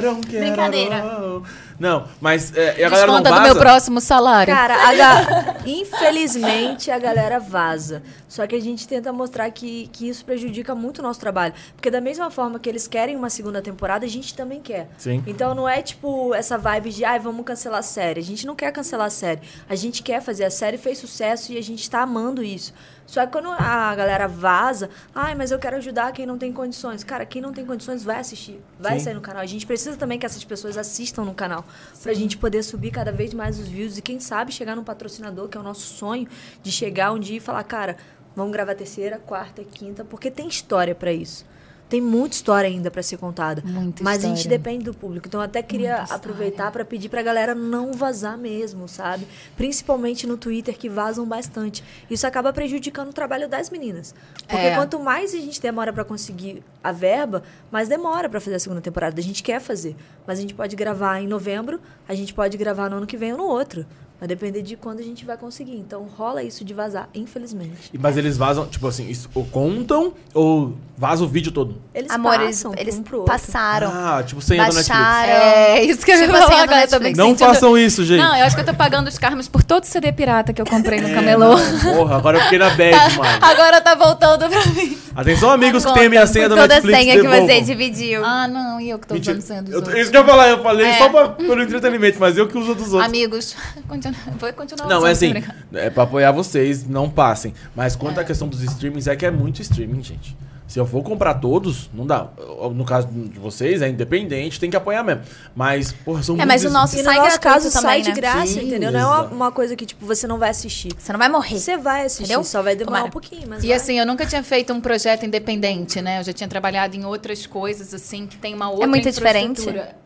[SPEAKER 1] don't care at
[SPEAKER 3] Brincadeira.
[SPEAKER 1] all. Não, mas é, e a galera não
[SPEAKER 5] Responda do meu
[SPEAKER 1] vaza?
[SPEAKER 5] próximo salário.
[SPEAKER 2] Cara, a ga- infelizmente a galera vaza. Só que a gente tenta mostrar que, que isso prejudica muito o nosso trabalho. Porque da mesma forma que eles querem uma segunda temporada, a gente também quer.
[SPEAKER 1] Sim.
[SPEAKER 2] Então não é tipo essa vibe de, ai, vamos cancelar a série. A gente não quer cancelar a série. A gente quer fazer a série, fez sucesso e a gente tá amando isso. Só que quando a galera vaza, ai, mas eu quero ajudar quem não tem condições. Cara, quem não tem condições vai assistir, vai
[SPEAKER 1] Sim.
[SPEAKER 2] sair no canal. A gente precisa também que essas pessoas assistam no canal, pra gente poder subir cada vez mais os views e quem sabe chegar num patrocinador, que é o nosso sonho de chegar um dia e falar, cara, vamos gravar terceira, quarta, quinta, porque tem história pra isso. Tem muita história ainda pra ser contada.
[SPEAKER 5] Muita
[SPEAKER 2] mas a gente
[SPEAKER 5] história.
[SPEAKER 2] depende do público. Então, eu até queria aproveitar pra pedir pra galera não vazar mesmo, sabe? Principalmente no Twitter, que vazam bastante. Isso acaba prejudicando o trabalho das meninas. Porque
[SPEAKER 5] É.
[SPEAKER 2] quanto mais a gente demora pra conseguir a verba, mais demora pra fazer a segunda temporada. A gente quer fazer. Mas a gente pode gravar em novembro, a gente pode gravar no ano que vem ou no outro. Vai depender de quando a gente vai conseguir. Então, rola isso de vazar, infelizmente.
[SPEAKER 1] E- Mas eles vazam, tipo assim, isso, ou contam ou vaza o vídeo todo.
[SPEAKER 2] Eles
[SPEAKER 3] Amor, eles,
[SPEAKER 2] passam
[SPEAKER 3] eles
[SPEAKER 2] um pro outro.
[SPEAKER 3] passaram.
[SPEAKER 1] Ah, tipo, senha da Netflix.
[SPEAKER 3] baixaram.
[SPEAKER 5] É, isso que eu
[SPEAKER 3] Tipo
[SPEAKER 5] ia
[SPEAKER 3] assim,
[SPEAKER 5] falar
[SPEAKER 3] a
[SPEAKER 5] agora
[SPEAKER 3] Netflix.
[SPEAKER 5] também.
[SPEAKER 1] Não
[SPEAKER 5] sentindo-
[SPEAKER 1] façam isso, gente. É,
[SPEAKER 5] Não, eu acho que eu tô pagando os carmes por todo CD pirata que eu comprei no camelô.
[SPEAKER 1] Porra, agora eu fiquei na
[SPEAKER 3] <laughs>
[SPEAKER 1] bad, mano.
[SPEAKER 5] Agora tá voltando pra mim.
[SPEAKER 1] Atenção, amigos que
[SPEAKER 3] Conta,
[SPEAKER 1] temem a senha
[SPEAKER 3] por
[SPEAKER 1] da
[SPEAKER 3] toda a
[SPEAKER 1] Netflix.
[SPEAKER 3] senha que você
[SPEAKER 1] devolvam.
[SPEAKER 3] dividiu.
[SPEAKER 5] Ah, não, e eu que tô
[SPEAKER 1] Mentira.
[SPEAKER 5] usando É. senha dos
[SPEAKER 1] Eu-
[SPEAKER 5] outros.
[SPEAKER 1] isso que eu ia falar, eu falei só pra, pelo entretenimento, mas eu que uso dos outros.
[SPEAKER 5] Amigos, <laughs> continua, vou continuar
[SPEAKER 1] Não,
[SPEAKER 5] usando,
[SPEAKER 1] é assim,
[SPEAKER 5] tô brincando.
[SPEAKER 1] é pra apoiar vocês, não passem. Mas quanto à questão dos streamings, é que é muito streaming, gente. Se eu for comprar todos, não dá. No caso de vocês, é independente, tem que apoiar mesmo. Mas, porra, são
[SPEAKER 3] É,
[SPEAKER 1] muitos
[SPEAKER 3] mas o
[SPEAKER 1] es-
[SPEAKER 3] nosso
[SPEAKER 2] E no
[SPEAKER 3] sai
[SPEAKER 2] nosso
[SPEAKER 3] gratuito
[SPEAKER 2] caso,
[SPEAKER 3] também,
[SPEAKER 2] sai de
[SPEAKER 3] né?
[SPEAKER 2] graça,
[SPEAKER 1] Sim,
[SPEAKER 2] entendeu? Não é uma,
[SPEAKER 1] exato.
[SPEAKER 2] uma coisa que, tipo, você não vai assistir.
[SPEAKER 3] Você não vai morrer.
[SPEAKER 2] Você vai assistir,
[SPEAKER 3] Entendeu?
[SPEAKER 2] só vai demorar
[SPEAKER 3] Tomara.
[SPEAKER 2] um pouquinho, mas
[SPEAKER 5] E
[SPEAKER 2] vai.
[SPEAKER 5] assim, eu nunca tinha feito um projeto independente, né? Eu já tinha trabalhado em outras coisas, assim, que tem uma outra
[SPEAKER 3] muito
[SPEAKER 5] infraestrutura.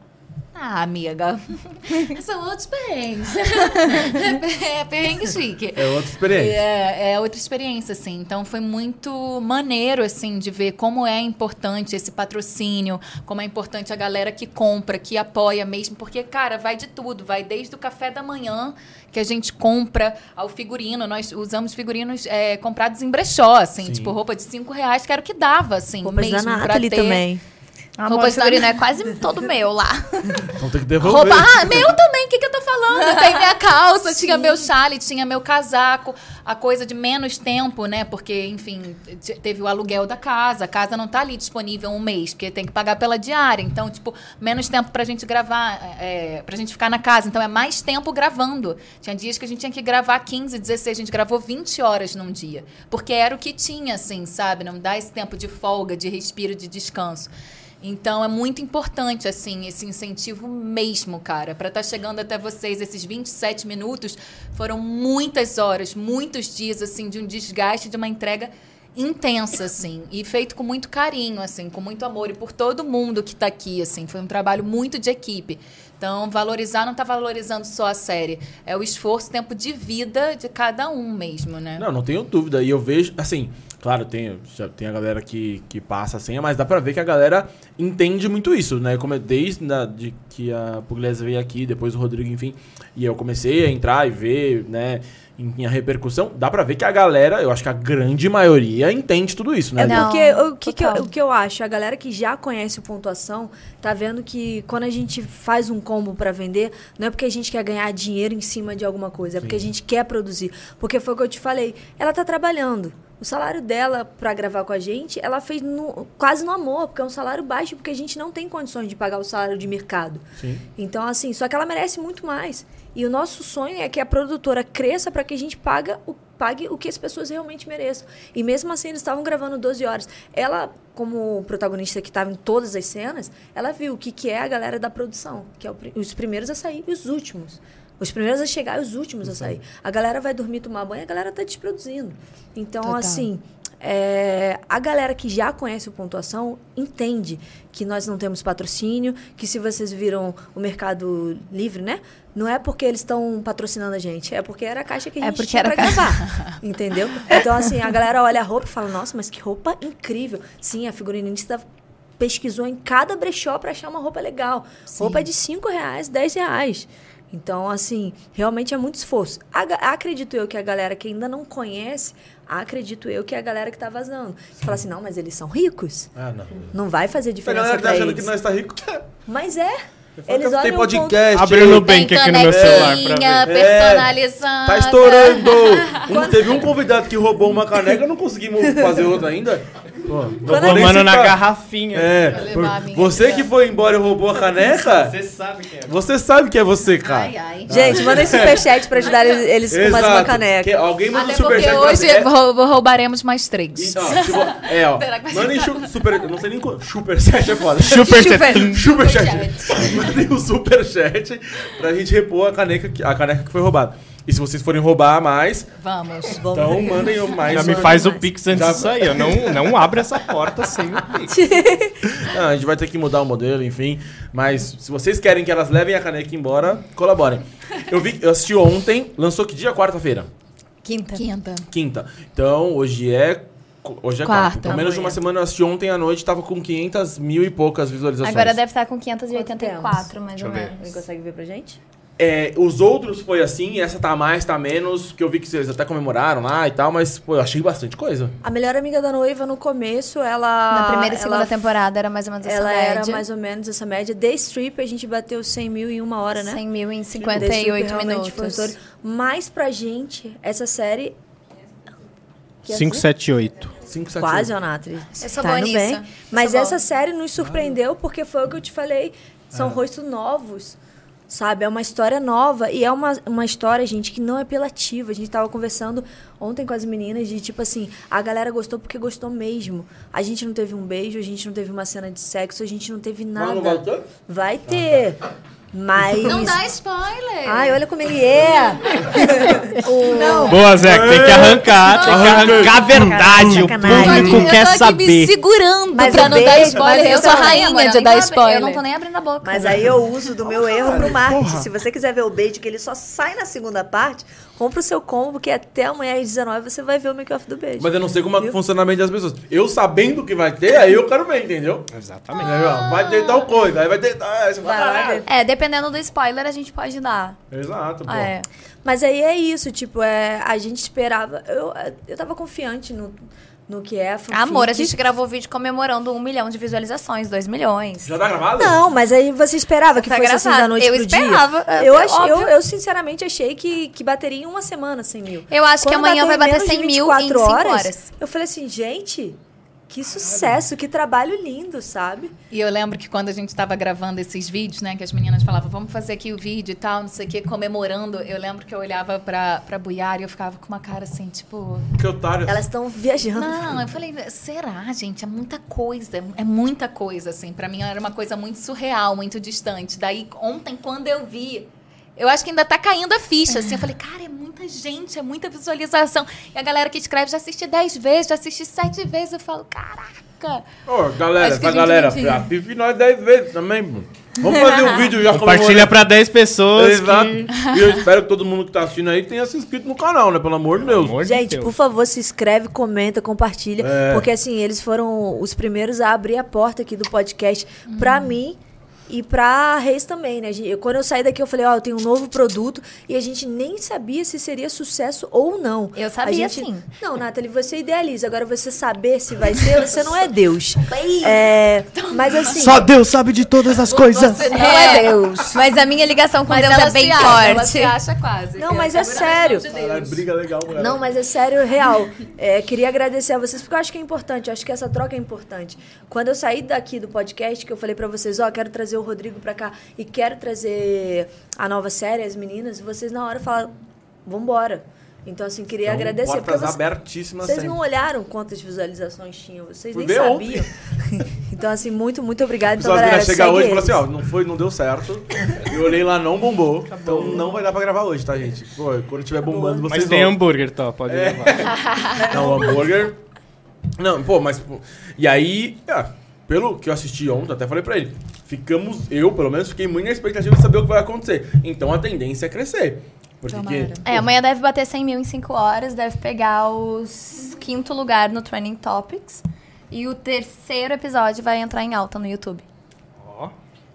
[SPEAKER 5] Ah, amiga. <laughs> São outros perrengues. <laughs> é perrengue chique.
[SPEAKER 1] É outra experiência.
[SPEAKER 5] É, é outra experiência, assim. Então foi muito maneiro, assim, de ver como é importante esse patrocínio, como é importante a galera que compra, que apoia mesmo, porque, cara, vai de tudo, vai desde o café da manhã que a gente compra ao figurino. Nós usamos figurinos é, comprados em brechó, assim,
[SPEAKER 1] Sim.
[SPEAKER 5] tipo roupa de cinco reais, que era o que dava, assim,
[SPEAKER 2] Roupas da
[SPEAKER 5] mesmo pra
[SPEAKER 2] Nathalie
[SPEAKER 5] ter.
[SPEAKER 2] também.
[SPEAKER 3] Amor,
[SPEAKER 5] Roupas
[SPEAKER 3] o figurino é quase todo meu lá.
[SPEAKER 1] Então tem que devolver.
[SPEAKER 5] Roupa, ah, meu também, o que, que eu tô falando? Tem minha calça, tinha meu chale, tinha meu casaco, a coisa de menos tempo, né? Porque, enfim, te- teve o aluguel da casa, a casa não tá ali disponível um mês, porque tem que pagar pela diária. Então, tipo, menos tempo pra gente gravar, é, pra gente ficar na casa. Então, é mais tempo gravando. Tinha dias que a gente tinha que gravar 15, 16, a gente gravou 20 horas num dia. Porque era o que tinha, assim, sabe? Não dá esse tempo de folga, de respiro, de descanso. Então é muito importante assim esse incentivo mesmo, cara, para estar chegando até vocês esses 27 minutos, foram muitas horas, muitos dias assim de um desgaste, de uma entrega intensa assim, e feito com muito carinho assim, com muito amor e por todo mundo que tá aqui assim, foi um trabalho muito de equipe. Então, valorizar não tá valorizando só a série, é o esforço, tempo de vida de cada um mesmo, né?
[SPEAKER 1] Não, não tenho dúvida. E eu vejo, assim, claro, tem, já tem a galera que, que passa a senha, mas dá pra ver que a galera entende muito isso, né? Como é desde na- de que a Pugliese veio aqui, depois o Rodrigo, enfim, e eu comecei a entrar e ver, né, em, a repercussão, dá pra ver que a galera, eu acho que a grande maioria entende tudo isso, né?
[SPEAKER 2] É
[SPEAKER 1] Do-
[SPEAKER 3] Não,
[SPEAKER 2] porque o que, que eu,
[SPEAKER 3] total.
[SPEAKER 2] o que eu acho, a galera que já conhece o pontuação, tá vendo que quando a gente faz um combo pra vender, não é porque a gente quer ganhar dinheiro em cima de alguma coisa, é porque a gente quer produzir. Porque foi o que eu te falei, ela tá trabalhando. O salário dela pra gravar com a gente, ela fez no- quase no amor, porque é um salário baixo, porque a gente não tem condições de pagar o salário de mercado.
[SPEAKER 1] Sim.
[SPEAKER 2] Então, assim, só que ela merece muito mais. E o nosso sonho é que a produtora cresça para que a gente paga o, pague o que as pessoas realmente mereçam. E mesmo assim, eles estavam gravando 12 horas. Ela, como protagonista que estava em todas as cenas, ela viu o que, que é a galera da produção, que é o pri- os primeiros a sair e os últimos. Os primeiros a chegar e os últimos a sair. A galera vai dormir, tomar banho, a galera tá desproduzindo. Então,
[SPEAKER 5] Total.
[SPEAKER 2] assim, é, a galera que já conhece o pontuação entende que nós não temos patrocínio, que se vocês viram o Mercado Livre, né? Não é porque eles estão patrocinando a gente, é porque era a caixa que a
[SPEAKER 3] É
[SPEAKER 2] gente
[SPEAKER 3] porque
[SPEAKER 2] tinha
[SPEAKER 3] era
[SPEAKER 2] pra
[SPEAKER 3] a caixa.
[SPEAKER 2] gravar. Entendeu? Então, assim, a galera olha a roupa e fala, nossa, mas que roupa incrível. Sim, a figurinista pesquisou em cada brechó pra achar uma roupa legal. Roupa de 5 reais, 10 reais. Então, assim, realmente é muito esforço. A ga- acredito eu que a galera que ainda não conhece, acredito eu que é a galera que tá vazando. Você fala assim, não, mas eles são ricos.
[SPEAKER 1] Ah, não.
[SPEAKER 2] Não vai fazer
[SPEAKER 1] A
[SPEAKER 2] diferença
[SPEAKER 1] galera tá
[SPEAKER 2] pra
[SPEAKER 1] achando
[SPEAKER 2] eles.
[SPEAKER 1] que nós tá rico.
[SPEAKER 2] Mas é. Eles
[SPEAKER 1] Tem
[SPEAKER 2] olham um pouco-
[SPEAKER 1] podcast.
[SPEAKER 4] Abriu no
[SPEAKER 5] Tem
[SPEAKER 1] é
[SPEAKER 4] Bank aqui no meu celular pra
[SPEAKER 5] canequinha
[SPEAKER 4] ver.
[SPEAKER 5] personalizada.
[SPEAKER 1] Tá
[SPEAKER 2] <laughs>
[SPEAKER 1] estourando! Um- teve um convidado que roubou uma caneca, não conseguimos fazer outra ainda. Ó, não
[SPEAKER 4] Tô
[SPEAKER 1] vou nem
[SPEAKER 4] tomando na
[SPEAKER 1] citar.
[SPEAKER 4] garrafinha.
[SPEAKER 1] É,
[SPEAKER 5] Vou levar
[SPEAKER 1] por-
[SPEAKER 5] a minha
[SPEAKER 1] você
[SPEAKER 5] então.
[SPEAKER 1] que foi embora e roubou a caneca,
[SPEAKER 4] Você sabe quem é.
[SPEAKER 1] você sabe que é você, cara.
[SPEAKER 5] Ai, ai.
[SPEAKER 2] Gente,
[SPEAKER 1] <laughs>
[SPEAKER 2] mandem superchat pra ajudar eles com mais uma
[SPEAKER 1] Exato. Que
[SPEAKER 2] caneca.
[SPEAKER 1] alguém manda
[SPEAKER 5] Até
[SPEAKER 1] um superchat
[SPEAKER 5] porque
[SPEAKER 1] pra-
[SPEAKER 5] hoje
[SPEAKER 1] é-
[SPEAKER 5] rou- roubaremos mais três.
[SPEAKER 1] Então, ó, tipo, é, ó.
[SPEAKER 5] Será que vai
[SPEAKER 1] Mandem chu- super. eu Não sei nem quanto. Superchat é foda.
[SPEAKER 4] Super
[SPEAKER 1] Superchat. Mandem o superchat pra gente repor a caneca, que- a caneca que foi roubada. E se vocês forem roubar mais,
[SPEAKER 5] Vamos.
[SPEAKER 2] Vamos.
[SPEAKER 1] então mandem o mais.
[SPEAKER 4] Já me faz o pix antes disso aí. Eu não, não abro essa porta sem o pix.
[SPEAKER 1] Ah, a gente vai ter que mudar o modelo, enfim. Mas se vocês querem que elas levem a caneca embora, colaborem. Eu vi, eu assisti ontem, lançou que dia? Quarta-feira.
[SPEAKER 2] Quinta.
[SPEAKER 5] Quinta.
[SPEAKER 1] Quinta. Então, hoje é. Hoje é quarta.
[SPEAKER 5] Quarta.
[SPEAKER 1] Então, menos de uma
[SPEAKER 2] Amanhã.
[SPEAKER 1] semana eu assisti ontem à noite, tava com 500 mil e poucas visualizações.
[SPEAKER 3] Agora deve estar com
[SPEAKER 2] Quanto
[SPEAKER 3] 584, mais
[SPEAKER 4] Deixa
[SPEAKER 3] ou
[SPEAKER 4] eu ver.
[SPEAKER 3] menos.
[SPEAKER 2] Alguém consegue ver pra gente?
[SPEAKER 1] É, os outros foi assim, essa tá mais, tá menos, que eu vi que vocês até comemoraram lá e tal, mas pô, eu achei bastante coisa.
[SPEAKER 2] A melhor amiga da noiva no começo, ela.
[SPEAKER 3] Na primeira e segunda
[SPEAKER 2] ela-
[SPEAKER 3] temporada era mais ou menos essa
[SPEAKER 2] Ela
[SPEAKER 3] média.
[SPEAKER 2] era mais ou menos essa média. The Strip, a gente bateu 100 mil em uma hora, né?
[SPEAKER 3] 100 mil em
[SPEAKER 2] The Strip
[SPEAKER 3] 58
[SPEAKER 2] realmente foi um
[SPEAKER 3] minutos.
[SPEAKER 2] estouro. Mas pra gente, essa série. Quer dizer,
[SPEAKER 4] 578.
[SPEAKER 1] 5, 7,
[SPEAKER 2] Quase, Onatri. Eu
[SPEAKER 5] sou
[SPEAKER 2] tá
[SPEAKER 5] boa
[SPEAKER 2] indo
[SPEAKER 5] nisso.
[SPEAKER 2] bem.
[SPEAKER 5] Eu
[SPEAKER 2] Mas
[SPEAKER 5] sou boa.
[SPEAKER 2] essa série nos surpreendeu porque foi o que eu te falei. São rostos novos. Sabe, é uma história nova e é uma, uma história, gente, que não é apelativa. A gente tava conversando ontem com as meninas de tipo assim, a galera gostou porque gostou mesmo. A gente não teve um beijo, a gente não teve uma cena de sexo, a gente não teve nada.
[SPEAKER 1] não vai ter?
[SPEAKER 2] Vai ter. Mas.
[SPEAKER 5] Não dá spoiler.
[SPEAKER 3] Ah,
[SPEAKER 2] Ai, olha como ele é! Não,
[SPEAKER 4] Boa, Zé, que
[SPEAKER 1] É.
[SPEAKER 4] tem que arrancar, tem que arrancar a verdade.
[SPEAKER 2] Sacanagem.
[SPEAKER 4] O
[SPEAKER 5] eu tô aqui,
[SPEAKER 4] público quer
[SPEAKER 5] eu tô aqui me
[SPEAKER 4] saber.
[SPEAKER 5] segurando
[SPEAKER 2] Mas
[SPEAKER 5] pra
[SPEAKER 2] eu
[SPEAKER 5] não dar
[SPEAKER 2] beijo,
[SPEAKER 5] spoiler.
[SPEAKER 2] mas
[SPEAKER 5] é Eu
[SPEAKER 2] eu
[SPEAKER 5] sou a
[SPEAKER 2] tô-
[SPEAKER 3] Não,
[SPEAKER 5] rainha
[SPEAKER 3] eu
[SPEAKER 5] de
[SPEAKER 3] nem
[SPEAKER 5] dar
[SPEAKER 3] abro-
[SPEAKER 5] spoiler.
[SPEAKER 3] Eu não tô nem abrindo a boca.
[SPEAKER 2] Mas aí eu uso do meu erro pro marketing. Se você quiser ver o beijo, que ele só sai na segunda parte, compra o seu combo, que até amanhã às 19 você vai ver o make-off do beijo.
[SPEAKER 1] Mas eu não sei como é que
[SPEAKER 2] Viu?
[SPEAKER 1] funciona a mente das pessoas. Eu sabendo que vai ter, aí eu quero ver, entendeu?
[SPEAKER 4] Exatamente.
[SPEAKER 1] Aí, ó, Vai ter tal coisa, aí vai ter. Ah, aí você
[SPEAKER 2] Vai
[SPEAKER 1] fala,
[SPEAKER 2] lá,
[SPEAKER 1] "Ah,
[SPEAKER 2] vai ter.
[SPEAKER 3] É, dependendo do spoiler, a gente pode dar.
[SPEAKER 1] Exato, pô.
[SPEAKER 3] Ah, é.
[SPEAKER 2] Mas aí é isso, tipo, é, a gente esperava. Eu, eu tava confiante no, no que é a fanfic.
[SPEAKER 3] Amor, a gente gravou vídeo comemorando um milhão de visualizações, dois milhões.
[SPEAKER 1] Já tá gravado?
[SPEAKER 2] Não, mas aí você esperava que
[SPEAKER 3] Tá
[SPEAKER 2] fosse assim
[SPEAKER 3] gravado.
[SPEAKER 2] da noite
[SPEAKER 3] Eu
[SPEAKER 2] pro
[SPEAKER 3] esperava,
[SPEAKER 2] dia.
[SPEAKER 3] é,
[SPEAKER 2] Eu,
[SPEAKER 3] é
[SPEAKER 2] ach, eu,
[SPEAKER 3] óbvio.
[SPEAKER 2] eu sinceramente achei que, que bateria em uma semana 100 mil.
[SPEAKER 3] Eu acho que
[SPEAKER 2] Quando
[SPEAKER 3] amanhã
[SPEAKER 2] bateu
[SPEAKER 3] vai
[SPEAKER 2] em
[SPEAKER 3] bater
[SPEAKER 2] menos de
[SPEAKER 3] 100 mil em
[SPEAKER 2] 24
[SPEAKER 3] cinco
[SPEAKER 2] horas,
[SPEAKER 3] horas.
[SPEAKER 2] Eu falei assim, gente, que sucesso, que trabalho lindo, sabe?
[SPEAKER 5] E eu lembro que quando a gente estava gravando esses vídeos, né, que as meninas falavam, vamos fazer aqui o vídeo e tal, não sei o quê, comemorando, eu lembro que eu olhava pra, pra Buiara e eu ficava com uma cara assim, tipo.
[SPEAKER 1] Que otário.
[SPEAKER 2] Elas estão viajando.
[SPEAKER 5] Não, eu falei, será, gente? É muita coisa, é muita coisa, assim. Pra mim era uma coisa muito surreal, muito distante. Daí, ontem, quando eu vi, eu acho que ainda tá caindo a ficha, assim. Eu falei, cara, é muita gente, é muita visualização. E a galera que escreve, já assisti dez vezes, já assisti sete vezes. Eu falo, caraca.
[SPEAKER 1] Ô, galera,
[SPEAKER 5] Acho que
[SPEAKER 1] essa
[SPEAKER 5] a gente
[SPEAKER 1] galera,
[SPEAKER 5] mentiu.
[SPEAKER 1] assisti nós 10 vezes também, mano. Vamos fazer
[SPEAKER 2] <laughs>
[SPEAKER 1] um vídeo já
[SPEAKER 4] Compartilha pra 10 pessoas.
[SPEAKER 1] Exato.
[SPEAKER 4] que-
[SPEAKER 1] E eu espero que todo mundo que tá assistindo aí tenha se inscrito no canal, né? Pelo amor de Deus.
[SPEAKER 4] Amor de
[SPEAKER 2] Gente,
[SPEAKER 4] Deus.
[SPEAKER 2] por favor, se inscreve, comenta, compartilha. Porque assim, eles foram os primeiros a abrir a porta aqui do podcast pra
[SPEAKER 3] Uhum.
[SPEAKER 2] mim e pra Reis também, né? Gente, eu- Quando eu saí daqui, eu falei, ó, eu tenho um novo produto e a gente nem sabia se seria sucesso ou não.
[SPEAKER 3] Eu
[SPEAKER 2] A
[SPEAKER 3] sabia,
[SPEAKER 2] gente...
[SPEAKER 3] sim.
[SPEAKER 2] Não, Nathalie, você idealiza. Agora você saber se vai ser, você não é
[SPEAKER 3] <laughs>
[SPEAKER 2] Deus. É, mas assim.
[SPEAKER 4] Só Deus sabe de todas as coisas.
[SPEAKER 5] Você
[SPEAKER 3] Não é Deus. Mas a minha ligação com
[SPEAKER 5] Mas
[SPEAKER 3] Deus
[SPEAKER 5] ela
[SPEAKER 3] é bem
[SPEAKER 5] se acha, ela se
[SPEAKER 3] forte.
[SPEAKER 5] acha quase.
[SPEAKER 2] Não, mas é
[SPEAKER 5] Agora, pelo amor
[SPEAKER 2] sério.
[SPEAKER 5] de Deus.
[SPEAKER 1] Caralho, briga legal, galera.
[SPEAKER 2] Não, mas é sério, real. É, queria agradecer a vocês, porque eu acho que é importante, eu acho que essa troca é importante. Quando eu saí daqui do podcast, que eu falei pra vocês, ó, quero trazer o Rodrigo pra cá e quero trazer a nova série, as meninas, vocês na hora falaram, vambora. Então, assim, queria
[SPEAKER 1] Então,
[SPEAKER 2] agradecer, porque
[SPEAKER 1] Portas
[SPEAKER 2] vocês,
[SPEAKER 1] abertíssimas
[SPEAKER 2] vocês
[SPEAKER 1] sempre.
[SPEAKER 2] não olharam quantas visualizações tinham, vocês
[SPEAKER 1] Fui
[SPEAKER 2] nem
[SPEAKER 1] ver ontem.
[SPEAKER 2] sabiam. <laughs> então, assim, muito, muito obrigada. Então,
[SPEAKER 1] Pessoal, as
[SPEAKER 2] galera,
[SPEAKER 1] meninas chegam
[SPEAKER 2] segue
[SPEAKER 1] hoje e falam assim,
[SPEAKER 2] eles.
[SPEAKER 1] ó, não foi, não deu certo. Eu olhei lá, não bombou. Então não vai dar pra gravar hoje, tá, gente? Pô, quando tiver bombando, vocês
[SPEAKER 4] Mas tem
[SPEAKER 1] voltam.
[SPEAKER 4] hambúrguer, tá? Pode
[SPEAKER 1] É.
[SPEAKER 4] levar.
[SPEAKER 1] Não, É um hambúrguer. Não, pô, mas. pô, E aí, ah, pelo que eu assisti ontem, até falei pra ele. Ficamos, eu pelo menos, fiquei muito na expectativa de saber o que vai acontecer. Então a tendência é crescer. Porque.
[SPEAKER 5] Tomara.
[SPEAKER 3] É, amanhã deve bater 100 mil em 5 horas, deve pegar os quinto lugar no Trending Topics. E o terceiro episódio vai entrar em alta no YouTube.
[SPEAKER 4] Ó.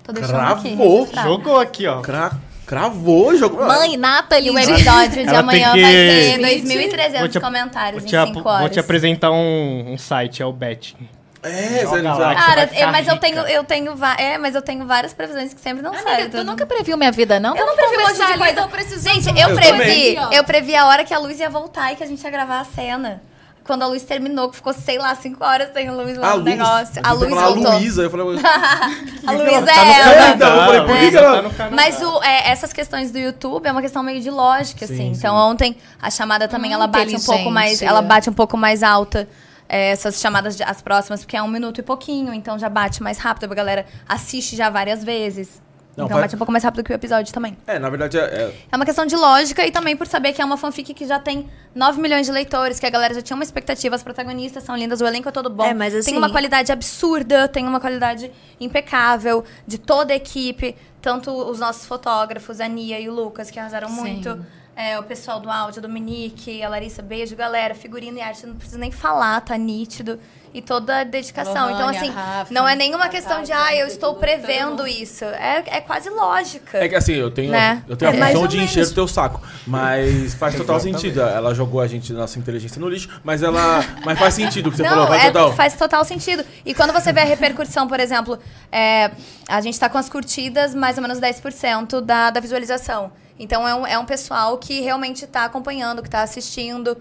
[SPEAKER 3] Tô deixando aqui.
[SPEAKER 1] Cravou.
[SPEAKER 5] Tá.
[SPEAKER 3] registrado.
[SPEAKER 4] Jogou aqui, ó.
[SPEAKER 1] Cra cravou o jogo.
[SPEAKER 5] Mãe,
[SPEAKER 3] E
[SPEAKER 5] Nathalie,
[SPEAKER 3] o episódio de
[SPEAKER 4] Ela
[SPEAKER 3] amanhã
[SPEAKER 4] tem que-
[SPEAKER 3] vai ter
[SPEAKER 5] Vou te-
[SPEAKER 4] Vou te
[SPEAKER 3] 2.300
[SPEAKER 4] ap-
[SPEAKER 3] comentários
[SPEAKER 4] vou
[SPEAKER 3] em
[SPEAKER 4] te ap-
[SPEAKER 3] 5 horas.
[SPEAKER 4] Vou te apresentar um, um site, é o Bet.
[SPEAKER 1] É,
[SPEAKER 4] Joga
[SPEAKER 1] Zé,
[SPEAKER 4] lá.
[SPEAKER 1] Zé.
[SPEAKER 4] Ah,
[SPEAKER 3] Cara,
[SPEAKER 4] vai ficar
[SPEAKER 3] é, mas eu
[SPEAKER 4] rica.
[SPEAKER 3] tenho, eu tenho, va- é, mas eu tenho várias previsões que sempre não saem.
[SPEAKER 5] Ah, Amiga, tu nunca previu minha vida, não?
[SPEAKER 3] Eu não
[SPEAKER 5] Vamos
[SPEAKER 3] previ um monte de
[SPEAKER 5] conversar ali,
[SPEAKER 3] coisa.
[SPEAKER 5] então precisamos
[SPEAKER 3] Gente,
[SPEAKER 5] de um
[SPEAKER 3] eu
[SPEAKER 5] monte
[SPEAKER 3] previ,
[SPEAKER 5] de coisa.
[SPEAKER 3] eu previ a hora que a luz ia voltar e que a gente ia gravar a cena. Quando a luz terminou, que ficou, sei lá, cinco horas sem luz
[SPEAKER 1] A
[SPEAKER 3] lá no
[SPEAKER 1] Luz.
[SPEAKER 3] Um negócio.
[SPEAKER 1] Eu
[SPEAKER 3] A
[SPEAKER 1] tentei
[SPEAKER 3] luz
[SPEAKER 1] falar
[SPEAKER 3] voltou.
[SPEAKER 1] Luísa, eu falei... ué,
[SPEAKER 3] <laughs> A Luísa
[SPEAKER 1] tá no
[SPEAKER 3] é ela.
[SPEAKER 1] Canadá, eu falei, por que que
[SPEAKER 4] Ela
[SPEAKER 1] ela-
[SPEAKER 4] tá no Canadá.
[SPEAKER 3] Mas o- é, essas questões do YouTube é uma questão meio de lógica,
[SPEAKER 1] Sim,
[SPEAKER 3] assim.
[SPEAKER 1] sim.
[SPEAKER 3] Então ontem a chamada também
[SPEAKER 5] Hum,
[SPEAKER 3] ela bate um pouco
[SPEAKER 5] inteligente.
[SPEAKER 3] mais, ela bate um pouco mais alta. é, essas chamadas de- as próximas, porque é um minuto e pouquinho, então já bate mais rápido, a galera assiste já várias vezes.
[SPEAKER 1] Não,
[SPEAKER 3] então
[SPEAKER 1] vai-
[SPEAKER 3] bate um pouco mais rápido que o episódio também.
[SPEAKER 1] É, na verdade, é, é-
[SPEAKER 3] É uma questão de lógica e também por saber que é uma fanfic que já tem 9 milhões de leitores, que a galera já tinha uma expectativa, as protagonistas são lindas, o elenco é todo bom.
[SPEAKER 2] É, mas assim-
[SPEAKER 3] Tem uma qualidade absurda, tem uma qualidade impecável de toda a equipe, tanto os nossos fotógrafos, a Nia e o Lucas, que arrasaram
[SPEAKER 5] Sim.
[SPEAKER 3] muito. é, o pessoal do áudio, a Dominique, a Larissa, beijo, galera. Figurino e arte, não preciso nem falar, tá nítido. E toda a dedicação.
[SPEAKER 5] Lohane,
[SPEAKER 3] então, assim,
[SPEAKER 5] a Rafa,
[SPEAKER 3] não é nenhuma questão de,
[SPEAKER 5] Natália,
[SPEAKER 3] ah, eu
[SPEAKER 5] tudo,
[SPEAKER 3] estou
[SPEAKER 5] todo
[SPEAKER 3] prevendo
[SPEAKER 5] mundo."
[SPEAKER 3] isso. É, é quase lógica.
[SPEAKER 1] é que assim, eu tenho,
[SPEAKER 3] Né?
[SPEAKER 1] eu tenho
[SPEAKER 2] É,
[SPEAKER 1] a
[SPEAKER 2] mais
[SPEAKER 1] função
[SPEAKER 2] ou
[SPEAKER 1] de
[SPEAKER 2] menos.
[SPEAKER 1] encher o teu saco. Mas faz total
[SPEAKER 4] Exatamente.
[SPEAKER 1] sentido. Ela jogou a gente, nossa inteligência, no lixo. Mas ela... Mas faz sentido o que você falou,
[SPEAKER 3] é-
[SPEAKER 1] vai total.
[SPEAKER 3] faz total sentido. E quando você vê a repercussão, por exemplo, é, a gente tá com as curtidas mais ou menos 10% da, da visualização. Então é um, é um pessoal que realmente tá acompanhando, que tá assistindo.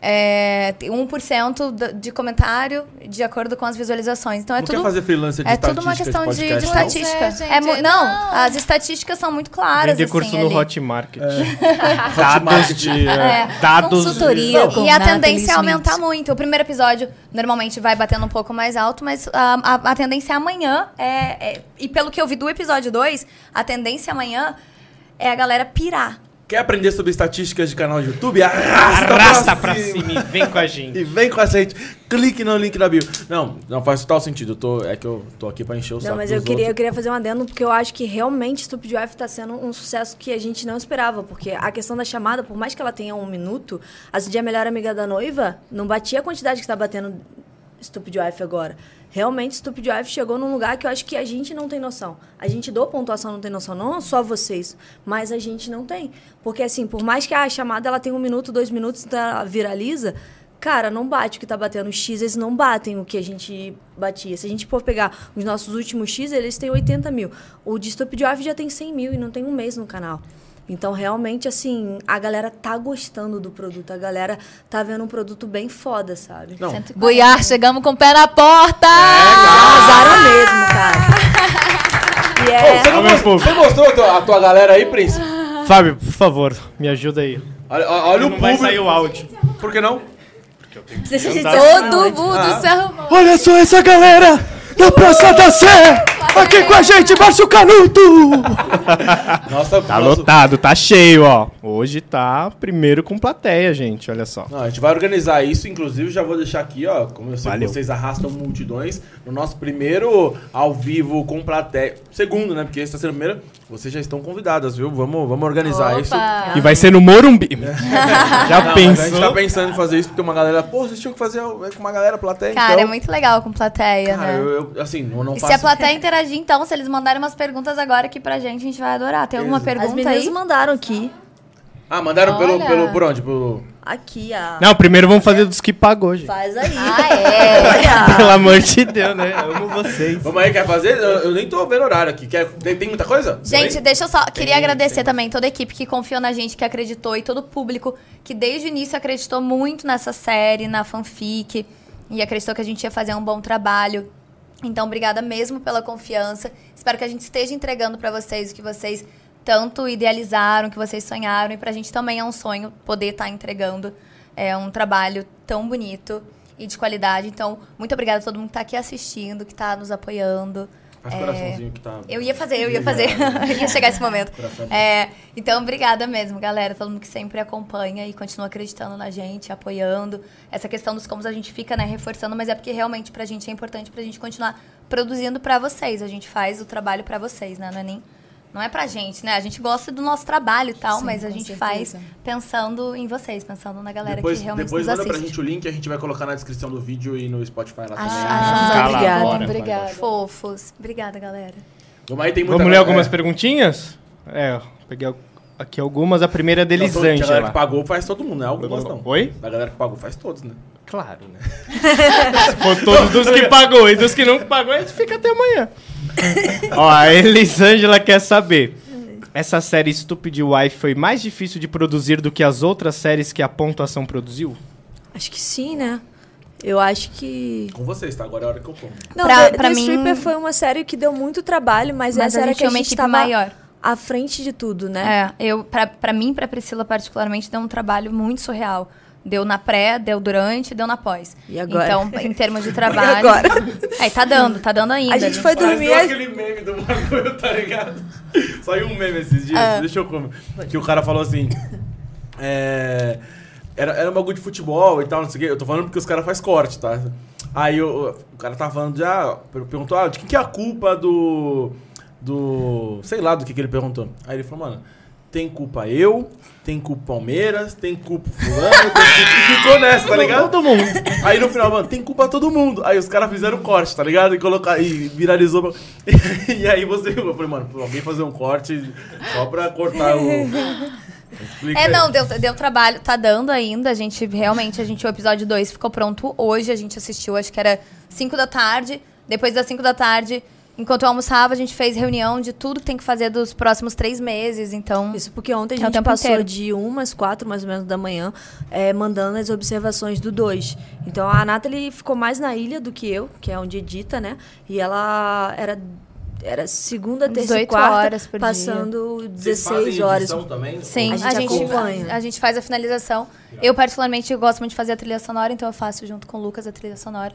[SPEAKER 3] É, tem 1% do- de comentário de acordo com as visualizações. Então é
[SPEAKER 1] não
[SPEAKER 3] tudo.
[SPEAKER 1] quer fazer freelancer de
[SPEAKER 3] É
[SPEAKER 1] estatística
[SPEAKER 3] tudo uma questão de, de
[SPEAKER 1] podcast, não?
[SPEAKER 5] estatística.
[SPEAKER 3] estatística.
[SPEAKER 5] Pois é,
[SPEAKER 3] É mu-
[SPEAKER 5] gente,
[SPEAKER 3] não,
[SPEAKER 5] não.
[SPEAKER 3] as estatísticas são muito claras.
[SPEAKER 4] Vender
[SPEAKER 3] assim,
[SPEAKER 4] curso no
[SPEAKER 3] ali.
[SPEAKER 4] Hot
[SPEAKER 1] É,
[SPEAKER 4] Market.
[SPEAKER 1] Hot
[SPEAKER 4] Dados
[SPEAKER 1] market.
[SPEAKER 4] de...
[SPEAKER 3] É.
[SPEAKER 4] Dados...
[SPEAKER 5] Consultoria.
[SPEAKER 1] Não.
[SPEAKER 5] com
[SPEAKER 3] E a
[SPEAKER 5] Nathalie
[SPEAKER 3] tendência é
[SPEAKER 5] Smith.
[SPEAKER 3] aumentar muito. O primeiro episódio normalmente vai batendo um pouco mais alto, mas ah, a, a- a tendência amanhã é, é- E pelo que eu vi do episódio 2, a tendência amanhã é a galera pirar.
[SPEAKER 1] Quer aprender sobre estatísticas de canal de YouTube?
[SPEAKER 4] <laughs>
[SPEAKER 1] Arrasta,
[SPEAKER 4] Arrasta pra cima e vem com a gente.
[SPEAKER 1] E vem com a gente. Clique no link da bio. Não, não faz total sentido. Eu tô, é que eu tô aqui pra encher o saco
[SPEAKER 2] Não, mas
[SPEAKER 1] dos
[SPEAKER 2] eu queria, eu
[SPEAKER 1] outros.
[SPEAKER 2] queria fazer um adendo, porque eu acho que realmente Stupid Wife tá sendo um sucesso que a gente não esperava. Porque a questão da chamada, por mais que ela tenha um minuto, a Cindy é a melhor amiga da noiva, não batia a quantidade que tá batendo Stupid Wife agora. Realmente, Stupid Wife chegou num lugar que eu acho que a gente não tem noção. A gente do pontuação não tem noção, não só vocês, mas a gente não tem. Porque, assim, por mais que a chamada ela tenha um minuto, dois minutos, então ela viraliza, Cara, não bate o que tá batendo. Os X, eles não batem o que a gente batia. Se a gente for pegar os nossos últimos X, eles têm 80 mil. O de Stupid Off já tem 100 mil e não tem um mês no canal. Então, realmente, assim, a galera tá gostando do produto. A galera tá vendo um produto bem foda, sabe?
[SPEAKER 1] Não,
[SPEAKER 5] Buiar, chegamos com o pé na porta!
[SPEAKER 2] Arrasaram é mesmo, cara. E é...
[SPEAKER 1] Você, não
[SPEAKER 4] Olha o
[SPEAKER 1] mostrou,
[SPEAKER 4] povo.
[SPEAKER 1] você mostrou a tua, a tua galera aí, Prince?
[SPEAKER 4] Fábio, por favor, me ajuda aí.
[SPEAKER 1] Olha, olha o
[SPEAKER 4] Não vai
[SPEAKER 1] público.
[SPEAKER 4] sair o áudio.
[SPEAKER 1] Por que
[SPEAKER 4] <laughs>
[SPEAKER 1] não?
[SPEAKER 2] Deixa a gente
[SPEAKER 5] Todo mundo se arrumou.
[SPEAKER 4] Olha só essa galera da Praça da
[SPEAKER 1] É,
[SPEAKER 4] Sé! Aqui com a gente, Márcio Canuto!
[SPEAKER 1] Nossa,
[SPEAKER 4] Tá
[SPEAKER 1] nossa-
[SPEAKER 4] lotado, tá cheio, ó. Hoje tá primeiro com plateia, gente, olha só.
[SPEAKER 1] Não, a gente vai organizar isso, inclusive já vou deixar aqui, ó, como eu sei
[SPEAKER 4] Valeu.
[SPEAKER 1] que vocês arrastam multidões, no nosso primeiro ao vivo com plateia, segundo, né, porque esse tá sendo o primeiro, vocês já estão convidadas, viu? Vamos, vamos organizar isso.
[SPEAKER 3] Ah.
[SPEAKER 5] Opa!
[SPEAKER 4] E vai ser
[SPEAKER 3] <laughs>
[SPEAKER 4] no Morumbi. Já
[SPEAKER 1] Não, mas a gente
[SPEAKER 4] pensou?
[SPEAKER 1] tá pensando em fazer isso porque uma galera, pô, vocês tinham que fazer é, com uma galera plateia,
[SPEAKER 3] Cara,
[SPEAKER 1] então...
[SPEAKER 3] é muito legal com plateia,
[SPEAKER 1] Cara,
[SPEAKER 3] né?
[SPEAKER 1] eu, eu, assim, eu não
[SPEAKER 3] E se
[SPEAKER 1] faço...
[SPEAKER 3] a plateia interagir, então, se eles mandarem umas perguntas agora aqui pra gente, a gente vai adorar. Tem alguma
[SPEAKER 1] Beleza.
[SPEAKER 2] As
[SPEAKER 3] pergunta
[SPEAKER 2] meninas
[SPEAKER 3] aí?
[SPEAKER 2] mandaram aqui.
[SPEAKER 1] Ah, mandaram pelo,
[SPEAKER 5] Olha.
[SPEAKER 1] pelo, por onde? Pelo...
[SPEAKER 2] Aqui, a...
[SPEAKER 4] Não, primeiro vamos fazer dos que pagou, gente.
[SPEAKER 2] Faz aí.
[SPEAKER 5] Ah, é!
[SPEAKER 2] <laughs> Olha.
[SPEAKER 4] Pelo amor de Deus, né? Amo vocês.
[SPEAKER 1] Vamos aí, quer fazer? Eu, eu nem tô vendo horário aqui, quer... tem, tem muita coisa?
[SPEAKER 3] Gente,
[SPEAKER 1] Tem?
[SPEAKER 3] deixa eu só. Queria
[SPEAKER 1] Tem,
[SPEAKER 3] agradecer
[SPEAKER 1] tem.
[SPEAKER 3] também toda a equipe que confiou na gente, que acreditou, e todo o público que desde o início acreditou muito nessa série, na fanfic, e acreditou que a gente ia fazer um bom trabalho. Então, obrigada mesmo pela confiança. Espero que a gente esteja entregando pra vocês o que vocês tanto idealizaram, que vocês sonharam, e pra gente também é um sonho poder estar entregando é, um trabalho tão bonito e de qualidade. Então, muito obrigada a todo mundo que tá aqui assistindo, que tá nos apoiando.
[SPEAKER 1] Faz coraçãozinho que tá...
[SPEAKER 3] é, Eu ia fazer, eu
[SPEAKER 1] <laughs>
[SPEAKER 3] ia fazer. <laughs> ia chegar esse momento. É, então, obrigada mesmo, galera. Todo mundo que sempre acompanha e continua acreditando na gente, apoiando. Essa questão dos combos a gente fica, né, reforçando, mas é porque realmente pra gente é importante pra gente continuar produzindo pra vocês. A gente faz o trabalho pra vocês, né? Não é nem. Não é pra gente, né? A gente gosta do nosso trabalho e tal,
[SPEAKER 5] Sim,
[SPEAKER 3] mas a
[SPEAKER 5] com
[SPEAKER 3] gente
[SPEAKER 5] certeza.
[SPEAKER 3] faz pensando em vocês, pensando na galera
[SPEAKER 1] Depois,
[SPEAKER 3] que realmente
[SPEAKER 1] depois
[SPEAKER 3] nos
[SPEAKER 1] manda
[SPEAKER 3] assiste.
[SPEAKER 1] pra gente o link, a gente vai colocar na descrição do vídeo e no Spotify Tá lá também.
[SPEAKER 3] Ah,
[SPEAKER 4] Cala a
[SPEAKER 2] Obrigada,
[SPEAKER 4] bora,
[SPEAKER 5] obrigada.
[SPEAKER 3] Fofos. Obrigada, galera.
[SPEAKER 1] Vamos aí, tem muita
[SPEAKER 4] Vamos ler
[SPEAKER 1] coisa.
[SPEAKER 4] algumas
[SPEAKER 1] É.
[SPEAKER 4] perguntinhas? É, ó, peguei al- aqui algumas. A primeira é da
[SPEAKER 1] Então, A galera que
[SPEAKER 4] Elisângela.
[SPEAKER 1] pagou faz todo mundo, não é algumas não.
[SPEAKER 4] Oi?
[SPEAKER 1] A galera que pagou faz todos, né?
[SPEAKER 4] Claro, né? Se for todos
[SPEAKER 1] <laughs>
[SPEAKER 4] dos que pagou e dos que não pagou, a gente fica até amanhã. Ó, a Elisângela quer saber. Essa série Stupid Wife foi mais difícil de produzir do que as outras séries que a pontuação produziu?
[SPEAKER 2] Acho que sim, né? Eu acho que.
[SPEAKER 1] Com vocês, tá? Agora é a hora que eu como.
[SPEAKER 2] Não,
[SPEAKER 3] Pra-
[SPEAKER 2] The,
[SPEAKER 3] pra
[SPEAKER 2] The
[SPEAKER 3] mim-
[SPEAKER 2] Stripper foi uma série que deu muito trabalho, mas,
[SPEAKER 3] Mas
[SPEAKER 2] essa
[SPEAKER 3] a
[SPEAKER 2] era
[SPEAKER 3] gente
[SPEAKER 2] que
[SPEAKER 3] é
[SPEAKER 2] a
[SPEAKER 3] uma
[SPEAKER 2] gente tá
[SPEAKER 3] equipe
[SPEAKER 2] tava
[SPEAKER 3] maior.
[SPEAKER 2] à frente de tudo, né?
[SPEAKER 3] É, eu, pra, pra mim, pra Priscila particularmente, deu um trabalho muito surreal. Deu na pré, deu durante, deu na pós.
[SPEAKER 2] E agora?
[SPEAKER 3] Então, em
[SPEAKER 2] <laughs>
[SPEAKER 3] termos de trabalho.
[SPEAKER 2] agora?
[SPEAKER 3] <laughs> Aí tá dando, tá dando ainda.
[SPEAKER 2] A gente foi dormir. a-
[SPEAKER 1] aquele meme do bagulho, tá ligado? <laughs> Saiu um meme esses dias, deixa eu comer. Que o cara falou assim. é, era, era um bagulho de futebol e tal, não sei o quê. Eu tô falando porque os caras fazem corte, tá? Aí o, o cara tava falando de. Ah, per- perguntou, ah, de quem que é a culpa do. Do. Sei lá do que, que ele perguntou. Aí ele falou, mano. Tem culpa eu, tem culpa o Palmeiras, tem culpa o fulano, tem culpa... <laughs> e ficou nessa, tá ligado?
[SPEAKER 4] Todo mundo.
[SPEAKER 1] Aí no final, mano, tem culpa todo mundo. Aí os caras fizeram o corte, tá ligado? E colocar e viralizou. <laughs> E aí você, eu falei, mano, pra alguém fazer um corte só pra cortar o. Explica
[SPEAKER 3] É,
[SPEAKER 1] aí.
[SPEAKER 3] não, deu, deu trabalho, tá dando ainda. A gente realmente, a gente, o episódio 2 ficou pronto hoje. A gente assistiu, acho que era 5 da tarde. Depois das 5 da tarde, enquanto eu almoçava, a gente fez reunião de tudo que tem que fazer dos próximos três meses. Então,
[SPEAKER 2] Isso porque ontem a
[SPEAKER 3] É o
[SPEAKER 2] gente
[SPEAKER 3] tempo
[SPEAKER 2] passou
[SPEAKER 3] inteiro.
[SPEAKER 2] de umas quatro, mais ou menos, da manhã, eh, mandando as observações do dois. Então a Nathalie ficou mais na ilha do que eu, que é onde edita, né? E ela era, era segunda, terça e
[SPEAKER 3] 18
[SPEAKER 2] quarta,
[SPEAKER 3] horas por dia.
[SPEAKER 2] passando
[SPEAKER 1] Vocês fazem
[SPEAKER 2] 16 horas.
[SPEAKER 1] edição também?
[SPEAKER 3] sim,
[SPEAKER 2] A
[SPEAKER 3] a
[SPEAKER 2] gente
[SPEAKER 3] gente,
[SPEAKER 2] acompanha.
[SPEAKER 3] a gente faz a finalização. Eu, particularmente, gosto muito de fazer a trilha sonora, então eu faço junto com o Lucas a trilha sonora.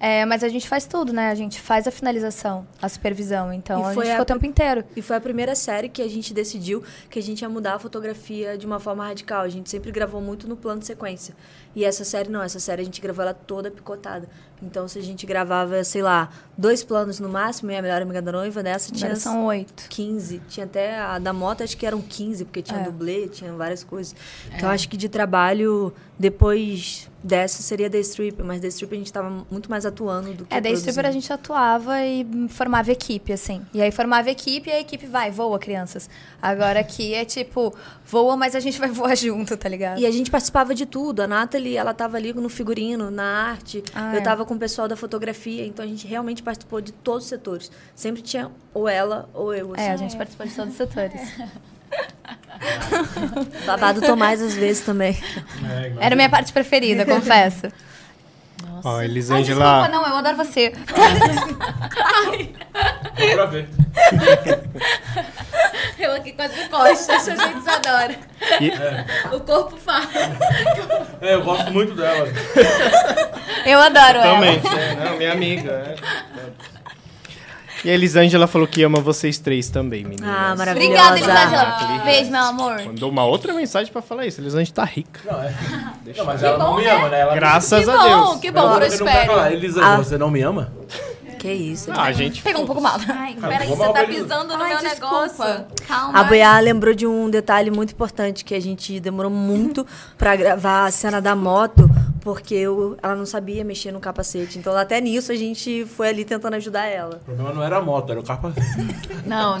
[SPEAKER 3] É, mas a gente faz tudo, né? A gente faz a finalização, a supervisão. Então,
[SPEAKER 2] E
[SPEAKER 3] a gente
[SPEAKER 2] foi a-
[SPEAKER 3] ficou o tempo inteiro.
[SPEAKER 2] E foi a primeira série que a gente decidiu que a gente ia mudar a fotografia de uma forma radical. A gente sempre gravou muito no plano de sequência. E essa série não, essa série a gente gravou ela toda picotada. Então se a gente gravava, sei lá, dois planos no máximo, e a melhor amiga da noiva nessa tinha
[SPEAKER 3] Agora são oito.
[SPEAKER 2] 15. Tinha até a da moto, acho que eram 15, porque
[SPEAKER 3] É.
[SPEAKER 2] tinha dublê, tinha várias coisas. Então acho que de trabalho, depois dessa seria The Strip, mas The Strip a gente tava muito mais atuando do que.
[SPEAKER 3] É, daí super a
[SPEAKER 2] produzindo.
[SPEAKER 3] gente atuava e hum, formava equipe, assim. E aí formava equipe e a equipe vai, voa, crianças. Agora aqui é tipo, voa, mas a gente vai <laughs> voar junto, tá ligado?
[SPEAKER 2] E a gente participava de tudo. A Nathalie, ela tava ali no figurino, na arte.
[SPEAKER 3] Ah,
[SPEAKER 2] eu
[SPEAKER 3] é.
[SPEAKER 2] tava com o pessoal da fotografia. Então a gente realmente participou de todos os setores. Sempre tinha ou ela ou eu.
[SPEAKER 3] É, a
[SPEAKER 2] assim.
[SPEAKER 3] gente participou de todos os <laughs> setores.
[SPEAKER 2] Babado Tomás às vezes
[SPEAKER 3] <laughs>
[SPEAKER 2] também.
[SPEAKER 1] É,
[SPEAKER 3] Era a minha parte <laughs> preferida, confesso.
[SPEAKER 4] Ó, a
[SPEAKER 3] Ai,
[SPEAKER 4] Elisângela.
[SPEAKER 3] desculpa, não, eu adoro <laughs> você.
[SPEAKER 1] Só pra ver.
[SPEAKER 5] Eu aqui com as de costas, <laughs> a gente adora. O corpo fala.
[SPEAKER 1] É, eu gosto muito dela.
[SPEAKER 3] Eu adoro ela.
[SPEAKER 4] É, não, minha amiga. é. E a Elisângela falou que ama vocês três também, meninas.
[SPEAKER 2] Ah, maravilhosa.
[SPEAKER 3] Obrigada,
[SPEAKER 4] Ah,
[SPEAKER 3] Elisângela. Beijo, meu amor.
[SPEAKER 4] Mandou uma outra mensagem pra falar isso. A Elisângela tá rica.
[SPEAKER 1] Não, é. Não, mas ela não me ama, né? Ela
[SPEAKER 4] Graças
[SPEAKER 5] Que
[SPEAKER 4] a Deus.
[SPEAKER 5] bom, que bom,
[SPEAKER 1] Ela não vai falar,
[SPEAKER 5] prospere.
[SPEAKER 1] Elisa,
[SPEAKER 2] Ah.
[SPEAKER 1] você não me ama?
[SPEAKER 2] Que isso.
[SPEAKER 4] Ah, a gente.
[SPEAKER 3] Pegou um pouco mal.
[SPEAKER 5] Peraí,
[SPEAKER 1] Vamos
[SPEAKER 5] você tá
[SPEAKER 1] organizar.
[SPEAKER 5] pisando no
[SPEAKER 2] Ai,
[SPEAKER 5] meu
[SPEAKER 2] desculpa.
[SPEAKER 5] negócio. Calma.
[SPEAKER 2] A Boiá lembrou de um detalhe muito importante que a gente demorou <laughs> muito pra gravar a cena da moto, porque eu- ela não sabia mexer no capacete. Então até nisso a gente foi ali tentando ajudar ela.
[SPEAKER 1] O problema não era a moto, era o capacete.
[SPEAKER 5] Não,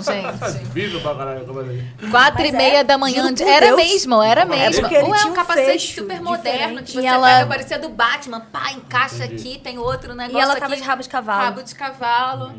[SPEAKER 1] <laughs>
[SPEAKER 5] gente.
[SPEAKER 1] Vivo pra caralho o capacete.
[SPEAKER 5] Quatro e meia da manhã.
[SPEAKER 2] Juro por
[SPEAKER 5] Era
[SPEAKER 2] Deus.
[SPEAKER 5] mesmo, era mesmo.
[SPEAKER 2] porque ele
[SPEAKER 5] Ou é
[SPEAKER 2] tinha
[SPEAKER 5] um
[SPEAKER 2] um
[SPEAKER 5] capacete
[SPEAKER 2] fecho
[SPEAKER 5] super moderno
[SPEAKER 2] diferente.
[SPEAKER 5] que você
[SPEAKER 3] E ela-
[SPEAKER 5] pega, parecia do Batman. Pá, encaixa aqui, tem outro negócio
[SPEAKER 2] E ela tava
[SPEAKER 5] aqui.
[SPEAKER 2] de rabo de cavalo.
[SPEAKER 5] Rabo de cavalo.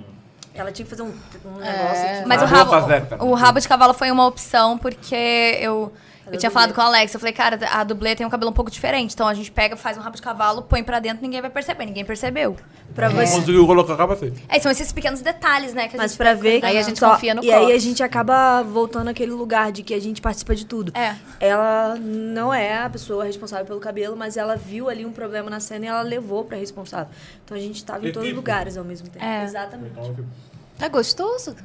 [SPEAKER 2] Ela tinha que fazer um, um
[SPEAKER 3] É.
[SPEAKER 2] negócio aqui.
[SPEAKER 3] Mas
[SPEAKER 1] Ah,
[SPEAKER 3] o rabo,
[SPEAKER 1] roupa velha.
[SPEAKER 3] o, o rabo de cavalo foi uma opção, porque eu, eu tinha falado com o Alex, eu falei, cara, a dublê tem um cabelo um pouco diferente, então a gente pega, faz um rabo de cavalo, põe pra dentro, ninguém vai perceber, ninguém percebeu.
[SPEAKER 2] Pra
[SPEAKER 1] Não
[SPEAKER 2] você.
[SPEAKER 1] conseguiu colocar capacete.
[SPEAKER 3] É, são esses pequenos detalhes, né, que a
[SPEAKER 2] Mas
[SPEAKER 3] gente
[SPEAKER 2] pra
[SPEAKER 3] vai
[SPEAKER 2] ver que
[SPEAKER 5] Aí a
[SPEAKER 3] cuidando.
[SPEAKER 5] gente confia no
[SPEAKER 2] E aí a
[SPEAKER 5] corte.
[SPEAKER 2] gente acaba voltando àquele lugar de que a gente participa de tudo.
[SPEAKER 3] É.
[SPEAKER 2] Ela não é a pessoa responsável pelo cabelo, mas ela viu ali um problema na cena e ela levou pra responsável. Então a gente tava em todos os
[SPEAKER 1] Equipe.
[SPEAKER 2] lugares ao mesmo tempo.
[SPEAKER 3] É.
[SPEAKER 2] Exatamente.
[SPEAKER 5] Tá gostoso?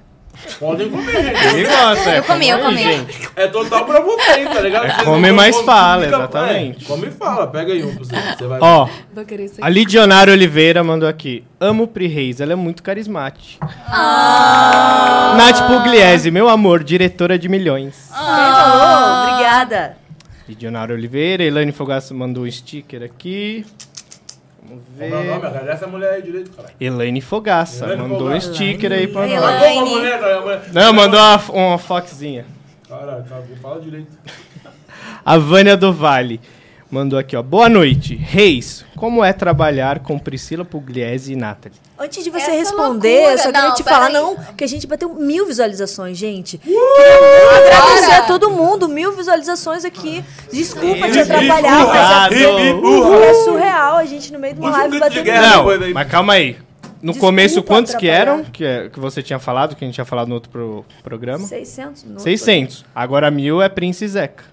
[SPEAKER 1] Podem comer, gente.
[SPEAKER 4] Ele gosta, é,
[SPEAKER 3] Eu comi, eu
[SPEAKER 4] come aí,
[SPEAKER 3] comi.
[SPEAKER 4] gente.
[SPEAKER 1] É total pra você, tá ligado? Vocês
[SPEAKER 4] É come,
[SPEAKER 1] não
[SPEAKER 4] mas
[SPEAKER 1] comem,
[SPEAKER 4] fala,
[SPEAKER 1] fica-
[SPEAKER 4] exatamente.
[SPEAKER 1] é, come e fala, pega aí um pra você. Você vai.
[SPEAKER 4] Ó,
[SPEAKER 5] Vou querer isso
[SPEAKER 4] a Lidionário Oliveira mandou aqui. Amo Pri Reis, ela é muito carismática.
[SPEAKER 5] Ah.
[SPEAKER 4] Nath Pugliese, meu amor, diretora de milhões.
[SPEAKER 2] Oh, obrigada.
[SPEAKER 4] Lidionário Oliveira, Elaine Fogaça mandou um sticker aqui. Vamos
[SPEAKER 1] Como é o nome?
[SPEAKER 4] ver.
[SPEAKER 1] Agradece a mulher aí direito, caralho.
[SPEAKER 4] Elaine Fogaça,
[SPEAKER 1] Elaine
[SPEAKER 4] mandou um
[SPEAKER 1] Fogaça.
[SPEAKER 4] sticker aí pra
[SPEAKER 2] Elaine.
[SPEAKER 4] nós.
[SPEAKER 1] Mas como a mulher, a mulher-
[SPEAKER 4] Não, mandou uma, uma foxinha.
[SPEAKER 6] Caralho, tá bom. Fala direito.
[SPEAKER 4] A Vânia do Vale mandou aqui, ó. Boa noite. Reis, como é trabalhar com Priscila Pugliese e Nathalie?
[SPEAKER 2] Antes de
[SPEAKER 5] Essa
[SPEAKER 2] você responder,
[SPEAKER 5] loucura.
[SPEAKER 2] eu só queria
[SPEAKER 5] Não,
[SPEAKER 2] te falar,
[SPEAKER 5] peraí.
[SPEAKER 2] não, que a gente bateu mil visualizações, gente. Queria agradecer a todo mundo, mil visualizações aqui. Desculpa te atrapalhar, mas
[SPEAKER 4] Obrigado.
[SPEAKER 2] é, é surreal a gente no meio de uma
[SPEAKER 6] Puxa um
[SPEAKER 2] live
[SPEAKER 6] grito de
[SPEAKER 2] batendo
[SPEAKER 6] guerra.
[SPEAKER 2] mil.
[SPEAKER 4] Não,
[SPEAKER 6] depois aí.
[SPEAKER 4] mas calma aí. No
[SPEAKER 2] Desculpa
[SPEAKER 4] começo, quantos que
[SPEAKER 2] atrapalhar.
[SPEAKER 4] eram? Que, é- que você tinha falado, que a gente tinha falado no outro pro- programa?
[SPEAKER 2] 600? no outro.
[SPEAKER 4] 600. Agora mil é Prince e Zeca.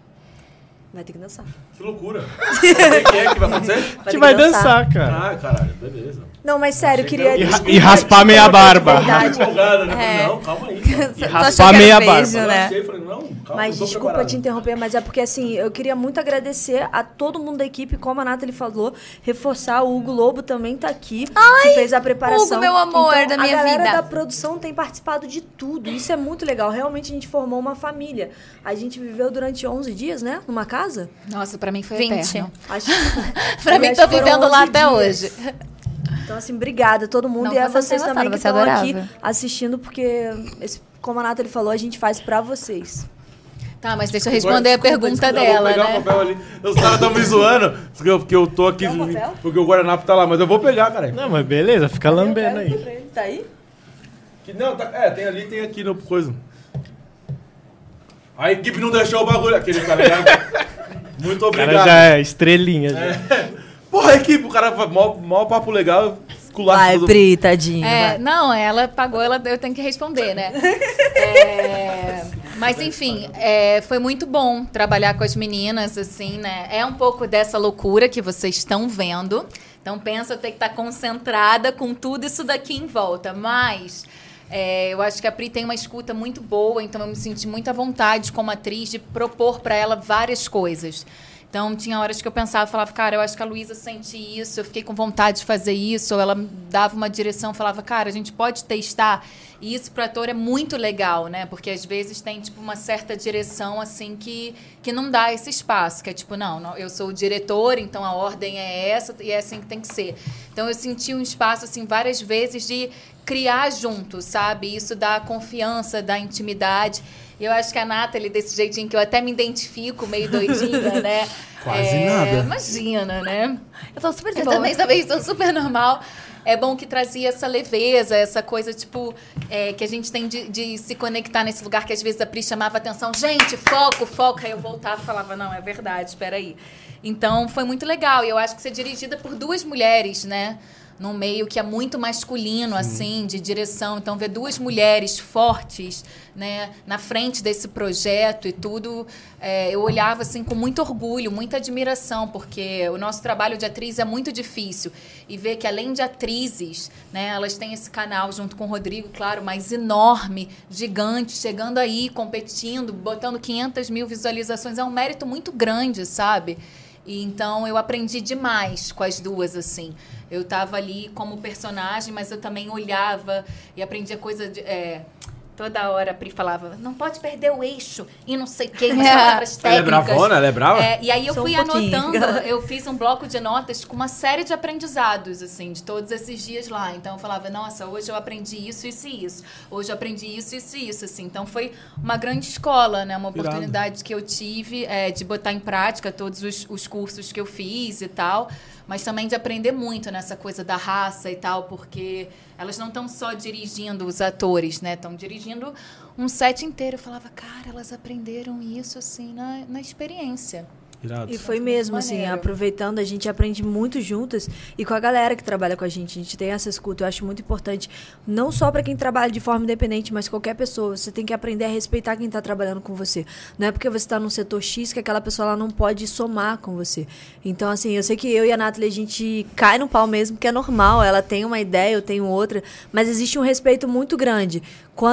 [SPEAKER 2] Vai ter que dançar.
[SPEAKER 6] Que loucura. O que é que vai acontecer?
[SPEAKER 4] A gente vai dançar, cara.
[SPEAKER 6] Ah, caralho, beleza.
[SPEAKER 2] Não, mas sério, eu queria...
[SPEAKER 4] E, ra- e raspar meia barba.
[SPEAKER 2] é
[SPEAKER 1] <laughs>
[SPEAKER 2] Verdade.
[SPEAKER 6] Empolgada, né? Não, calma aí. cara.
[SPEAKER 5] Tô
[SPEAKER 4] raspar
[SPEAKER 5] achando que
[SPEAKER 4] meia
[SPEAKER 5] era
[SPEAKER 4] barba.
[SPEAKER 5] beijo,
[SPEAKER 6] Eu
[SPEAKER 5] né?
[SPEAKER 6] achei, falei, não, calma,
[SPEAKER 2] Mas
[SPEAKER 6] eu tô
[SPEAKER 2] desculpa
[SPEAKER 6] preparado.
[SPEAKER 2] te interromper, mas é porque assim, eu queria muito agradecer a todo mundo da equipe, como a Nathalie falou, reforçar o Hugo Lobo também tá aqui, que fez a preparação.
[SPEAKER 3] Hugo, meu amor
[SPEAKER 2] Então,
[SPEAKER 3] da minha
[SPEAKER 2] a galera
[SPEAKER 3] vida.
[SPEAKER 2] da produção tem participado de tudo, isso é muito legal. Realmente a gente formou uma família. A gente viveu durante 11 dias, né, numa casa?
[SPEAKER 5] Nossa, pra mim foi
[SPEAKER 3] 20.
[SPEAKER 5] eterno.
[SPEAKER 2] Acho...
[SPEAKER 5] <laughs> Pra mim,
[SPEAKER 2] Aliás,
[SPEAKER 5] tô
[SPEAKER 2] foram
[SPEAKER 5] vivendo lá
[SPEAKER 2] 11
[SPEAKER 5] até
[SPEAKER 2] dias.
[SPEAKER 5] hoje.
[SPEAKER 2] Então assim, obrigada a todo mundo
[SPEAKER 5] Não,
[SPEAKER 2] e a
[SPEAKER 5] você não
[SPEAKER 2] vocês
[SPEAKER 5] tem
[SPEAKER 2] também
[SPEAKER 5] noção,
[SPEAKER 2] que
[SPEAKER 5] você
[SPEAKER 2] estão aqui
[SPEAKER 5] adorava.
[SPEAKER 2] assistindo porque esse- como a Nathalie falou, a gente faz pra vocês.
[SPEAKER 5] Tá, mas deixa eu responder a pergunta
[SPEAKER 6] Não,
[SPEAKER 5] dela,
[SPEAKER 6] vou pegar o
[SPEAKER 5] né?
[SPEAKER 6] papel ali. Os caras estão me zoando. Porque eu, porque eu tô aqui.
[SPEAKER 2] um papel?
[SPEAKER 6] Porque o Guaranapo tá lá, mas eu vou pegar, cara.
[SPEAKER 4] Não, mas beleza, fica lambendo aí.
[SPEAKER 2] Tá aí?
[SPEAKER 6] Que- Não, tá, é, tem ali tem aqui no coisa. A equipe não deixou o bagulho aquele, tá
[SPEAKER 1] <laughs>
[SPEAKER 6] ligado? Muito
[SPEAKER 4] O cara
[SPEAKER 6] obrigado. É,
[SPEAKER 4] já é estrelinha. já. é
[SPEAKER 6] Porra, equipe, o cara faz mó, mó papo legal, esculacha
[SPEAKER 2] Vai,
[SPEAKER 6] todo
[SPEAKER 2] Pri, tadinho.
[SPEAKER 5] É, não, ela pagou, ela, eu tenho que
[SPEAKER 6] <laughs>
[SPEAKER 5] responder, né? É, mas enfim, é, foi muito bom trabalhar com as meninas, assim, né? É um pouco dessa loucura que vocês estão vendo. Então pensa eu ter que estar concentrada com tudo isso daqui em volta. Mas é, eu acho que a Pri tem uma escuta muito boa, então eu me senti muito à vontade como atriz de propor para ela várias coisas. Então, tinha horas que eu pensava, falava, cara, eu acho que a Luísa sente isso, eu fiquei com vontade de fazer isso, ou ela me dava uma direção, falava, cara, a gente pode testar. E isso para ator é muito legal, né? Porque às vezes tem, tipo, uma certa direção, assim, que, que não dá esse espaço, que é tipo, não, não, eu sou o diretor, então a ordem é essa e é assim que tem que ser. Então, eu senti um espaço, assim, várias vezes de criar junto, sabe? Isso dá confiança, dá intimidade. E eu acho que a Nathalie, desse jeitinho que eu até me identifico, meio doidinha, né?
[SPEAKER 1] <laughs> Quase nada.
[SPEAKER 5] Imagina, né?
[SPEAKER 3] Eu sou super de
[SPEAKER 5] Eu
[SPEAKER 3] boa.
[SPEAKER 5] também também sou super normal. É bom que trazia essa leveza, essa coisa, tipo, é, que a gente tem de, de se conectar nesse lugar que às vezes a Pri chamava atenção. Gente, foco, foco. Aí eu voltava e falava, não, é verdade, peraí. Então, foi muito legal. E eu acho que ser dirigida por duas mulheres, né? Num meio que é muito masculino, assim, de direção. Então, ver duas mulheres fortes, né, na frente desse projeto e tudo, é, eu olhava, assim, com muito orgulho, muita admiração, porque o nosso trabalho de atriz é muito difícil. E ver que, além de atrizes, né, elas têm esse canal junto com o Rodrigo, claro, mas enorme, gigante, chegando aí, competindo, botando 500 mil visualizações, é um mérito muito grande, sabe? E então eu aprendi demais com as duas, assim. Eu tava ali como personagem, mas eu também olhava e aprendia coisa de. é, Toda hora a Pri falava, não pode perder o eixo e não sei o que, mas palavras
[SPEAKER 6] Ela é
[SPEAKER 5] técnicas.
[SPEAKER 6] bravona? Ela é brava?
[SPEAKER 5] É, e aí eu
[SPEAKER 2] Só um
[SPEAKER 5] fui
[SPEAKER 2] pouquinho.
[SPEAKER 5] anotando,
[SPEAKER 2] <laughs>
[SPEAKER 5] eu fiz um bloco de notas com uma série de aprendizados, assim, de todos esses dias lá. Então eu falava, nossa, hoje eu aprendi isso, isso e isso. Hoje eu aprendi isso, isso e isso, assim. Então foi uma grande escola, né? Uma
[SPEAKER 6] Irado.
[SPEAKER 5] oportunidade que eu tive é, de botar em prática todos os, os cursos que eu fiz e tal. Mas também de aprender muito nessa coisa da raça e tal, porque elas não estão só dirigindo os atores, né? Estão dirigindo um set inteiro. Eu falava, cara, elas aprenderam isso, assim, na, na experiência.
[SPEAKER 6] Irado.
[SPEAKER 2] E foi mesmo,
[SPEAKER 5] Muito
[SPEAKER 2] assim,
[SPEAKER 5] maneiro.
[SPEAKER 2] aproveitando, a gente aprende muito juntas e com a galera que trabalha com a gente. A gente tem essa escuta, eu acho muito importante, não só para quem trabalha de forma independente, mas qualquer pessoa. Você tem que aprender a respeitar quem tá trabalhando com você. Não é porque você tá num setor X que aquela pessoa ela não pode somar com você. Então, assim, eu sei que eu e a Nathalie, a gente cai no pau mesmo, que é normal. Ela tem uma ideia, eu tenho outra, mas existe um respeito muito grande.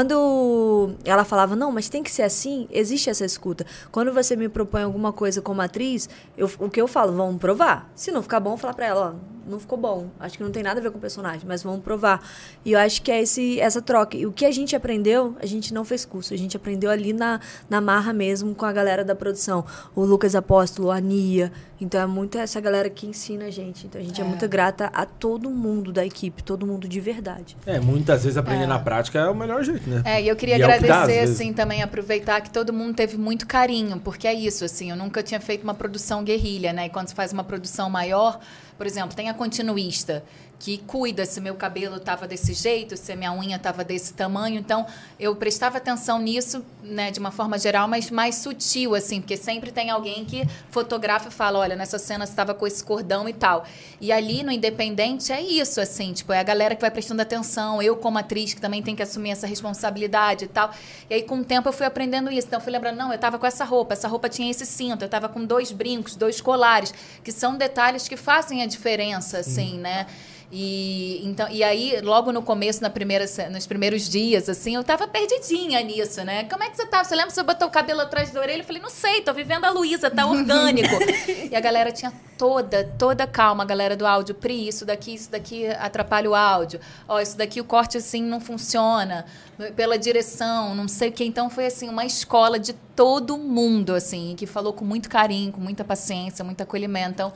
[SPEAKER 2] Quando ela falava, não, mas tem que ser assim, existe essa escuta. Quando você me propõe alguma coisa como atriz, eu- o que eu falo, vamos provar. Se não ficar bom, eu falo pra ela, ó, não ficou bom. Acho que não tem nada a ver com o personagem, mas vamos provar. E eu acho que é esse, essa troca. E o que a gente aprendeu, a gente não fez curso. A gente aprendeu ali na, na marra mesmo com a galera da produção. O Lucas Apóstolo, a Nia. Então é muito essa galera que ensina a gente. Então a gente é, muito grata a todo mundo da equipe, todo mundo de verdade.
[SPEAKER 1] É, muitas vezes aprender na prática é o melhor jeito, né?
[SPEAKER 5] É, e eu queria
[SPEAKER 1] E é o que
[SPEAKER 5] agradecer,
[SPEAKER 1] dá, às vezes.
[SPEAKER 5] assim, também aproveitar que todo mundo teve muito carinho, porque é isso, assim, eu nunca tinha feito uma produção guerrilha, né? E quando se faz uma produção maior, por exemplo, tem a continuista, que cuida se meu cabelo estava desse jeito, se minha unha estava desse tamanho. Então, eu prestava atenção nisso, né, de uma forma geral, mas mais sutil, assim, porque sempre tem alguém que fotografa e fala, olha, nessa cena você estava com esse cordão e tal. E ali no Independente é isso, assim, tipo, é a galera que vai prestando atenção, eu como atriz que também tem que assumir essa responsabilidade e tal. E aí, com o tempo, eu fui aprendendo isso. Então, eu fui lembrando, não, eu tava com essa roupa, essa roupa tinha esse cinto, eu tava com dois brincos, dois colares, que são detalhes que fazem a diferença, assim, né? E, então, e aí, logo no começo, na primeira, se- nos primeiros dias, assim, eu tava perdidinha nisso, né? Como é que você tava? Você lembra que você botou o cabelo atrás da orelha? Eu falei, não sei, tô vivendo a Luísa, tá orgânico. e a galera tinha toda, toda calma, a galera do áudio. Pri, isso daqui, isso daqui atrapalha o áudio. Ó, isso daqui o corte assim não funciona. Pela direção, não sei o que. Então foi assim, uma escola de todo mundo, assim, que falou com muito carinho, com muita paciência, muito acolhimento. Então,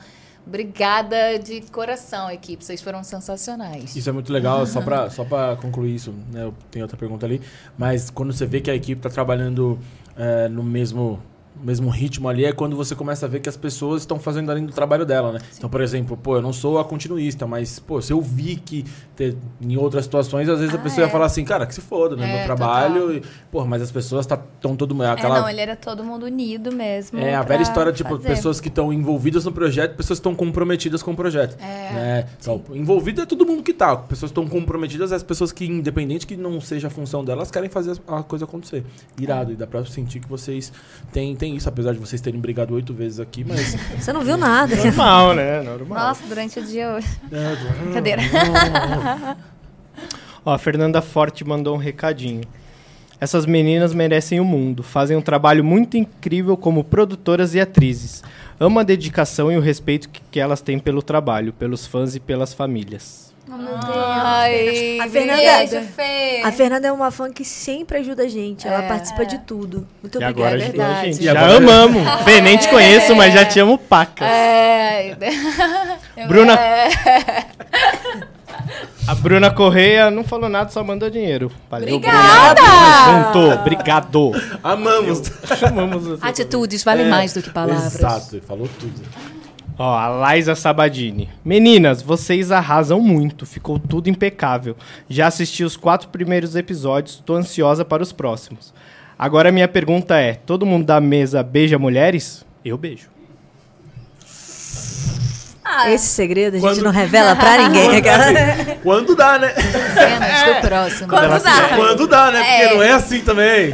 [SPEAKER 5] Obrigada de coração, equipe. Vocês foram sensacionais.
[SPEAKER 1] Isso é muito legal, só pra, só pra concluir isso, né? Eu tenho outra pergunta ali. Mas quando você vê que a equipe tá trabalhando é, no mesmo, mesmo ritmo ali, é quando você começa a ver que as pessoas estão fazendo além do trabalho dela, né? Então, por exemplo, pô, eu não sou a continuista, mas, pô, se eu vi que te- em outras situações, às vezes a
[SPEAKER 3] Ah,
[SPEAKER 1] pessoa
[SPEAKER 3] é.
[SPEAKER 1] ia falar assim, cara, que se foda, né?
[SPEAKER 5] É,
[SPEAKER 1] Meu trabalho. E, pô, mas as pessoas estão todo mundo. Aquela...
[SPEAKER 3] É, não, ele era todo mundo unido mesmo.
[SPEAKER 1] É, a
[SPEAKER 3] pra
[SPEAKER 1] velha história, tipo,
[SPEAKER 3] fazer.
[SPEAKER 1] pessoas que estão envolvidas no projeto, pessoas que estão comprometidas com o projeto. É. Né? Então, envolvido é todo mundo que tá. Pessoas que estão comprometidas, as pessoas que, independente que não seja a função delas, querem fazer a coisa acontecer. Irado, e dá pra sentir que vocês têm, têm isso, apesar de vocês terem brigado oito vezes aqui, mas.
[SPEAKER 2] Você não viu nada.
[SPEAKER 6] É.
[SPEAKER 4] Normal, né? Normal.
[SPEAKER 3] Nossa, durante o dia hoje.
[SPEAKER 1] É,
[SPEAKER 3] Brincadeira.
[SPEAKER 4] Ó, a Fernanda Forte mandou um recadinho. Essas meninas merecem o mundo. Fazem um trabalho muito incrível como produtoras e atrizes. Amo a dedicação e o respeito que, que elas têm pelo trabalho, pelos fãs e pelas famílias.
[SPEAKER 3] Oh, meu Deus.
[SPEAKER 5] Ai,
[SPEAKER 2] A Fernanda-
[SPEAKER 5] beijo, Fê.
[SPEAKER 2] A Fernanda é uma fã que sempre ajuda a gente. Ela participa de tudo. Muito
[SPEAKER 4] e
[SPEAKER 2] obrigada.
[SPEAKER 4] agora
[SPEAKER 5] é
[SPEAKER 4] ajudou a
[SPEAKER 5] verdade.
[SPEAKER 4] gente.
[SPEAKER 1] E
[SPEAKER 4] Já
[SPEAKER 1] agora-
[SPEAKER 4] amamos. Fê, nem te conheço, mas já te amo paca.
[SPEAKER 5] É.
[SPEAKER 4] Bruna.
[SPEAKER 5] <laughs>
[SPEAKER 4] A Bruna Correia não falou nada, só mandou dinheiro. Valeu,
[SPEAKER 5] Obrigada!
[SPEAKER 4] Bruna. Juntou, obrigado.
[SPEAKER 1] amamos!
[SPEAKER 4] Chamamos você.
[SPEAKER 5] Atitudes valem mais do que palavras.
[SPEAKER 1] É. Exato, falou tudo.
[SPEAKER 4] Ó, a Laisa Sabadini. Meninas, vocês arrasam muito, ficou tudo impecável. Já assisti os quatro primeiros episódios, tô ansiosa para os próximos. Agora minha pergunta é: todo mundo da mesa beija mulheres? Eu beijo.
[SPEAKER 5] Ah.
[SPEAKER 2] Esse segredo a gente
[SPEAKER 1] Quando-
[SPEAKER 2] não revela pra
[SPEAKER 4] <laughs>
[SPEAKER 2] ninguém. <laughs>
[SPEAKER 1] Quando dá, né?
[SPEAKER 5] Cenas do próximo.
[SPEAKER 3] Quando dá.
[SPEAKER 1] Quando dá, né? Porque não é assim também.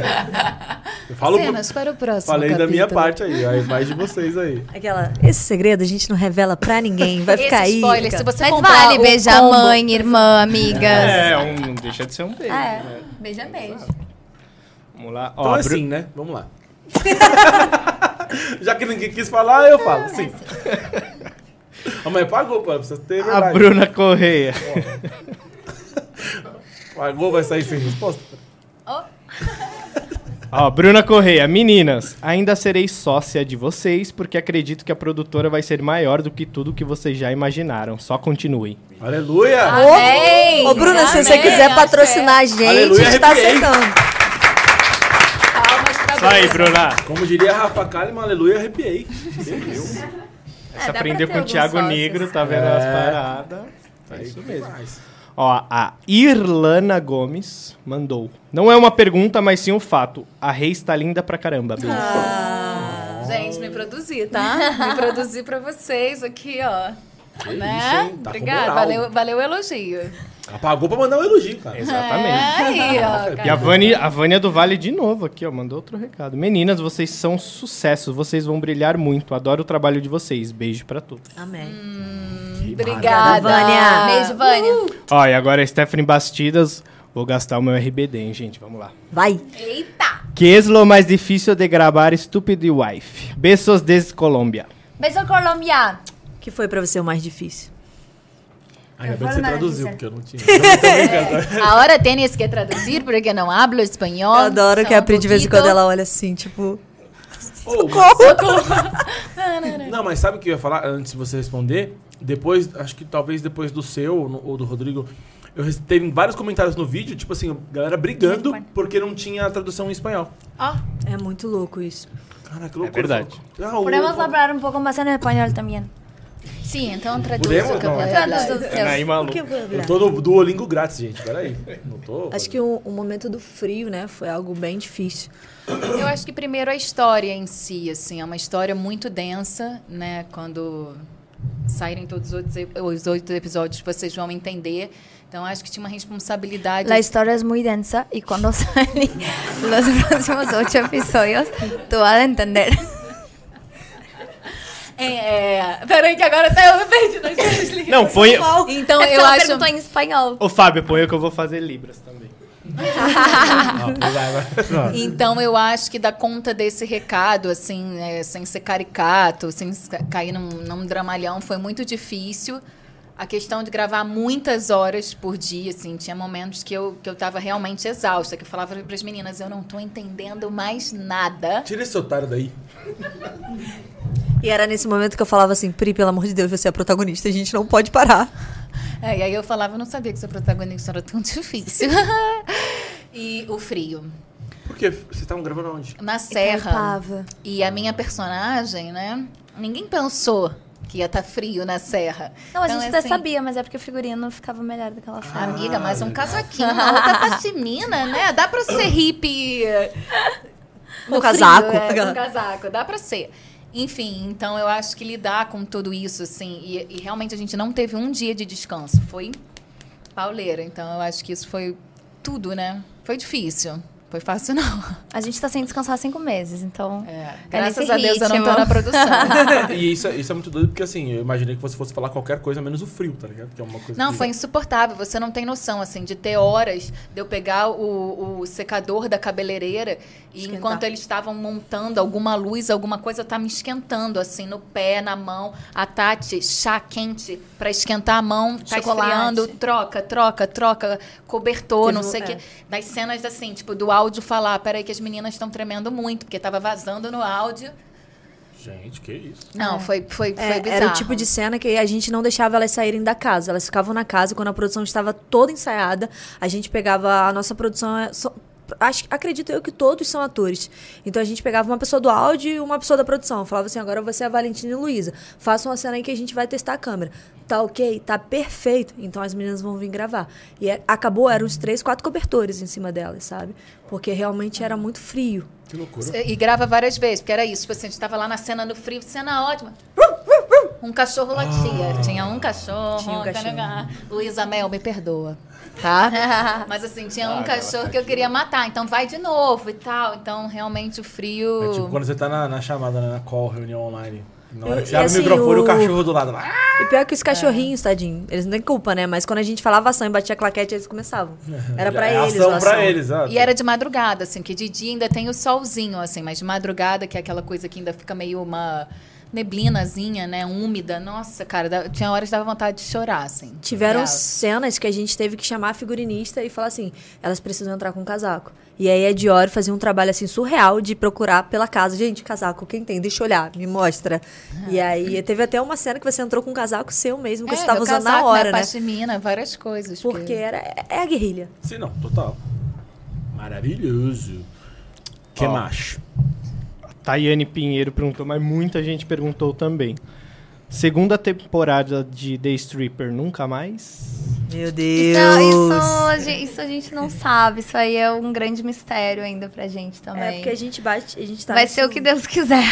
[SPEAKER 1] Eu falo
[SPEAKER 5] Cenas para o próximo.
[SPEAKER 1] Falei da minha
[SPEAKER 5] capítulo.
[SPEAKER 1] parte aí, aí mais de vocês aí.
[SPEAKER 2] Aquela, esse segredo a gente não revela pra ninguém. Vai
[SPEAKER 5] Esse
[SPEAKER 2] ficar aí.
[SPEAKER 5] spoiler,
[SPEAKER 2] cara.
[SPEAKER 5] se você
[SPEAKER 3] Mas
[SPEAKER 5] comprar
[SPEAKER 3] vale
[SPEAKER 5] o
[SPEAKER 3] beijar
[SPEAKER 5] combo-
[SPEAKER 3] mãe, irmã, amigas.
[SPEAKER 4] um, não deixa de ser um beijo.
[SPEAKER 3] É. Beija, beijo.
[SPEAKER 4] Vamos lá. Ó,
[SPEAKER 1] Então
[SPEAKER 4] a
[SPEAKER 1] é
[SPEAKER 4] Bru-
[SPEAKER 1] assim, né? Vamos lá. <laughs> Já que ninguém quis falar, eu falo, sim. <laughs> A mãe pagou, pô, precisa ter
[SPEAKER 4] a
[SPEAKER 1] é verdade.
[SPEAKER 4] Bruna Correia.
[SPEAKER 1] Pagou, vai sair sem resposta.
[SPEAKER 4] Ó, Bruna Correia, meninas, ainda serei sócia de vocês, porque acredito que a produtora vai ser maior do que tudo que vocês já imaginaram. Só continuem.
[SPEAKER 1] Aleluia!
[SPEAKER 2] Ô, Bruna, se você quiser patrocinar a gente,
[SPEAKER 1] Aleluia,
[SPEAKER 2] a gente tá
[SPEAKER 1] arrepiei.
[SPEAKER 2] aceitando.
[SPEAKER 5] Palmas pra
[SPEAKER 4] Isso aí,
[SPEAKER 5] Bruna.
[SPEAKER 4] Bruna.
[SPEAKER 1] Como diria Rafa Kalimann, aleluia, arrepiei. Meu Deus.
[SPEAKER 4] Você
[SPEAKER 3] É, dá pra
[SPEAKER 4] aprendeu
[SPEAKER 3] ter
[SPEAKER 4] com o
[SPEAKER 3] alguns
[SPEAKER 4] Thiago
[SPEAKER 3] sócios.
[SPEAKER 4] Negro, tá vendo as paradas.
[SPEAKER 1] É isso mesmo.
[SPEAKER 4] Ó, a Irlana Gomes mandou. Não é uma pergunta, mas sim um fato. A Rei está linda pra caramba. beijo.
[SPEAKER 5] Gente, me produzi, tá? Me <laughs> produzi pra vocês aqui,
[SPEAKER 1] isso,
[SPEAKER 5] ó. né?
[SPEAKER 1] hein? Tá com
[SPEAKER 5] Obrigada,
[SPEAKER 1] Tá moral.
[SPEAKER 5] valeu, valeu o elogio.
[SPEAKER 1] Ela pagou pra mandar um elogio, cara.
[SPEAKER 3] Ah, é?
[SPEAKER 4] Exatamente.
[SPEAKER 5] Aí, É, ó.
[SPEAKER 4] E a Vani- a Vânia, do Vale de novo aqui, ó, mandou outro recado. Meninas, vocês são sucesso, vocês vão brilhar muito. Adoro o trabalho de vocês. Beijo pra todos.
[SPEAKER 2] Amém. Tá,
[SPEAKER 5] Obrigada.
[SPEAKER 2] Vânia.
[SPEAKER 3] Beijo, Vânia.
[SPEAKER 4] Ó, e agora a Stephanie Bastidas, vou gastar o meu RBD, hein, gente, vamos lá.
[SPEAKER 2] Vai.
[SPEAKER 4] Que es lo mais difícil de gravar Stupid Wife? Besos desde Colômbia.
[SPEAKER 3] Beijo, Colômbia.
[SPEAKER 2] O que foi pra você o mais difícil?
[SPEAKER 6] Ainda
[SPEAKER 2] Eu
[SPEAKER 6] bem que
[SPEAKER 2] falo
[SPEAKER 6] você
[SPEAKER 2] na
[SPEAKER 6] traduziu,
[SPEAKER 2] Alicia.
[SPEAKER 6] porque eu não tinha. Eu não tô brincando.
[SPEAKER 5] Ahora tienes que traducir porque não hablo espanhol.
[SPEAKER 2] Eu adoro que
[SPEAKER 5] Só
[SPEAKER 2] a
[SPEAKER 5] um
[SPEAKER 2] Pri de vez em
[SPEAKER 5] pouquinho.
[SPEAKER 2] quando ela olha assim, tipo.
[SPEAKER 6] Ô, Não, mas sabe o que eu ia falar antes de você responder? Depois, acho que talvez depois do seu ou no- ou do Rodrigo, eu rece- teve vários comentários no vídeo, tipo assim, galera brigando porque não tinha a tradução em espanhol.
[SPEAKER 3] Ó,
[SPEAKER 2] É muito louco isso.
[SPEAKER 4] Tá
[SPEAKER 6] Cara, que loucura.
[SPEAKER 4] verdade.
[SPEAKER 1] Uh.
[SPEAKER 6] Ah, o-
[SPEAKER 3] podemos falar um pouco mais em espanhol também.
[SPEAKER 5] Sim, então traduz
[SPEAKER 6] Podemos?
[SPEAKER 5] o que eu
[SPEAKER 6] Não,
[SPEAKER 5] vou
[SPEAKER 6] é
[SPEAKER 5] falar.
[SPEAKER 4] Anaí maluco.
[SPEAKER 6] Eu tô no Duolingo grátis, gente. Peraí. Não tô.
[SPEAKER 2] <laughs> Acho que o, o momento do frio, né, foi algo bem difícil.
[SPEAKER 5] Eu acho que primeiro a história em si, assim, é uma história muito densa, né? Quando saírem todos os outros e- os oito episódios, vocês vão entender. Então, acho que tinha uma responsabilidade.
[SPEAKER 3] La historia es muy densa y cuando <laughs> salen los próximos ocho episodios, tú vas a entender.
[SPEAKER 2] Eh,
[SPEAKER 5] É, é, peraí que agora até eu me perdi nas minhas linhas.
[SPEAKER 4] Não, põe.
[SPEAKER 5] Então,
[SPEAKER 3] É porque
[SPEAKER 5] eu
[SPEAKER 3] ela
[SPEAKER 5] acho...
[SPEAKER 3] perguntou em espanhol.
[SPEAKER 4] Ô, Fábio, põe eu que eu vou fazer Libras também.
[SPEAKER 6] Ah, vai, vai. Não.
[SPEAKER 5] Então eu acho que dá conta desse recado, assim, né, sem ser caricato, sem s- cair num, num dramalhão, foi muito difícil. A questão de gravar muitas horas por dia, assim, tinha momentos que eu, que eu tava realmente exausta, que eu falava para as meninas, eu não tô entendendo mais nada.
[SPEAKER 6] Tira esse otário daí.
[SPEAKER 2] E era nesse momento que eu falava assim, Pri, pelo amor de Deus, você é a protagonista, a gente não pode parar.
[SPEAKER 5] É, e aí eu falava, eu não sabia que ser protagonista era tão <laughs> difícil. e o frio.
[SPEAKER 6] Por quê? Vocês estavam gravando
[SPEAKER 5] <laughs>
[SPEAKER 6] onde?
[SPEAKER 5] Na serra.
[SPEAKER 2] Itaipava.
[SPEAKER 5] E a minha personagem, né? Ninguém pensou que ia estar frio na serra.
[SPEAKER 3] Não, a
[SPEAKER 5] Então,
[SPEAKER 3] gente até
[SPEAKER 5] assim,
[SPEAKER 3] sabia, mas é porque o figurino ficava melhor do que ela fala.
[SPEAKER 5] Amiga, mas um casaquinho, uma outra pashmina, né? Dá pra ser hippie.
[SPEAKER 2] Com
[SPEAKER 5] no
[SPEAKER 2] casaco. <laughs>
[SPEAKER 5] frio, é, com casaco, dá pra ser. Enfim, então eu acho que lidar com tudo isso, assim, e, e realmente a gente não teve um dia de descanso. Foi pauleira, então eu acho que isso foi tudo, né? Foi difícil. Foi fácil, não.
[SPEAKER 3] A gente tá sem descansar há cinco meses, então.
[SPEAKER 5] É, graças
[SPEAKER 3] nesse
[SPEAKER 5] a Deus eu não tô
[SPEAKER 3] ritmo.
[SPEAKER 5] na <laughs> produção.
[SPEAKER 6] E isso, é- isso é muito doido, porque assim, eu imaginei que você fosse falar qualquer coisa, menos o frio, tá ligado? Que é uma coisa
[SPEAKER 5] Não,
[SPEAKER 6] que-
[SPEAKER 5] foi insuportável. Você não tem noção, assim, de ter horas de eu pegar o, o secador da cabeleireira e
[SPEAKER 2] Esquentar.
[SPEAKER 5] enquanto eles estavam montando alguma luz, alguma coisa, eu tava me esquentando, assim, no pé, na mão. A Tati, chá quente pra esquentar a mão, tá
[SPEAKER 3] Chocolate.
[SPEAKER 5] esfriando, troca, troca, troca, cobertor,
[SPEAKER 2] Teve
[SPEAKER 5] não
[SPEAKER 2] um-
[SPEAKER 5] sei o
[SPEAKER 2] é.
[SPEAKER 5] quê. Das cenas, assim, tipo, do áudio falar, peraí que as meninas estão tremendo muito, porque tava vazando no áudio.
[SPEAKER 6] Gente, que isso.
[SPEAKER 5] Não, foi, foi,
[SPEAKER 2] É,
[SPEAKER 5] foi bizarro.
[SPEAKER 2] era o tipo de cena que a gente não deixava elas saírem da casa. Elas ficavam na casa quando a produção estava toda ensaiada. A gente pegava a nossa produção. é, só- acho- acredito eu que todos são atores. Então a gente pegava uma pessoa do áudio e uma pessoa da produção. Falava assim: agora você é a Valentina e Luísa. Façam uma cena aí que a gente vai testar a câmera. Tá ok, tá perfeito. Então as meninas vão vir gravar. E é- acabou, eram uns três, quatro cobertores em cima delas, sabe? Porque realmente era muito frio.
[SPEAKER 6] Que loucura.
[SPEAKER 5] E grava várias vezes, porque era isso. Tipo assim, a gente tava lá na cena no frio, cena ótima. Um cachorro latia.
[SPEAKER 6] Ah.
[SPEAKER 5] Tinha um cachorro.
[SPEAKER 2] Tinha um cachorro.
[SPEAKER 5] tarará. Luísa Mel, me perdoa.
[SPEAKER 2] <laughs>
[SPEAKER 5] Tá? Mas assim, tinha
[SPEAKER 6] Ah,
[SPEAKER 5] um cachorro que eu queria matar. Então vai de novo e tal. Então realmente o
[SPEAKER 6] É tipo
[SPEAKER 5] frio.
[SPEAKER 6] quando você tá na, na chamada, né, na call, reunião online. Na hora que
[SPEAKER 2] E-
[SPEAKER 6] você
[SPEAKER 2] e
[SPEAKER 6] abre
[SPEAKER 2] assim,
[SPEAKER 6] o microfone, o...
[SPEAKER 2] o-
[SPEAKER 6] cachorro do lado. lá.
[SPEAKER 1] "Ah!"
[SPEAKER 2] E pior que os cachorrinhos, tadinho, eles não têm culpa, né? Mas quando a gente falava ação e batia claquete, eles começavam. Era pra
[SPEAKER 6] É
[SPEAKER 2] eles.
[SPEAKER 6] Ação
[SPEAKER 2] a
[SPEAKER 6] pra eles, ah,
[SPEAKER 5] E era de madrugada, assim, que de dia ainda tem o solzinho, assim, mas de madrugada, que é aquela coisa que ainda fica meio uma neblinazinha, né? Úmida. Nossa, cara, dá- tinha horas que dava vontade de chorar, assim.
[SPEAKER 2] Tiveram
[SPEAKER 5] Real.
[SPEAKER 2] cenas que a gente teve que chamar a figurinista e falar assim: elas precisam entrar com casaco. E aí a Dior fazia um trabalho assim surreal de procurar pela casa. Gente, casaco, quem tem? Deixa eu olhar, me mostra. E aí teve até uma cena que você entrou com um casaco seu mesmo, que você tava
[SPEAKER 5] É, meu
[SPEAKER 2] usando na
[SPEAKER 5] casaco,
[SPEAKER 2] hora,
[SPEAKER 5] minha
[SPEAKER 2] né?
[SPEAKER 5] Pashmina, várias coisas.
[SPEAKER 2] Porque era, é a guerrilha.
[SPEAKER 6] Sim, não, total. Maravilhoso. Que
[SPEAKER 4] Ó.
[SPEAKER 6] macho.
[SPEAKER 4] Tayane Pinheiro perguntou, mas muita gente perguntou também. Segunda temporada de The Stripper, nunca mais?
[SPEAKER 2] Meu
[SPEAKER 3] Isso, isso, a gen- isso a gente não sabe. Isso aí é um grande mistério ainda pra gente
[SPEAKER 2] É
[SPEAKER 3] também.
[SPEAKER 2] porque a gente bate, a gente tá.
[SPEAKER 3] Vai
[SPEAKER 2] nesse
[SPEAKER 3] ser o que Deus quiser.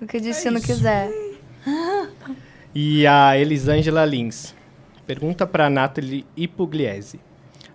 [SPEAKER 3] O que o destino quiser.
[SPEAKER 4] E a Elisângela Lins. Pergunta para Nathalie Ipugliese.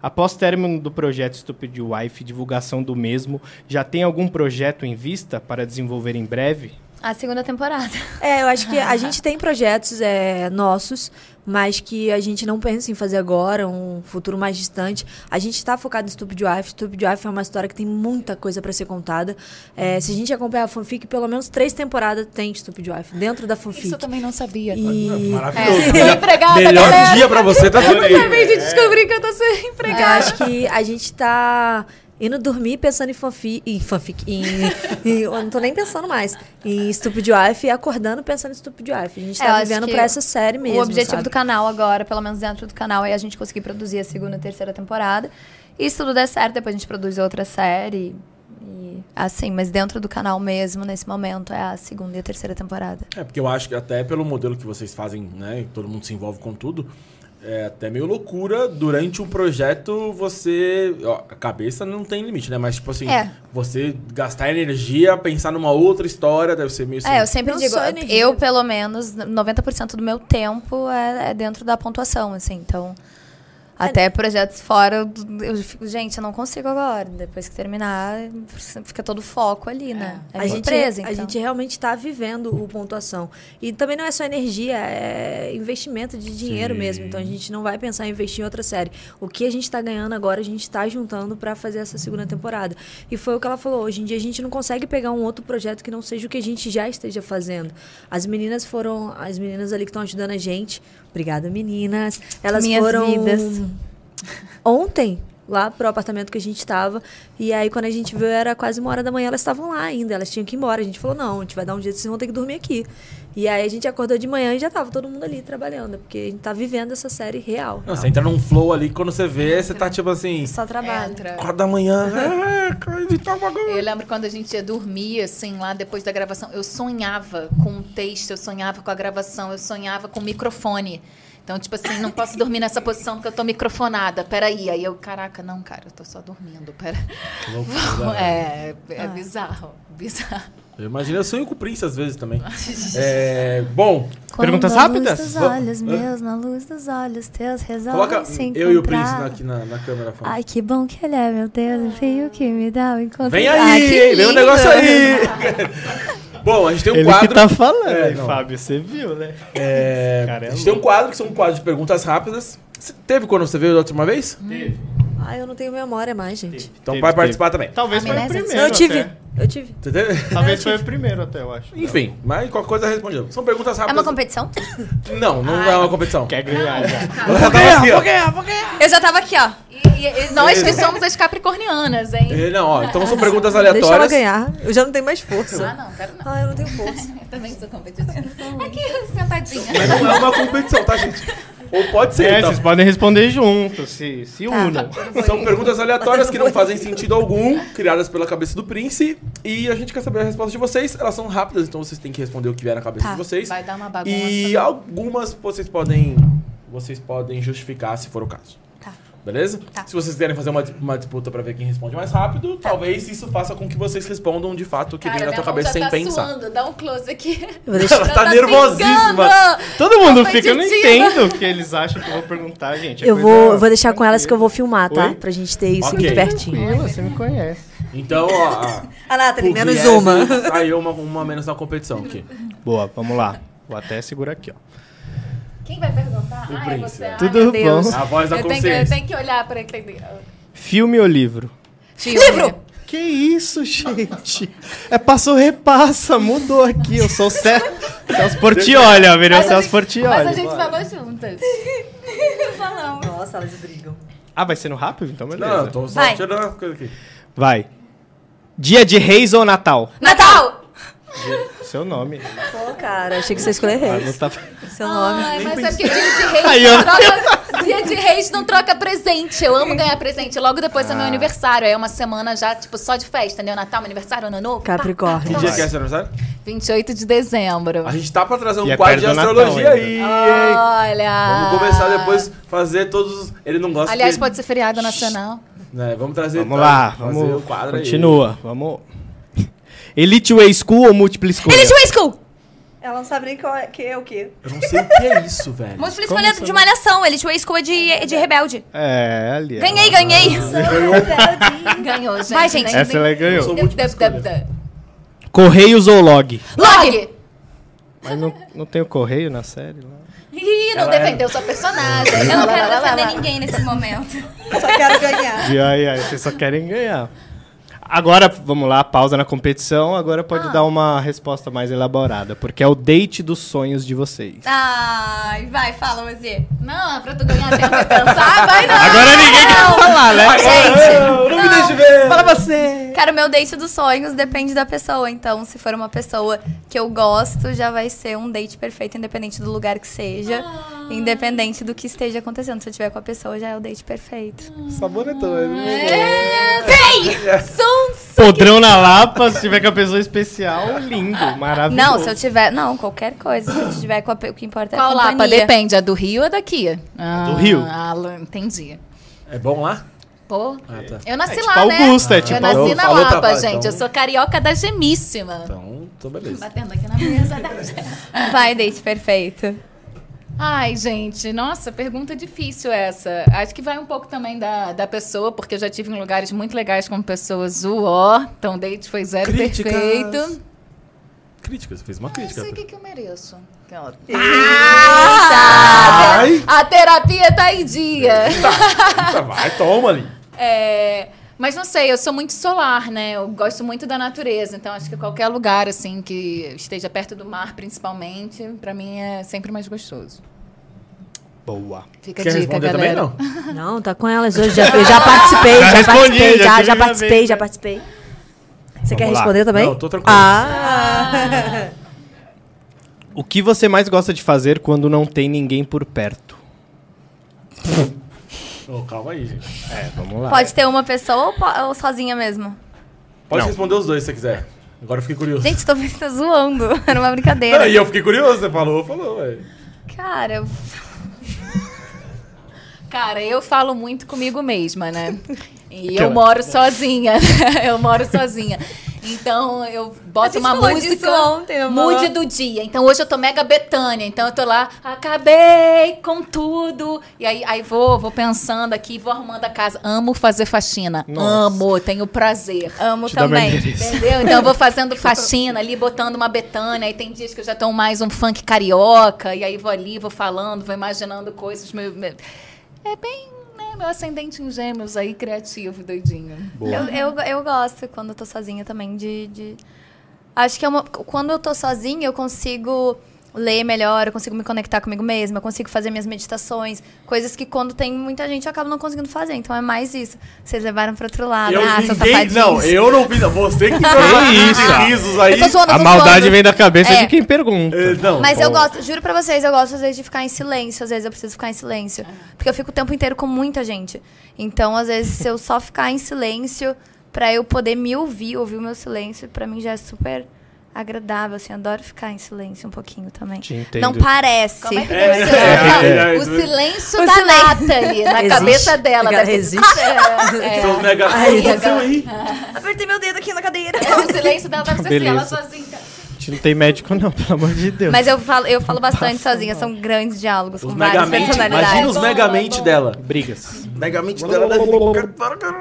[SPEAKER 4] Após término do projeto Stupid Wife e divulgação do mesmo, já tem algum projeto em vista para desenvolver em breve?
[SPEAKER 3] A segunda temporada.
[SPEAKER 2] É, eu acho que
[SPEAKER 3] <laughs>
[SPEAKER 2] a gente tem projetos é, nossos, mas que a gente não pensa em fazer agora, um futuro mais distante. A gente está focado em Stupid Wife. Stupid Wife é uma história que tem muita coisa para ser contada. É, se a gente acompanhar a fanfic, pelo menos três temporadas tem Stupid Wife dentro da fanfic.
[SPEAKER 5] Isso eu também não sabia.
[SPEAKER 2] E...
[SPEAKER 5] É,
[SPEAKER 1] Maravilhoso.
[SPEAKER 5] tô empregada,
[SPEAKER 1] Melhor
[SPEAKER 5] galera.
[SPEAKER 1] dia pra você tá sendo aí.
[SPEAKER 5] Acabei de descobrir que eu tô
[SPEAKER 2] <laughs>
[SPEAKER 5] sem
[SPEAKER 2] Eu
[SPEAKER 5] empregada.
[SPEAKER 2] acho que a gente tá indo dormir pensando em fanfic. Em fanfic. Em, <laughs> em- eu não tô nem pensando mais. Em Stupid Wife e acordando pensando em Stupid Wife. A gente
[SPEAKER 3] É, eu
[SPEAKER 2] tá
[SPEAKER 3] acho
[SPEAKER 2] vivendo
[SPEAKER 3] que
[SPEAKER 2] pra essa série É mesmo.
[SPEAKER 3] o objetivo
[SPEAKER 2] sabe?
[SPEAKER 3] do canal agora, pelo menos dentro do canal, é a gente conseguir produzir a segunda e terceira temporada. E se tudo der certo, depois a gente produz outra série. E, assim, mas dentro do canal mesmo, nesse momento, é a segunda e a terceira temporada.
[SPEAKER 1] É, porque eu acho que até pelo modelo que vocês fazem, né? e Todo mundo se envolve com tudo. É até meio loucura durante um projeto você. Ó, a cabeça não tem limite, né? Mas, tipo assim,
[SPEAKER 3] É.
[SPEAKER 1] você gastar energia, pensar numa outra história, deve ser meio assim.
[SPEAKER 3] É, eu sempre
[SPEAKER 2] Não
[SPEAKER 3] digo,
[SPEAKER 2] só energia.
[SPEAKER 3] eu pelo menos, 90% do meu tempo é, é dentro da pontuação, assim, então... Até projetos fora, eu- eu fico, gente, eu não consigo agora. Depois que terminar, fica todo o foco ali, né? É,
[SPEAKER 2] A gente,
[SPEAKER 3] empresa,
[SPEAKER 2] a
[SPEAKER 3] então.
[SPEAKER 2] gente realmente está vivendo o pontuação. E também não é só energia, é investimento de dinheiro
[SPEAKER 1] Sim.
[SPEAKER 2] mesmo. Então a gente não vai pensar em investir em outra série. O que a gente está ganhando agora, a gente está juntando para fazer essa segunda temporada. E foi o que ela falou. Hoje em dia a gente não consegue pegar um outro projeto que não seja o que a gente já esteja fazendo. As meninas foram. As meninas ali que estão ajudando a gente. Obrigada, meninas. Elas
[SPEAKER 3] Minhas
[SPEAKER 2] foram
[SPEAKER 3] vidas.
[SPEAKER 2] ontem lá pro apartamento que a gente tava. E aí, quando a gente viu, era quase uma hora da manhã, elas estavam lá ainda, elas tinham que ir embora. A gente falou, não, a gente vai dar um jeito, vocês vão ter que dormir aqui. E aí a gente acordou de manhã e já tava todo mundo ali trabalhando, porque a gente tá vivendo essa série real.
[SPEAKER 1] Não, você entra num flow ali, quando você vê, você tá tipo assim,
[SPEAKER 2] Só trabalho.
[SPEAKER 5] Entra.
[SPEAKER 1] 4 da manhã, é, cara, editar o bagulho.
[SPEAKER 5] Eu lembro quando a gente ia dormir, assim, lá depois da gravação, eu sonhava com o texto, eu sonhava com a gravação, eu sonhava com o microfone. Então, tipo assim, não posso dormir nessa posição porque eu tô microfonada. Peraí. Aí eu, caraca, não, cara, eu tô só dormindo. Pera.
[SPEAKER 1] Loucura.
[SPEAKER 5] <laughs> É, é bizarro. Bizarro.
[SPEAKER 1] Eu imagino, eu sonho com o Prince às vezes também. é, bom,
[SPEAKER 4] Perguntas
[SPEAKER 3] Quando a
[SPEAKER 4] rápidas?
[SPEAKER 3] Luz dos
[SPEAKER 1] Vamos. É.
[SPEAKER 3] olhos meus, na luz dos olhos teus, resolvem
[SPEAKER 1] coloca
[SPEAKER 3] se
[SPEAKER 1] eu e o Prince
[SPEAKER 3] encontrar.
[SPEAKER 1] na- aqui na, na câmera. Fala.
[SPEAKER 3] Ai, que bom que ele é, meu Deus, enfim, o que me dá o encontro.
[SPEAKER 1] Vem
[SPEAKER 3] Ah,
[SPEAKER 1] aí,
[SPEAKER 3] que
[SPEAKER 1] hein? vem o
[SPEAKER 3] lindo.
[SPEAKER 1] negócio aí.
[SPEAKER 3] <laughs>
[SPEAKER 1] Bom, a gente tem um
[SPEAKER 4] Ele
[SPEAKER 1] quadro.
[SPEAKER 4] que tá falando,
[SPEAKER 1] É,
[SPEAKER 4] aí,
[SPEAKER 1] não.
[SPEAKER 4] Fábio, você viu, né?
[SPEAKER 1] é,
[SPEAKER 4] Cara, é
[SPEAKER 1] a gente tem um quadro que são um quadro de perguntas rápidas. Você teve quando você veio da última vez?
[SPEAKER 2] Ai, Ah, eu não tenho memória mais, gente.
[SPEAKER 1] Então
[SPEAKER 4] Uhum. Teve,
[SPEAKER 1] vai
[SPEAKER 4] teve.
[SPEAKER 1] participar também.
[SPEAKER 4] Talvez foi o
[SPEAKER 5] Amnésia
[SPEAKER 4] primeiro.
[SPEAKER 2] Eu tive,
[SPEAKER 4] até.
[SPEAKER 2] eu tive.
[SPEAKER 1] Você teve? <laughs>
[SPEAKER 4] Talvez foi o primeiro até, eu acho.
[SPEAKER 1] Enfim, mas qualquer coisa respondeu. São perguntas
[SPEAKER 3] É
[SPEAKER 1] rápidas.
[SPEAKER 3] uma competição?
[SPEAKER 1] Não, não é uma competição.
[SPEAKER 4] Quer ganhar já.
[SPEAKER 1] Ela já tava aqui, ó.
[SPEAKER 3] Eu já tava aqui, ó.
[SPEAKER 5] E, e- e nós que somos as capricornianas, hein?
[SPEAKER 1] É, Não, ó, então
[SPEAKER 5] <laughs>
[SPEAKER 1] são perguntas
[SPEAKER 2] Deixa ela
[SPEAKER 1] aleatórias.
[SPEAKER 2] ganhar. Eu já não tenho mais
[SPEAKER 5] Ah,
[SPEAKER 2] força.
[SPEAKER 5] não, quero não.
[SPEAKER 2] Ai, eu não tenho força.
[SPEAKER 5] Eu também sou competitiva. Aqui, sentadinha.
[SPEAKER 1] Mas não é uma competição, tá, gente? Ou pode ser,
[SPEAKER 4] É,
[SPEAKER 1] então.
[SPEAKER 4] vocês podem responder juntos, se, se
[SPEAKER 5] Tá,
[SPEAKER 4] unam.
[SPEAKER 1] São perguntas aleatórias que não fazem sentido algum, criadas pela cabeça do Prince. E a gente quer saber a resposta de vocês. Elas são rápidas, então vocês têm que responder o que vier na cabeça
[SPEAKER 3] Tá,
[SPEAKER 1] de vocês.
[SPEAKER 5] Vai dar uma bagunça.
[SPEAKER 1] E algumas vocês podem. Vocês podem justificar se for o caso.
[SPEAKER 3] Tá.
[SPEAKER 1] Beleza?
[SPEAKER 3] Tá.
[SPEAKER 1] Se vocês quiserem fazer uma, dis- uma disputa pra ver quem responde mais rápido, talvez isso faça com que vocês respondam de fato o que vem na tua
[SPEAKER 5] Tá. minha mão
[SPEAKER 1] cabeça
[SPEAKER 5] já
[SPEAKER 1] sem
[SPEAKER 5] tá
[SPEAKER 1] pensar.
[SPEAKER 5] Suando. Dá um close aqui.
[SPEAKER 2] Eu vou deixar,
[SPEAKER 1] <laughs> Ela tá nervosíssima.
[SPEAKER 4] Todo mundo
[SPEAKER 5] Competitiva.
[SPEAKER 4] fica, eu não entendo o que eles acham que eu vou perguntar, gente. É
[SPEAKER 2] eu
[SPEAKER 4] coisa-
[SPEAKER 2] vou, eu vou deixar com elas que eu vou filmar, tá?
[SPEAKER 4] Oi?
[SPEAKER 2] Pra gente ter isso
[SPEAKER 1] Ok.
[SPEAKER 2] aqui pertinho.
[SPEAKER 4] Tranquilo, você me conhece.
[SPEAKER 1] Então, ó. a-
[SPEAKER 2] A Nathalie,
[SPEAKER 1] por
[SPEAKER 2] Tá menos
[SPEAKER 1] viés,
[SPEAKER 2] uma.
[SPEAKER 1] Saiu uma, uma menos na competição aqui.
[SPEAKER 4] Boa, vamos lá. Vou até segurar aqui, ó.
[SPEAKER 5] Quem vai perguntar?
[SPEAKER 1] O
[SPEAKER 5] ah, é
[SPEAKER 1] príncipe.
[SPEAKER 5] você. Ai,
[SPEAKER 4] Tudo
[SPEAKER 5] meu Deus.
[SPEAKER 4] bom.
[SPEAKER 1] A voz da
[SPEAKER 5] Eu tenho, que, eu
[SPEAKER 1] consciência.
[SPEAKER 5] tenho que olhar pra entender.
[SPEAKER 4] Filme ou livro?
[SPEAKER 5] Livro!
[SPEAKER 4] Que isso, <laughs> gente? É passou repassa, mudou aqui. Eu sou o Cé... <laughs> Celso Portioli, ó. Virei o Celso Portioli.
[SPEAKER 5] Mas a gente
[SPEAKER 4] bora.
[SPEAKER 5] falou juntas.
[SPEAKER 2] Nossa, elas brigam.
[SPEAKER 4] Ah, vai ser no rápido? Então
[SPEAKER 1] Não,
[SPEAKER 4] beleza.
[SPEAKER 1] eu tô só
[SPEAKER 3] Vai.
[SPEAKER 1] tirando uma coisa aqui.
[SPEAKER 4] Vai. Dia de Reis ou Natal?
[SPEAKER 3] Natal!
[SPEAKER 4] Seu nome.
[SPEAKER 2] Pô, cara, achei que você escolheu
[SPEAKER 4] Ah,
[SPEAKER 2] errei.
[SPEAKER 4] não tá...
[SPEAKER 2] Seu nome.
[SPEAKER 5] Ai, mas é porque dia de reis
[SPEAKER 4] Aí,
[SPEAKER 5] não
[SPEAKER 4] ó.
[SPEAKER 5] troca... Dia de reis não troca presente. Eu amo ganhar presente. Logo depois é
[SPEAKER 1] Ah.
[SPEAKER 5] meu aniversário. Aí é uma semana já, tipo, só de festa, né? Natal, meu aniversário, ano novo. pá.
[SPEAKER 1] Que
[SPEAKER 2] Capricórnio.
[SPEAKER 1] dia que é seu aniversário?
[SPEAKER 5] 28 de dezembro.
[SPEAKER 1] A gente tá pra trazer um
[SPEAKER 4] E é
[SPEAKER 1] quadro de
[SPEAKER 4] perto do Natal
[SPEAKER 1] astrologia
[SPEAKER 4] ainda.
[SPEAKER 1] aí,
[SPEAKER 5] Ah,
[SPEAKER 1] hein?
[SPEAKER 5] Olha!
[SPEAKER 1] Vamos começar depois fazer todos os... Ele não gosta
[SPEAKER 5] Ah. Aliás,
[SPEAKER 1] de...
[SPEAKER 5] pode ser feriado nacional.
[SPEAKER 1] né, Vamos trazer...
[SPEAKER 4] Vamos lá,
[SPEAKER 1] fazer
[SPEAKER 4] vamos.
[SPEAKER 1] o quadro aí.
[SPEAKER 4] Continua, vamos. Elite Way School ou Múltipla Escolha?
[SPEAKER 3] Elite Way é School!
[SPEAKER 2] tá. Ela não sabe nem qual é, que é o quê.
[SPEAKER 1] Eu não sei o que é isso, velho.
[SPEAKER 3] Múltipla escolha de malhação, Elite Way School é de, de rebelde.
[SPEAKER 4] É, ali. ó.
[SPEAKER 3] Ganhei, ganhei!
[SPEAKER 5] Ganhou, gente.
[SPEAKER 3] Vai, gente.
[SPEAKER 5] Nem-
[SPEAKER 4] Essa ela ganhou.
[SPEAKER 5] nem- Dep- dep- dep-
[SPEAKER 4] Correios ou log?
[SPEAKER 5] Log!
[SPEAKER 4] Mas não, não tem o correio na série? lá?
[SPEAKER 5] Ih, não defendeu sua personagem.
[SPEAKER 3] Eu não quero
[SPEAKER 5] Lá, lá, lá, lá,
[SPEAKER 3] defender
[SPEAKER 5] lá.
[SPEAKER 3] ninguém nesse momento.
[SPEAKER 7] Só quero ganhar.
[SPEAKER 4] E aí, aí, vocês só querem ganhar. Agora, vamos lá, pausa na competição. Agora pode dar uma resposta mais elaborada, porque é o date dos sonhos de vocês.
[SPEAKER 5] Ah,
[SPEAKER 3] Ai, vai, fala, você.
[SPEAKER 5] Não, é pra tu ganhar tempo e pensar, <laughs> vai não.
[SPEAKER 4] Agora ninguém quer falar, né?
[SPEAKER 1] Ah,
[SPEAKER 6] Não, não me deixe ver!
[SPEAKER 4] Fala você!
[SPEAKER 3] Cara, o meu date dos sonhos depende da pessoa. Então, se for uma pessoa que eu gosto, já vai ser um date perfeito, independente do lugar que seja.
[SPEAKER 5] Ah.
[SPEAKER 3] Independente do que esteja acontecendo. Se eu estiver com a pessoa, já é o date perfeito.
[SPEAKER 6] Sabonetou, ele.
[SPEAKER 3] É,
[SPEAKER 4] Podrão na Lapa, se tiver com a pessoa especial, lindo,
[SPEAKER 6] Ah,
[SPEAKER 4] maravilhoso.
[SPEAKER 3] Não, se eu tiver. Não, qualquer coisa. Se eu tiver com a. pe- O que importa é a
[SPEAKER 5] Qual
[SPEAKER 3] companhia.
[SPEAKER 5] Lapa? Depende, a do Rio ou daqui? Ah,
[SPEAKER 4] do Rio.
[SPEAKER 5] Ah, lá, entendi.
[SPEAKER 6] É bom lá?
[SPEAKER 5] Pô,
[SPEAKER 6] Ah, tá.
[SPEAKER 5] eu nasci
[SPEAKER 4] É tipo
[SPEAKER 5] lá, né?
[SPEAKER 4] Augusta, é tipo
[SPEAKER 5] Eu nasci
[SPEAKER 6] Augusta.
[SPEAKER 5] na
[SPEAKER 6] Falou,
[SPEAKER 5] Lapa,
[SPEAKER 6] Tabata,
[SPEAKER 5] gente.
[SPEAKER 6] então.
[SPEAKER 5] Eu sou carioca da gemíssima.
[SPEAKER 6] Então, tô beleza.
[SPEAKER 5] Tá Batendo aqui na mesa da <laughs>
[SPEAKER 3] Vai, date perfeito.
[SPEAKER 5] Ai, gente, nossa, pergunta difícil essa. Acho que vai um pouco também da, da pessoa, porque eu já tive em lugares muito legais com pessoas uó. Então, date foi zero
[SPEAKER 6] Críticas.
[SPEAKER 5] perfeito.
[SPEAKER 6] Crítica, você fez uma
[SPEAKER 5] Não
[SPEAKER 6] crítica.
[SPEAKER 5] sei o que, que eu mereço. Aquela-
[SPEAKER 6] Ai!
[SPEAKER 5] A terapia tá em dia.
[SPEAKER 6] Puta, Vai, toma ali.
[SPEAKER 5] É, mas não sei, eu sou muito solar, né? Eu gosto muito da natureza, então acho que qualquer lugar assim que esteja perto do mar, principalmente, pra mim é sempre mais gostoso.
[SPEAKER 4] Boa.
[SPEAKER 5] Fica
[SPEAKER 6] Quer
[SPEAKER 5] a dica,
[SPEAKER 6] responder
[SPEAKER 5] galera.
[SPEAKER 6] também, não?
[SPEAKER 2] Não, tá com elas hoje. Já, eu já participei,
[SPEAKER 4] Já
[SPEAKER 2] já,
[SPEAKER 4] respondi,
[SPEAKER 2] participei,
[SPEAKER 4] já
[SPEAKER 2] já,
[SPEAKER 4] tive
[SPEAKER 2] já
[SPEAKER 4] uma
[SPEAKER 2] participei,
[SPEAKER 4] vez,
[SPEAKER 2] já participei. Você quer
[SPEAKER 4] lá.
[SPEAKER 2] responder também?
[SPEAKER 6] Não, tô tranquilo.
[SPEAKER 2] Ah!
[SPEAKER 4] O que você mais gosta de fazer quando não tem ninguém por perto?
[SPEAKER 6] Ô, calma aí, gente.
[SPEAKER 4] É, vamos lá.
[SPEAKER 3] Pode ter uma pessoa ou, po- ou sozinha mesmo?
[SPEAKER 6] Pode
[SPEAKER 4] Não.
[SPEAKER 6] responder os dois se você quiser. Agora eu fiquei curioso.
[SPEAKER 3] Gente, tô <laughs> tá zoando. Era uma
[SPEAKER 6] Não,
[SPEAKER 3] brincadeira.
[SPEAKER 6] E eu fiquei curioso, você falou, falou, velho.
[SPEAKER 3] Cara, eu-
[SPEAKER 5] Cara, eu falo muito comigo mesma, né? E
[SPEAKER 4] Que
[SPEAKER 5] eu
[SPEAKER 4] ótimo.
[SPEAKER 5] moro sozinha. né? eu moro sozinha. Então eu
[SPEAKER 3] A
[SPEAKER 5] boto
[SPEAKER 3] gente
[SPEAKER 5] uma
[SPEAKER 3] falou
[SPEAKER 5] música
[SPEAKER 3] disso ontem, não falou?
[SPEAKER 5] mood do dia. Então hoje eu tô mega Betânia, então eu tô lá, acabei com tudo. E aí, aí vou, vou pensando aqui, vou arrumando a casa. Amo fazer faxina.
[SPEAKER 4] Nossa.
[SPEAKER 5] Amo, tenho prazer.
[SPEAKER 3] amo
[SPEAKER 4] Te dá meu
[SPEAKER 3] também.
[SPEAKER 4] endereço.
[SPEAKER 5] Entendeu? Então eu vou fazendo faxina ali, botando uma betânia. Aí tem dias que eu já tomo mais um funk carioca. E aí vou ali, vou falando, vou imaginando coisas. Meu, meu- É bem, né? Meu ascendente em gêmeos aí, criativo, doidinho.
[SPEAKER 3] Eu, eu, eu gosto quando eu tô sozinha também de. de- Acho que é uma. Quando eu tô sozinha, eu consigo ler melhor, eu consigo me conectar comigo mesma, eu consigo fazer minhas meditações, coisas que quando tem muita gente eu acabo não conseguindo fazer. Então é mais isso. Vocês levaram pro outro lado.
[SPEAKER 6] eu,
[SPEAKER 3] ah, seus
[SPEAKER 6] ninguém,
[SPEAKER 3] safadinhos.
[SPEAKER 6] não, eu não fiz, não. Você
[SPEAKER 3] <laughs>
[SPEAKER 6] que
[SPEAKER 4] isso,
[SPEAKER 6] fez
[SPEAKER 4] cara.
[SPEAKER 6] risos aí.
[SPEAKER 3] Eu tô zoando, eu
[SPEAKER 4] A
[SPEAKER 3] tô
[SPEAKER 4] maldade
[SPEAKER 3] zoando.
[SPEAKER 4] vem da cabeça
[SPEAKER 3] É.
[SPEAKER 4] de quem pergunta.
[SPEAKER 6] Eh, Não,
[SPEAKER 3] Mas
[SPEAKER 6] pô.
[SPEAKER 3] eu gosto, juro pra vocês, eu gosto às vezes de ficar em silêncio, às vezes eu preciso ficar em silêncio. Porque eu fico o tempo inteiro com muita gente. Então, às vezes, se eu só ficar em silêncio pra eu poder me ouvir, ouvir o meu silêncio, pra mim já é super agradável, assim, adoro ficar em silêncio um pouquinho também.
[SPEAKER 4] Te entendo.
[SPEAKER 3] Não parece.
[SPEAKER 5] Como é que
[SPEAKER 6] É,
[SPEAKER 5] deve ser?
[SPEAKER 6] é,
[SPEAKER 5] o
[SPEAKER 6] é, é.
[SPEAKER 5] silêncio
[SPEAKER 2] O
[SPEAKER 5] da
[SPEAKER 2] silêncio.
[SPEAKER 5] Nathalie na
[SPEAKER 2] Existe.
[SPEAKER 5] cabeça
[SPEAKER 2] Ela
[SPEAKER 5] dela. deve ser-
[SPEAKER 2] resiste.
[SPEAKER 6] <laughs>
[SPEAKER 5] É,
[SPEAKER 6] Seus
[SPEAKER 5] é.
[SPEAKER 6] mega...
[SPEAKER 2] Ai,
[SPEAKER 6] Vocês
[SPEAKER 5] legal.
[SPEAKER 6] aí.
[SPEAKER 2] Apertei meu dedo aqui na cadeira.
[SPEAKER 5] é, O silêncio dela deve ser assim, ela
[SPEAKER 4] Beleza.
[SPEAKER 5] sozinha.
[SPEAKER 4] A gente não tem médico, não, pelo amor de Deus.
[SPEAKER 3] Mas eu falo, eu falo bastante sozinha, são grandes diálogos
[SPEAKER 6] Os
[SPEAKER 3] com várias
[SPEAKER 6] megamente. Imagina
[SPEAKER 3] personalidades.
[SPEAKER 6] os megamente dela.
[SPEAKER 4] Brigas.
[SPEAKER 6] Megamente dela deve ficar...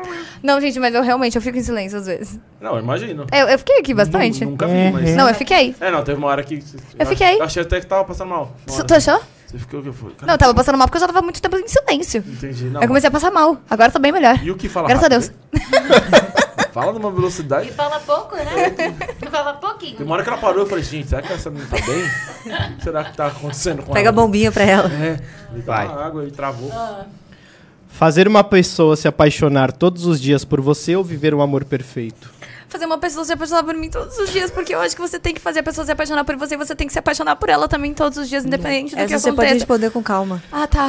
[SPEAKER 3] Não, gente, mas eu realmente eu fico em silêncio às vezes.
[SPEAKER 6] Não, imagino.
[SPEAKER 3] Eu, eu fiquei aqui É, bastante. Uhum.
[SPEAKER 6] Nu- Nunca vi, mas...
[SPEAKER 3] Não, eu fiquei.
[SPEAKER 6] É, não, teve uma hora que...
[SPEAKER 3] Eu fiquei.
[SPEAKER 6] Eu achei até que tava passando mal. Uma
[SPEAKER 3] Tu
[SPEAKER 6] hora.
[SPEAKER 3] tu achou?
[SPEAKER 6] Você ficou que eu fui.
[SPEAKER 3] Não, eu tava passando mal porque eu já tava muito tempo em silêncio.
[SPEAKER 6] Entendi, não.
[SPEAKER 3] Eu comecei a passar mal. Agora tá bem melhor.
[SPEAKER 6] Tá E o que fala
[SPEAKER 3] Graças a
[SPEAKER 6] rápido? <laughs> Fala numa velocidade...
[SPEAKER 5] E fala
[SPEAKER 6] <laughs>
[SPEAKER 5] pouco, né? Fala pouquinho.
[SPEAKER 6] Tem uma hora que ela parou, eu falei, gente, será que essa menina tá bem?
[SPEAKER 4] <laughs>
[SPEAKER 6] O que será que tá acontecendo com
[SPEAKER 2] Pega a
[SPEAKER 6] ela?
[SPEAKER 2] bombinha pra ela.
[SPEAKER 1] É.
[SPEAKER 6] Ele tá
[SPEAKER 4] Vai.
[SPEAKER 6] na água e travou.
[SPEAKER 4] Fazer uma pessoa se apaixonar todos os dias por você ou viver um amor perfeito?
[SPEAKER 3] Fazer uma pessoa se apaixonar por mim todos os dias, porque eu acho que você tem que fazer a pessoa se apaixonar por você e você tem que se apaixonar por ela também todos os dias, independente do que
[SPEAKER 2] Essa você pode
[SPEAKER 3] aconteça.
[SPEAKER 2] responder com calma.
[SPEAKER 3] Ah, tá.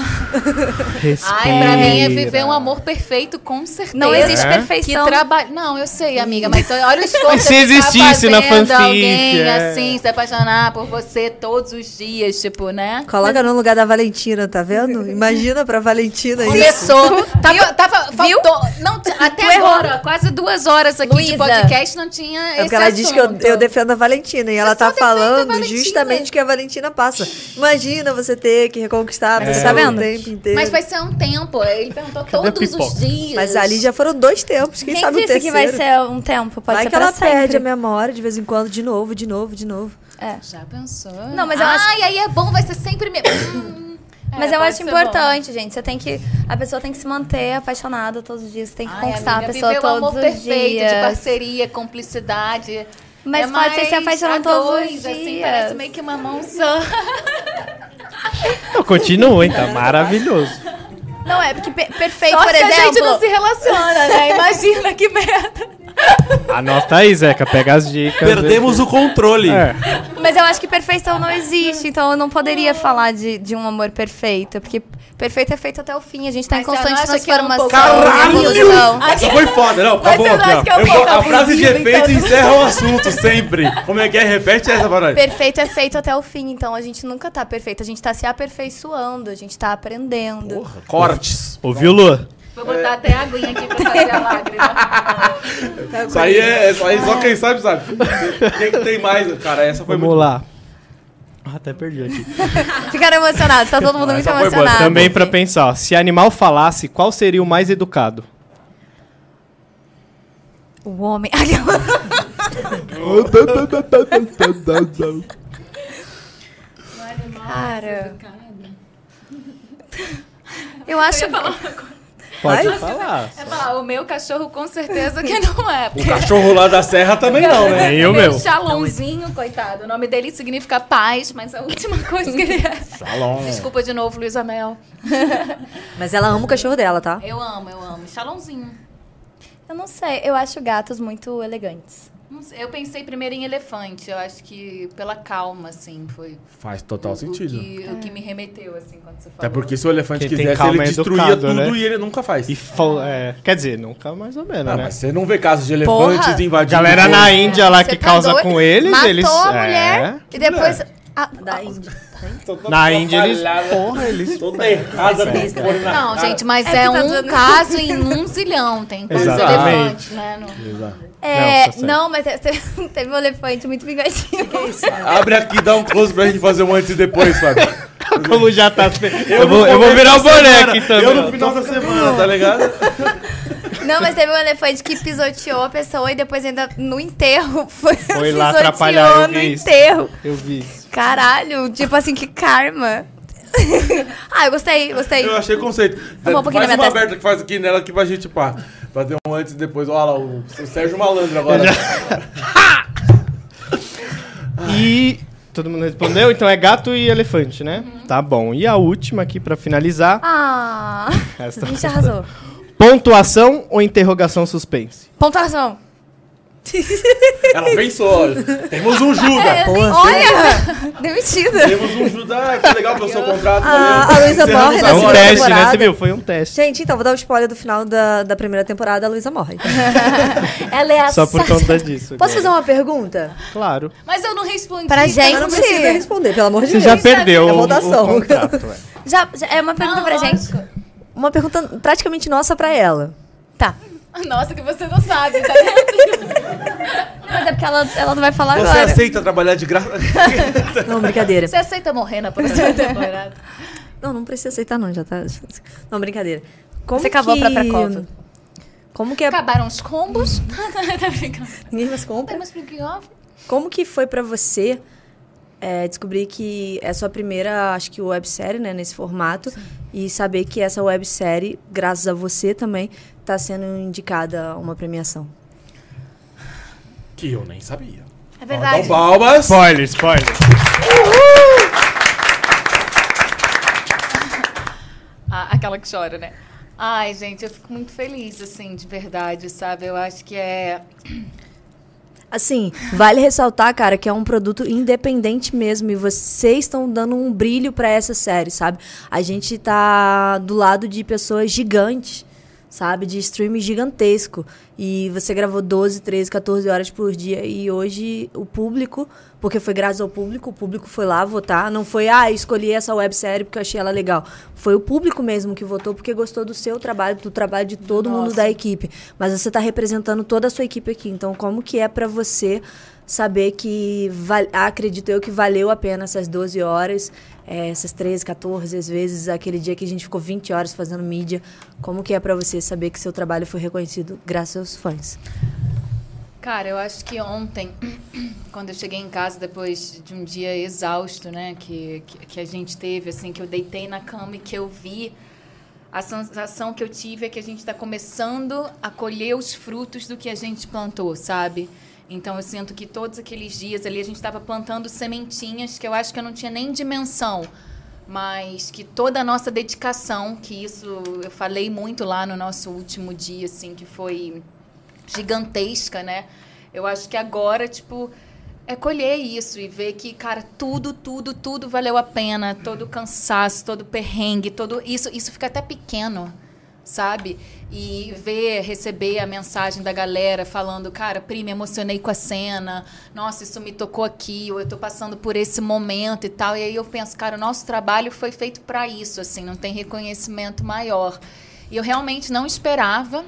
[SPEAKER 4] Respira.
[SPEAKER 5] Ai, pra mim é viver um amor perfeito, com certeza.
[SPEAKER 3] Não existe
[SPEAKER 4] É?
[SPEAKER 5] Que
[SPEAKER 3] perfeição.
[SPEAKER 5] trabalho. Não, eu sei, amiga, mas olha o esforço.
[SPEAKER 4] Mas se
[SPEAKER 5] que tá
[SPEAKER 4] existisse na
[SPEAKER 5] fazendo
[SPEAKER 4] fanfic,
[SPEAKER 5] Alguém
[SPEAKER 4] é.
[SPEAKER 5] assim, se apaixonar por você todos os dias, tipo, né?
[SPEAKER 2] Coloca no lugar da Valentina, tá vendo? Imagina pra Valentina isso.
[SPEAKER 5] Começou. Tava, tava,
[SPEAKER 3] é Viu?
[SPEAKER 5] faltou. Não, t- até
[SPEAKER 3] Tu errou.
[SPEAKER 5] agora, ó, quase duas horas aqui
[SPEAKER 3] Luísa,
[SPEAKER 5] de podcast não tinha esse
[SPEAKER 2] É porque ela diz que eu,
[SPEAKER 5] assunto.
[SPEAKER 2] eu defendo a Valentina. E ela
[SPEAKER 5] só
[SPEAKER 2] tá
[SPEAKER 5] defende a
[SPEAKER 2] falando
[SPEAKER 5] Valentina.
[SPEAKER 2] justamente o que a Valentina passa. Imagina você ter que reconquistar a
[SPEAKER 4] É,
[SPEAKER 2] pessoa
[SPEAKER 3] Tá vendo?
[SPEAKER 2] o tempo inteiro.
[SPEAKER 5] Mas vai ser um tempo. Ele perguntou
[SPEAKER 4] Cadê a
[SPEAKER 5] todos os
[SPEAKER 4] pipoca?
[SPEAKER 5] dias.
[SPEAKER 2] Mas ali já foram dois tempos. Quem,
[SPEAKER 3] Quem
[SPEAKER 2] sabe o
[SPEAKER 3] disse que
[SPEAKER 2] terceiro?
[SPEAKER 3] vai ser um tempo? Pode
[SPEAKER 2] vai
[SPEAKER 3] ser
[SPEAKER 2] que ela
[SPEAKER 3] pra sempre.
[SPEAKER 2] perde a memória de vez em quando, de novo, de novo, de novo.
[SPEAKER 3] É.
[SPEAKER 5] Já pensou?
[SPEAKER 3] Não, mas eu
[SPEAKER 5] Ai,
[SPEAKER 3] acho-
[SPEAKER 5] aí é bom, vai ser sempre <coughs> mesmo. Hum, é,
[SPEAKER 3] Mas eu
[SPEAKER 5] pode
[SPEAKER 3] acho
[SPEAKER 5] ser
[SPEAKER 3] importante, gente. Você tem que. A pessoa tem que se manter apaixonada todos os dias. Você tem
[SPEAKER 5] bom.
[SPEAKER 3] que
[SPEAKER 5] Ai,
[SPEAKER 3] conquistar
[SPEAKER 5] amiga,
[SPEAKER 3] a pessoa
[SPEAKER 5] viver o amor
[SPEAKER 3] todos os
[SPEAKER 5] perfeito, de
[SPEAKER 3] dias.
[SPEAKER 5] parceria, cumplicidade.
[SPEAKER 3] Mas
[SPEAKER 5] é
[SPEAKER 3] pode ser se
[SPEAKER 5] mais
[SPEAKER 3] apaixonando
[SPEAKER 5] a
[SPEAKER 3] todos os
[SPEAKER 5] dois, assim,
[SPEAKER 3] dias.
[SPEAKER 5] parece meio que uma mão só.
[SPEAKER 4] Não, continua, hein?
[SPEAKER 3] <laughs>
[SPEAKER 4] Tá maravilhoso.
[SPEAKER 3] Não, é porque pe- perfeito,
[SPEAKER 5] Só
[SPEAKER 3] por
[SPEAKER 5] se
[SPEAKER 3] exemplo.
[SPEAKER 5] a gente não se
[SPEAKER 3] <laughs>
[SPEAKER 5] relaciona, né? Imagina que merda.
[SPEAKER 4] Anota aí, Zeca, pega as dicas.
[SPEAKER 1] Perdemos o controle.
[SPEAKER 4] É.
[SPEAKER 3] Mas eu acho que perfeição não existe, então eu não poderia falar de, de um amor perfeito. Porque perfeito é feito até o fim. A gente tá em
[SPEAKER 5] Mas você não
[SPEAKER 3] constante
[SPEAKER 5] acha que era um
[SPEAKER 3] transformação.
[SPEAKER 5] pouco-
[SPEAKER 3] e evolução.
[SPEAKER 1] Essa foi foda, não,
[SPEAKER 5] Mas
[SPEAKER 1] acabou
[SPEAKER 5] eu acho
[SPEAKER 1] aqui,
[SPEAKER 5] que
[SPEAKER 1] ó.
[SPEAKER 5] eu
[SPEAKER 1] Eu
[SPEAKER 5] vou
[SPEAKER 1] vou- a
[SPEAKER 5] dar
[SPEAKER 1] frase de
[SPEAKER 5] bonzinho,
[SPEAKER 1] efeito
[SPEAKER 5] então.
[SPEAKER 1] encerra o assunto sempre. Como é que é? Repete essa pra nós.
[SPEAKER 3] <laughs> Perfeito é feito até o fim, então a gente nunca tá perfeito. A gente tá se aperfeiçoando, a gente tá aprendendo.
[SPEAKER 1] Cortes.
[SPEAKER 4] Ouviu, Lu?
[SPEAKER 5] Vou botar até a aguinha aqui pra fazer a lágrima.
[SPEAKER 1] Isso aí é. Isso aí só quem sabe sabe. O que, que tem mais, cara? Essa foi
[SPEAKER 4] Vamos
[SPEAKER 1] muito.
[SPEAKER 4] lá. Ah, até perdi aqui.
[SPEAKER 3] Ficaram emocionados, tá todo mundo muito
[SPEAKER 1] essa foi boa.
[SPEAKER 3] emocionado.
[SPEAKER 4] Também pra pensar, ó, se animal falasse, qual seria o mais educado?
[SPEAKER 3] O homem. <laughs> Cara. Eu acho.
[SPEAKER 4] Pode
[SPEAKER 2] Ai.
[SPEAKER 4] falar.
[SPEAKER 5] É falar, o meu cachorro com certeza que não é.
[SPEAKER 1] O cachorro lá da serra também não, né?
[SPEAKER 4] Nem o meu.
[SPEAKER 5] Shalomzinho, coitado. O nome dele significa paz, mas a última coisa que ele é.
[SPEAKER 1] Shalom.
[SPEAKER 5] Desculpa de novo, Luiz <laughs> Amel.
[SPEAKER 2] Mas ela ama o cachorro dela, tá?
[SPEAKER 5] Eu amo, eu amo. Shalomzinho.
[SPEAKER 3] Eu não sei, eu acho gatos muito elegantes.
[SPEAKER 5] Não sei, Eu pensei primeiro em elefante. Eu acho que pela calma, assim, foi
[SPEAKER 1] Faz total
[SPEAKER 5] o
[SPEAKER 1] sentido.
[SPEAKER 5] que, o
[SPEAKER 3] É.
[SPEAKER 5] que me remeteu, assim, quando você falou.
[SPEAKER 1] Até porque se o elefante
[SPEAKER 4] Quem tem
[SPEAKER 1] quisesse,
[SPEAKER 4] calma
[SPEAKER 1] ele
[SPEAKER 4] é
[SPEAKER 1] destruía
[SPEAKER 4] educado,
[SPEAKER 1] tudo
[SPEAKER 4] né?
[SPEAKER 1] e ele nunca faz.
[SPEAKER 4] E fal- é, quer dizer, nunca mais ou menos,
[SPEAKER 1] Ah,
[SPEAKER 4] né?
[SPEAKER 1] mas você não vê casos de
[SPEAKER 3] Porra!
[SPEAKER 1] elefantes invadindo.
[SPEAKER 4] Galera na
[SPEAKER 1] coisa.
[SPEAKER 4] Índia lá
[SPEAKER 3] Você
[SPEAKER 4] que
[SPEAKER 3] tá
[SPEAKER 4] causa
[SPEAKER 3] doido?
[SPEAKER 4] com eles,
[SPEAKER 3] Matou
[SPEAKER 4] eles.
[SPEAKER 3] a
[SPEAKER 4] é.
[SPEAKER 3] mulher e depois. Ah,
[SPEAKER 2] Da Índia.
[SPEAKER 4] Na Índia eles.
[SPEAKER 1] Falhada.
[SPEAKER 4] Porra, eles. é.
[SPEAKER 1] Toda errada, né? Porra, na
[SPEAKER 5] Não,
[SPEAKER 1] cara.
[SPEAKER 5] gente, mas
[SPEAKER 3] É que
[SPEAKER 5] é,
[SPEAKER 3] tá
[SPEAKER 5] um
[SPEAKER 3] dando-
[SPEAKER 5] caso em um zilhão. Tem quantos
[SPEAKER 4] Exatamente.
[SPEAKER 5] elefantes,
[SPEAKER 3] <laughs>
[SPEAKER 5] né? No-
[SPEAKER 1] Exato.
[SPEAKER 3] é, <laughs>
[SPEAKER 4] tá certo.
[SPEAKER 3] não, mas teve, teve um elefante muito vingadinho.
[SPEAKER 1] Abre aqui, dá um close pra gente fazer um antes e depois, Fábio.
[SPEAKER 4] Como já tá. Eu, vou, eu vou
[SPEAKER 1] começo
[SPEAKER 4] virar o
[SPEAKER 1] da semana,
[SPEAKER 4] boneco então, também.
[SPEAKER 1] Eu no final da semana, tá ligado?
[SPEAKER 3] Não, mas teve um elefante que pisoteou a pessoa e depois ainda no enterro <laughs> foi,
[SPEAKER 4] Foi
[SPEAKER 3] pisoteou
[SPEAKER 4] lá atrapalhar, eu
[SPEAKER 3] no
[SPEAKER 4] vi isso.
[SPEAKER 3] enterro.
[SPEAKER 4] Eu vi isso.
[SPEAKER 3] Caralho, tipo assim, que karma. <laughs> ah, eu gostei, gostei.
[SPEAKER 1] Eu achei o conceito.
[SPEAKER 3] Vou um pouquinho
[SPEAKER 1] faz
[SPEAKER 3] na minha
[SPEAKER 1] uma
[SPEAKER 3] testa.
[SPEAKER 1] aberta que faz aqui nela aqui pra gente, pá. Fazer um antes e depois. Olha lá, o, o Sérgio Malandro agora.
[SPEAKER 4] E. Todo mundo respondeu? Então é gato e elefante, né?
[SPEAKER 3] Uhum.
[SPEAKER 4] Tá bom. E a última aqui pra finalizar.
[SPEAKER 3] Ah,
[SPEAKER 4] Essa-
[SPEAKER 3] a gente arrasou.
[SPEAKER 4] Pontuação ou interrogação suspense?
[SPEAKER 3] Pontuação.
[SPEAKER 1] Ela pensou, olha. Temos um
[SPEAKER 3] <laughs>
[SPEAKER 1] Judas.
[SPEAKER 3] Olha, demitida.
[SPEAKER 1] Temos um Judas. Ah, que legal pelo seu contrato.
[SPEAKER 2] Ah,
[SPEAKER 1] valeu.
[SPEAKER 2] a Luísa
[SPEAKER 1] Encerramos
[SPEAKER 2] morre na
[SPEAKER 4] É
[SPEAKER 1] agora.
[SPEAKER 4] um
[SPEAKER 2] segunda
[SPEAKER 4] teste, né?
[SPEAKER 2] temporada.
[SPEAKER 4] Você viu? Foi um teste.
[SPEAKER 2] Gente, então, vou dar o spoiler do final da, da primeira temporada, a Luísa morre.
[SPEAKER 4] É
[SPEAKER 3] Ela é a
[SPEAKER 4] Só por conta disso.
[SPEAKER 2] Posso fazer um-
[SPEAKER 4] agora.
[SPEAKER 2] uma pergunta?
[SPEAKER 4] Claro.
[SPEAKER 5] Mas eu não respondi.
[SPEAKER 3] Pra gente.
[SPEAKER 2] Ela É, não precisa responder, pelo amor de
[SPEAKER 4] Você
[SPEAKER 2] Deus.
[SPEAKER 4] já perdeu
[SPEAKER 2] É
[SPEAKER 4] o,
[SPEAKER 2] votação.
[SPEAKER 4] o contrato. é.
[SPEAKER 3] Já, já- é uma pergunta
[SPEAKER 5] tá
[SPEAKER 3] pra gente.
[SPEAKER 2] Uma pergunta praticamente nossa pra ela.
[SPEAKER 3] Tá.
[SPEAKER 5] Nossa, que você não sabe, tá vendo?
[SPEAKER 3] Mas é porque ela, ela não vai falar
[SPEAKER 1] Você
[SPEAKER 3] agora.
[SPEAKER 1] aceita trabalhar de graça? <laughs>
[SPEAKER 2] Não, brincadeira.
[SPEAKER 5] Você aceita morrer
[SPEAKER 3] <laughs>
[SPEAKER 5] na próxima temporada?
[SPEAKER 2] Não, não precisa aceitar, não, já tá. Não, brincadeira. Como
[SPEAKER 3] Você cavou
[SPEAKER 2] que...
[SPEAKER 3] a própria cova.
[SPEAKER 2] Como que é.
[SPEAKER 5] Acabaram os combos. <laughs> tá brincando.
[SPEAKER 2] Ninguém mais compra.
[SPEAKER 5] Temos brinquedo.
[SPEAKER 2] Como que foi pra você é, descobrir que é sua primeira, acho que, websérie, né, nesse formato? E saber que essa websérie, graças a você também, tá sendo indicada a uma premiação.
[SPEAKER 1] Que eu nem sabia.
[SPEAKER 3] É
[SPEAKER 1] Então,
[SPEAKER 3] verdade.
[SPEAKER 1] palmas.
[SPEAKER 4] Spoiler, spoiler.
[SPEAKER 5] Ah, aquela que chora, né? Ai, gente, eu fico muito feliz, assim, de verdade, sabe? Eu acho que é.
[SPEAKER 2] Assim, vale ressaltar, cara, que é um produto independente mesmo e vocês estão dando um brilho pra essa série, sabe? A gente tá do lado de pessoas gigantes, sabe? De streaming gigantesco. E você gravou 12, 13, 14 horas por dia. E hoje o público, porque foi graças ao público, o público foi lá votar. Não foi, ah, escolhi essa websérie porque eu achei ela legal. Foi o público mesmo que votou porque gostou do seu trabalho, do trabalho de todo mundo da equipe. Mas você está representando toda a sua equipe aqui. Então, como que é para você saber que, val- acredito eu, que valeu a pena essas 12 horas, eh, essas 13, 14, às vezes, aquele dia que a gente ficou 20 horas fazendo mídia. Como que é pra você saber que seu trabalho foi reconhecido graças aos fãs?
[SPEAKER 5] Cara, eu acho que ontem, <clears throat> quando eu cheguei em casa depois de um dia exausto, né, que, que, que a gente teve, assim, que eu deitei na cama e que eu vi, a sensação que eu tive é que a gente está começando a colher os frutos do que a gente plantou, sabe? Então eu sinto que todos aqueles dias ali a gente estava plantando sementinhas que eu acho que eu não tinha nem dimensão, mas que toda a nossa dedicação, que isso eu falei muito lá no nosso último dia, assim, que foi gigantesca, né? Eu acho que agora, tipo, é colher isso e ver que, cara, tudo, tudo, tudo valeu a pena. Todo o cansaço, todo o perrengue, todo isso, isso fica até pequeno, sabe? E ver, receber a mensagem da galera falando, cara, Pri, me emocionei com a cena, nossa, isso me tocou aqui, ou eu tô passando por esse momento e tal. E aí eu penso, cara, o nosso trabalho foi feito para isso, assim, não tem reconhecimento maior. E eu realmente não esperava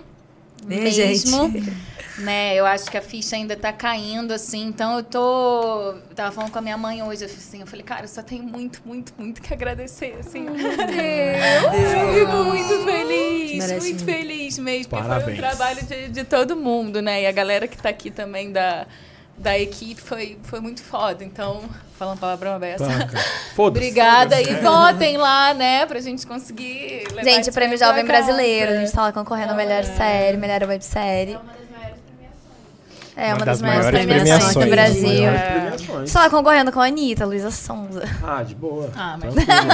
[SPEAKER 2] Né,
[SPEAKER 5] mesmo.
[SPEAKER 2] gente?
[SPEAKER 5] <laughs> Né, eu acho que a ficha ainda tá caindo, assim, então eu tô. Eu tava falando com a minha mãe hoje, assim, eu falei, cara, eu só tenho muito, muito, muito que agradecer,
[SPEAKER 2] <laughs>
[SPEAKER 5] assim. <laughs> Eu fico muito feliz,
[SPEAKER 2] Merece muito.
[SPEAKER 5] muito feliz mesmo. porque Foi um
[SPEAKER 6] Parabéns.
[SPEAKER 5] trabalho de, de todo mundo, né? E a galera que tá aqui também da, da equipe foi, foi muito foda. Então, falando palavrão aberta.
[SPEAKER 6] Foda-se.
[SPEAKER 5] <laughs> Obrigada e votem lá, né, pra gente conseguir levar
[SPEAKER 3] Gente,
[SPEAKER 5] esse
[SPEAKER 3] o Prêmio
[SPEAKER 5] pra
[SPEAKER 3] Jovem
[SPEAKER 5] casa.
[SPEAKER 3] Brasileiro. A gente tá lá concorrendo a melhor série, melhor websérie. É uma das maiores premiações. É uma das maiores premiações do Brasil.
[SPEAKER 6] Maiores premiações.
[SPEAKER 3] Estou lá concorrendo com a Anitta, Luísa Sonza.
[SPEAKER 1] É
[SPEAKER 6] Ah, de boa.
[SPEAKER 5] Ah, mas-
[SPEAKER 6] Tranquilo.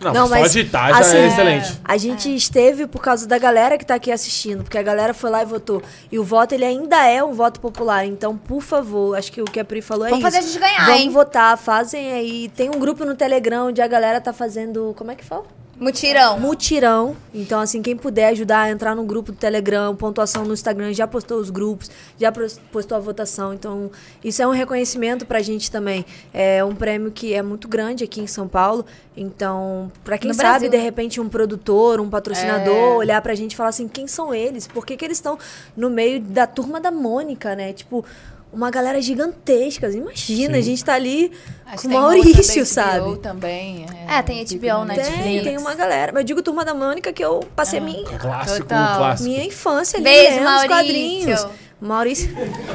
[SPEAKER 6] Não,
[SPEAKER 2] Não,
[SPEAKER 6] mas
[SPEAKER 2] mas,
[SPEAKER 6] só digitar já
[SPEAKER 2] assim,
[SPEAKER 6] é excelente.
[SPEAKER 2] A gente esteve por causa da galera que tá aqui assistindo, porque a galera foi lá e votou. E o voto, ele ainda é um voto popular. Então, por favor, acho que o que a Pri falou é
[SPEAKER 3] Vamos
[SPEAKER 2] isso.
[SPEAKER 3] fazer a gente ganhar,
[SPEAKER 2] Vamos
[SPEAKER 3] hein?
[SPEAKER 2] votar, fazem aí. Tem um grupo no Telegram onde a galera tá fazendo. Como é que fala?
[SPEAKER 3] Mutirão.
[SPEAKER 2] Mutirão. Então, assim, quem puder ajudar a entrar no grupo do Telegram, pontuação no Instagram, já postou os grupos, já pros- postou a votação. Então, isso é um reconhecimento pra gente também. É um prêmio que é muito grande aqui em São Paulo. Então, pra quem
[SPEAKER 3] No
[SPEAKER 2] sabe,
[SPEAKER 3] Brasil,
[SPEAKER 2] de
[SPEAKER 3] né?
[SPEAKER 2] repente, um produtor, um patrocinador, olhar pra gente e falar assim, quem são eles? Por que, que eles estão no meio da turma da Mônica, né? Tipo. Uma galera gigantesca, imagina, a gente tá ali
[SPEAKER 5] Acho
[SPEAKER 2] com
[SPEAKER 5] que
[SPEAKER 2] o
[SPEAKER 5] tem outra da
[SPEAKER 2] Maurício,
[SPEAKER 5] HBO
[SPEAKER 2] sabe?
[SPEAKER 5] também.
[SPEAKER 3] É, tem HBO, né?
[SPEAKER 2] Tem,
[SPEAKER 3] Netflix.
[SPEAKER 2] tem uma galera. Mas eu digo Turma da Mônica que eu passei
[SPEAKER 5] Ah.
[SPEAKER 2] minha,
[SPEAKER 6] Clássico,
[SPEAKER 5] Total.
[SPEAKER 6] clássico.
[SPEAKER 2] minha infância ali,
[SPEAKER 3] Beijo,
[SPEAKER 2] né? Nos
[SPEAKER 3] Maurício.
[SPEAKER 2] quadrinhos. Maurício.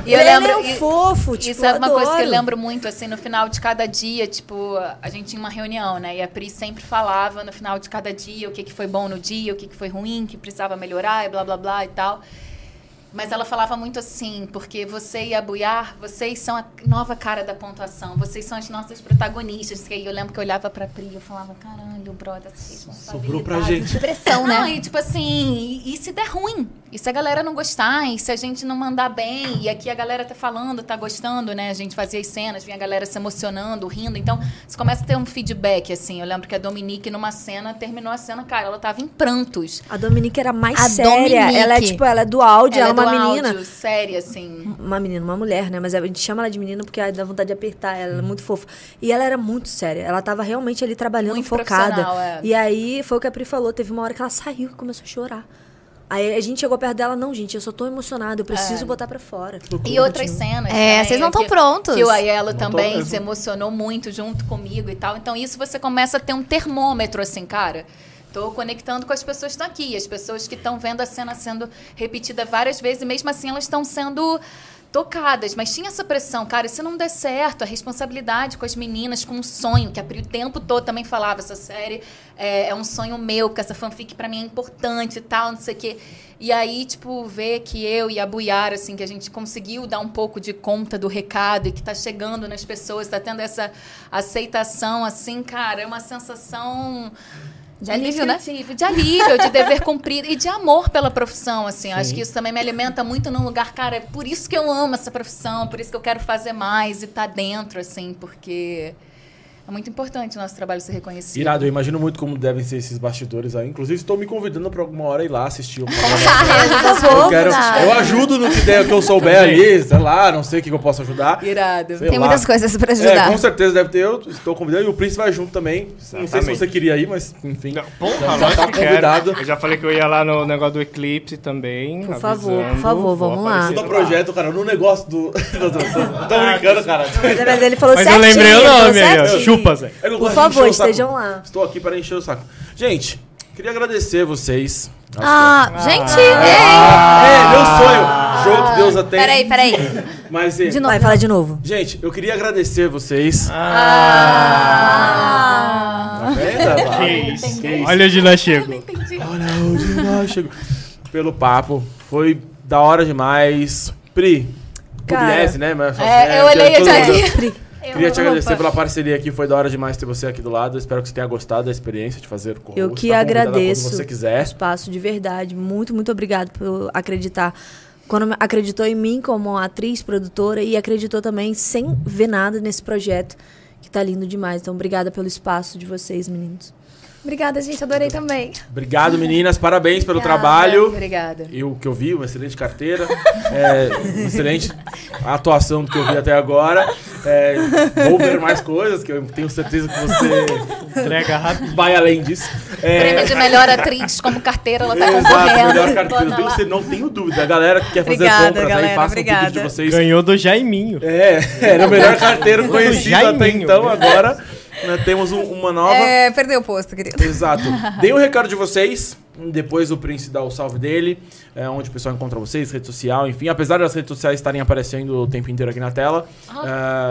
[SPEAKER 5] E eu
[SPEAKER 2] ele
[SPEAKER 5] lembro-
[SPEAKER 2] é um
[SPEAKER 5] e-
[SPEAKER 2] fofo, tipo,
[SPEAKER 5] Isso é uma
[SPEAKER 2] eu
[SPEAKER 5] coisa que eu
[SPEAKER 2] adoro.
[SPEAKER 5] lembro muito, assim, no final de cada dia, tipo, a gente tinha uma reunião, né? E a Pri sempre falava no final de cada dia o que, que foi bom no dia, o que, que foi ruim, o que precisava melhorar, e blá, blá, blá e tal. Mas ela falava muito assim, porque você e a Buiar, vocês são a nova cara da pontuação, vocês são as nossas protagonistas. E aí eu lembro que eu olhava pra Pri e eu falava, caralho, brother, vocês
[SPEAKER 6] Sobrou pra gente.
[SPEAKER 3] Depressão,
[SPEAKER 5] não,
[SPEAKER 3] né?
[SPEAKER 5] e tipo assim, e, e se der ruim? E se a galera não gostar? E se a gente não mandar bem? E aqui a galera tá falando, tá gostando, né? A gente fazia as cenas, vinha a galera se emocionando, rindo. Então, você começa a ter um feedback, assim. Eu lembro que a Dominique, numa cena, terminou a cena, cara, ela tava em prantos.
[SPEAKER 2] A Dominique era mais
[SPEAKER 3] A
[SPEAKER 2] séria.
[SPEAKER 3] Dominique.
[SPEAKER 2] Ela é tipo, ela é do áudio, ela,
[SPEAKER 5] Ela
[SPEAKER 2] é
[SPEAKER 5] é
[SPEAKER 2] uma
[SPEAKER 5] do
[SPEAKER 2] menina.
[SPEAKER 5] áudio, séria, assim.
[SPEAKER 2] Uma menina, uma mulher, né? Mas a gente chama ela de menina porque dá vontade de apertar ela, ela é muito fofa. E ela era muito séria. Ela tava realmente ali trabalhando
[SPEAKER 5] Muito
[SPEAKER 2] focada.
[SPEAKER 5] profissional, é.
[SPEAKER 2] E aí foi o que a Pri falou, teve uma hora que ela saiu e começou a chorar. Aí a gente chegou perto dela, não, gente, eu só tô emocionada, eu preciso
[SPEAKER 5] É.
[SPEAKER 2] botar pra fora.
[SPEAKER 5] E outras cenas.
[SPEAKER 3] É,
[SPEAKER 5] né,
[SPEAKER 3] vocês não tão
[SPEAKER 5] que-
[SPEAKER 3] prontos.
[SPEAKER 5] Que
[SPEAKER 3] <laughs>
[SPEAKER 5] o Aiello
[SPEAKER 6] Não tão
[SPEAKER 5] também
[SPEAKER 6] mesmo.
[SPEAKER 5] se emocionou muito junto comigo e tal. Então, isso você começa a ter um termômetro, assim, cara. Tô conectando com as pessoas que estão aqui, as pessoas que estão vendo a cena sendo repetida várias vezes, e mesmo assim elas estão sendo tocadas. Mas tinha essa pressão, cara, e se não der certo, a responsabilidade com as meninas, com o sonho, que a Pri o tempo todo também falava, essa série é, é um sonho meu, porque essa fanfic pra mim é importante e tal, não sei o quê. E aí, tipo, ver que eu e a Buiara, assim, que a gente conseguiu dar um pouco de conta do recado e que tá chegando nas pessoas, tá tendo essa aceitação, assim, cara, é uma sensação.
[SPEAKER 3] De alívio, né?
[SPEAKER 5] indescritível, De alívio, de dever cumprido e de amor pela profissão, assim. Acho que isso também me alimenta muito num lugar, cara, é por isso que eu amo essa profissão, por isso que eu quero fazer mais e tá dentro, assim, porque É muito importante o nosso trabalho ser reconhecido.
[SPEAKER 1] Irado, eu imagino muito como devem ser esses bastidores aí. Inclusive, estou me convidando para alguma hora ir lá assistir o
[SPEAKER 3] Tá, <laughs>
[SPEAKER 1] programa. eu, quero, eu ajudo no que der que eu souber ali, sei lá, não sei o que que eu posso ajudar.
[SPEAKER 5] Irado.
[SPEAKER 1] Sei
[SPEAKER 8] Tem
[SPEAKER 1] lá.
[SPEAKER 8] muitas coisas pra
[SPEAKER 1] É,
[SPEAKER 8] ajudar.
[SPEAKER 1] com certeza deve ter. Eu estou convidando e o Prince vai junto também. Não sei se
[SPEAKER 4] Exatamente.
[SPEAKER 1] você queria ir, mas enfim.
[SPEAKER 4] Não, porra,
[SPEAKER 1] Já
[SPEAKER 4] lógico
[SPEAKER 1] tá
[SPEAKER 4] que quero.
[SPEAKER 1] convidado.
[SPEAKER 4] Eu já falei que eu ia lá no negócio do Eclipse também.
[SPEAKER 2] Por favor, por favor,
[SPEAKER 4] vou
[SPEAKER 2] vamos lá.
[SPEAKER 4] aparecer
[SPEAKER 1] Tudo é projeto, cara, no negócio do. <laughs> Tô- tô- tô- Tô brincando, cara.
[SPEAKER 2] <laughs> Mas ele falou
[SPEAKER 4] Mas eu
[SPEAKER 2] certinho.
[SPEAKER 4] lembrei o
[SPEAKER 2] ele falou
[SPEAKER 4] nome aí, ó.
[SPEAKER 2] certinho.
[SPEAKER 4] Chupa, Zé.
[SPEAKER 1] Eu não gosto
[SPEAKER 2] Por
[SPEAKER 1] de encher
[SPEAKER 2] favor,
[SPEAKER 1] o saco.
[SPEAKER 2] estejam lá.
[SPEAKER 1] Estou aqui para encher o saco. Gente, queria agradecer vocês.
[SPEAKER 8] Ah, gente!
[SPEAKER 1] Ah. É, meu sonho. Jogo que Deus até.
[SPEAKER 3] Peraí, peraí.
[SPEAKER 1] Mas, é,
[SPEAKER 2] De novo. Vai, fala de <laughs> novo.
[SPEAKER 1] gente, eu queria agradecer vocês.
[SPEAKER 3] Ah.
[SPEAKER 1] Tá vendo?
[SPEAKER 4] Que <laughs> isso. Olha onde nós chegamos.
[SPEAKER 1] Olha onde nós chegamos. Pelo papo. Foi da hora demais. Pri,
[SPEAKER 2] Cara,
[SPEAKER 1] Pugliese, né? Mas,
[SPEAKER 5] É, eu olhei
[SPEAKER 1] todo
[SPEAKER 5] até
[SPEAKER 1] mundo.
[SPEAKER 5] aqui.
[SPEAKER 1] Queria te agradecer pela parceria aqui, foi da hora demais ter você aqui do lado. Espero que você tenha gostado da experiência de fazer o co-host.
[SPEAKER 2] Eu que
[SPEAKER 1] Tá convidada
[SPEAKER 2] agradeço.
[SPEAKER 1] Quando você quiser.
[SPEAKER 2] Espaço de verdade. Muito, muito obrigado por acreditar. Quando me- acreditou em mim como atriz, produtora e acreditou também sem ver nada nesse projeto que tá lindo demais. Então, obrigada pelo espaço de vocês, meninos.
[SPEAKER 3] Obrigada, gente. Adorei também.
[SPEAKER 1] Obrigado, meninas. Parabéns pelo
[SPEAKER 3] Obrigada,
[SPEAKER 1] trabalho.
[SPEAKER 5] Obrigada.
[SPEAKER 1] E o que eu vi, uma excelente carteira, é, uma excelente atuação do que eu vi até agora. É, vou ver mais coisas, que eu tenho certeza que você
[SPEAKER 4] Entrega rápido.
[SPEAKER 1] vai além disso. É,
[SPEAKER 5] Prêmio de melhor atriz como carteira, ela tá
[SPEAKER 1] Exato, melhor
[SPEAKER 5] concorrendo.
[SPEAKER 1] carteira. Eu tenho, cer- não tenho dúvida. A galera que quer fazer
[SPEAKER 8] Obrigada,
[SPEAKER 1] compras aí,
[SPEAKER 8] galera,
[SPEAKER 1] faça o pedido de
[SPEAKER 8] obrigada.
[SPEAKER 1] vocês.
[SPEAKER 4] Ganhou do Jaiminho.
[SPEAKER 1] É, era o melhor carteiro conhecido até
[SPEAKER 4] Jaiminho.
[SPEAKER 1] então. Agora né, temos um- uma nova.
[SPEAKER 8] É, perdeu o posto,
[SPEAKER 5] <laughs>
[SPEAKER 8] querido.
[SPEAKER 1] Exato. Dei o recado de vocês. Depois o Prince dá o salve dele, é, onde o pessoal encontra vocês, rede social, enfim. Apesar das redes sociais estarem aparecendo o tempo inteiro aqui na tela,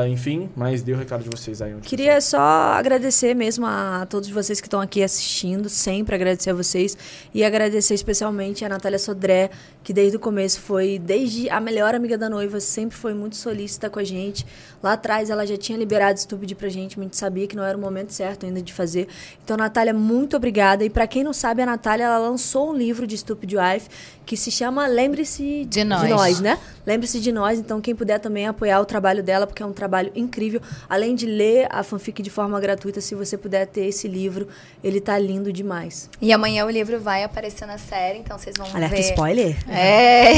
[SPEAKER 1] é, enfim, mas dei o recado de vocês aí. Onde
[SPEAKER 2] Ah. Queria só agradecer mesmo a todos vocês que estão aqui assistindo, sempre agradecer a vocês e agradecer especialmente a Natália Sodré, que desde o começo foi, desde a melhor amiga da noiva, sempre foi muito solícita com a gente. Lá atrás ela já tinha liberado estúpido pra gente, mas a gente sabia que não era o momento certo ainda de fazer. Então, Natália, muito obrigada. E pra quem não sabe, a Natália ela lançou um livro de Stupid Wife que se chama Lembre-se
[SPEAKER 5] De Nós.
[SPEAKER 2] De nós né? Lembre-se de nós, então quem puder também apoiar o trabalho dela, porque é um trabalho incrível. Além de ler a fanfic de forma gratuita, se você puder ter esse livro, ele tá lindo demais.
[SPEAKER 3] E amanhã o livro vai aparecer na série, então vocês vão
[SPEAKER 2] Alerta
[SPEAKER 3] ver.
[SPEAKER 2] spoiler.
[SPEAKER 3] É.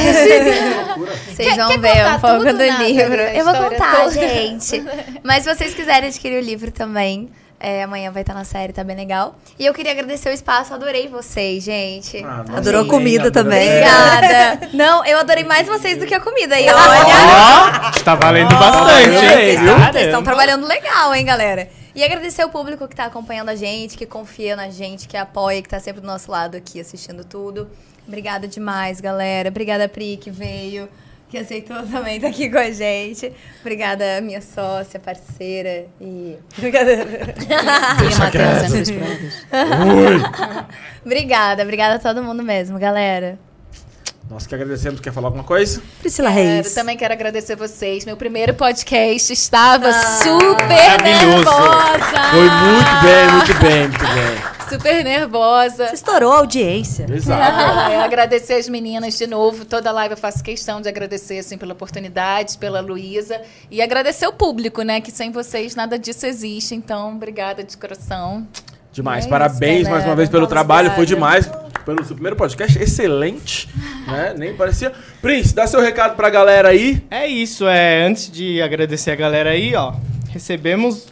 [SPEAKER 3] <laughs> Vocês vão
[SPEAKER 5] quer
[SPEAKER 3] ver
[SPEAKER 5] contar
[SPEAKER 3] um pouco
[SPEAKER 5] tudo,
[SPEAKER 3] do
[SPEAKER 5] Nathalie,
[SPEAKER 3] livro.
[SPEAKER 5] da
[SPEAKER 3] Eu vou
[SPEAKER 5] história
[SPEAKER 3] contar,
[SPEAKER 5] toda?
[SPEAKER 3] gente. Mas se vocês quiserem adquirir o livro também, é, amanhã vai estar na série, tá bem legal. E eu queria agradecer o espaço, adorei vocês, gente.
[SPEAKER 1] Ah, nós
[SPEAKER 2] Adorou
[SPEAKER 1] também,
[SPEAKER 2] comida também.
[SPEAKER 1] É.
[SPEAKER 3] Obrigada. Não, eu adorei mais vocês do que a comida. E olha,
[SPEAKER 4] Ó, tá valendo
[SPEAKER 2] Ah,
[SPEAKER 4] bastante, hein?
[SPEAKER 3] vocês
[SPEAKER 4] viu?
[SPEAKER 3] estão- vocês estão trabalhando legal, hein, galera? E agradecer ao público que tá acompanhando a gente, que confia na gente, que apoia, que tá sempre do nosso lado aqui assistindo tudo. Obrigada demais, galera. Obrigada, Pri, que veio, que aceitou <laughs> também estar aqui com a gente. Obrigada, minha sócia, parceira e. <laughs>
[SPEAKER 5] E Matheus, é nos brancos.
[SPEAKER 3] Obrigada, obrigada a todo mundo mesmo, galera.
[SPEAKER 1] Nós que agradecemos. Quer falar alguma coisa?
[SPEAKER 2] Priscila
[SPEAKER 5] Quero,
[SPEAKER 2] Reis.
[SPEAKER 5] também quero agradecer vocês. Meu primeiro podcast estava super
[SPEAKER 4] maravilhoso.
[SPEAKER 2] Ah.
[SPEAKER 5] nervosa.
[SPEAKER 1] Ah, Foi muito bem, muito bem, muito
[SPEAKER 5] Super nervosa.
[SPEAKER 2] Você estourou a audiência.
[SPEAKER 1] bem. Exato.
[SPEAKER 5] Ah, eu agradecer as meninas de novo. Toda live eu faço questão de agradecer assim, pela oportunidade, pela Luísa. E agradecer o público, né? Que sem vocês nada disso existe. Então, obrigada de coração.
[SPEAKER 1] Demais.
[SPEAKER 5] É isso,
[SPEAKER 1] Parabéns mais
[SPEAKER 5] galera.
[SPEAKER 1] uma vez pelo
[SPEAKER 5] Vamos
[SPEAKER 1] trabalho. Foi
[SPEAKER 5] embora.
[SPEAKER 1] demais. Pelo seu primeiro podcast,
[SPEAKER 5] <laughs>
[SPEAKER 1] excelente. né? Nem parecia. Prince, dá seu recado pra galera aí.
[SPEAKER 4] É isso, é. Antes de agradecer a galera aí, ó, recebemos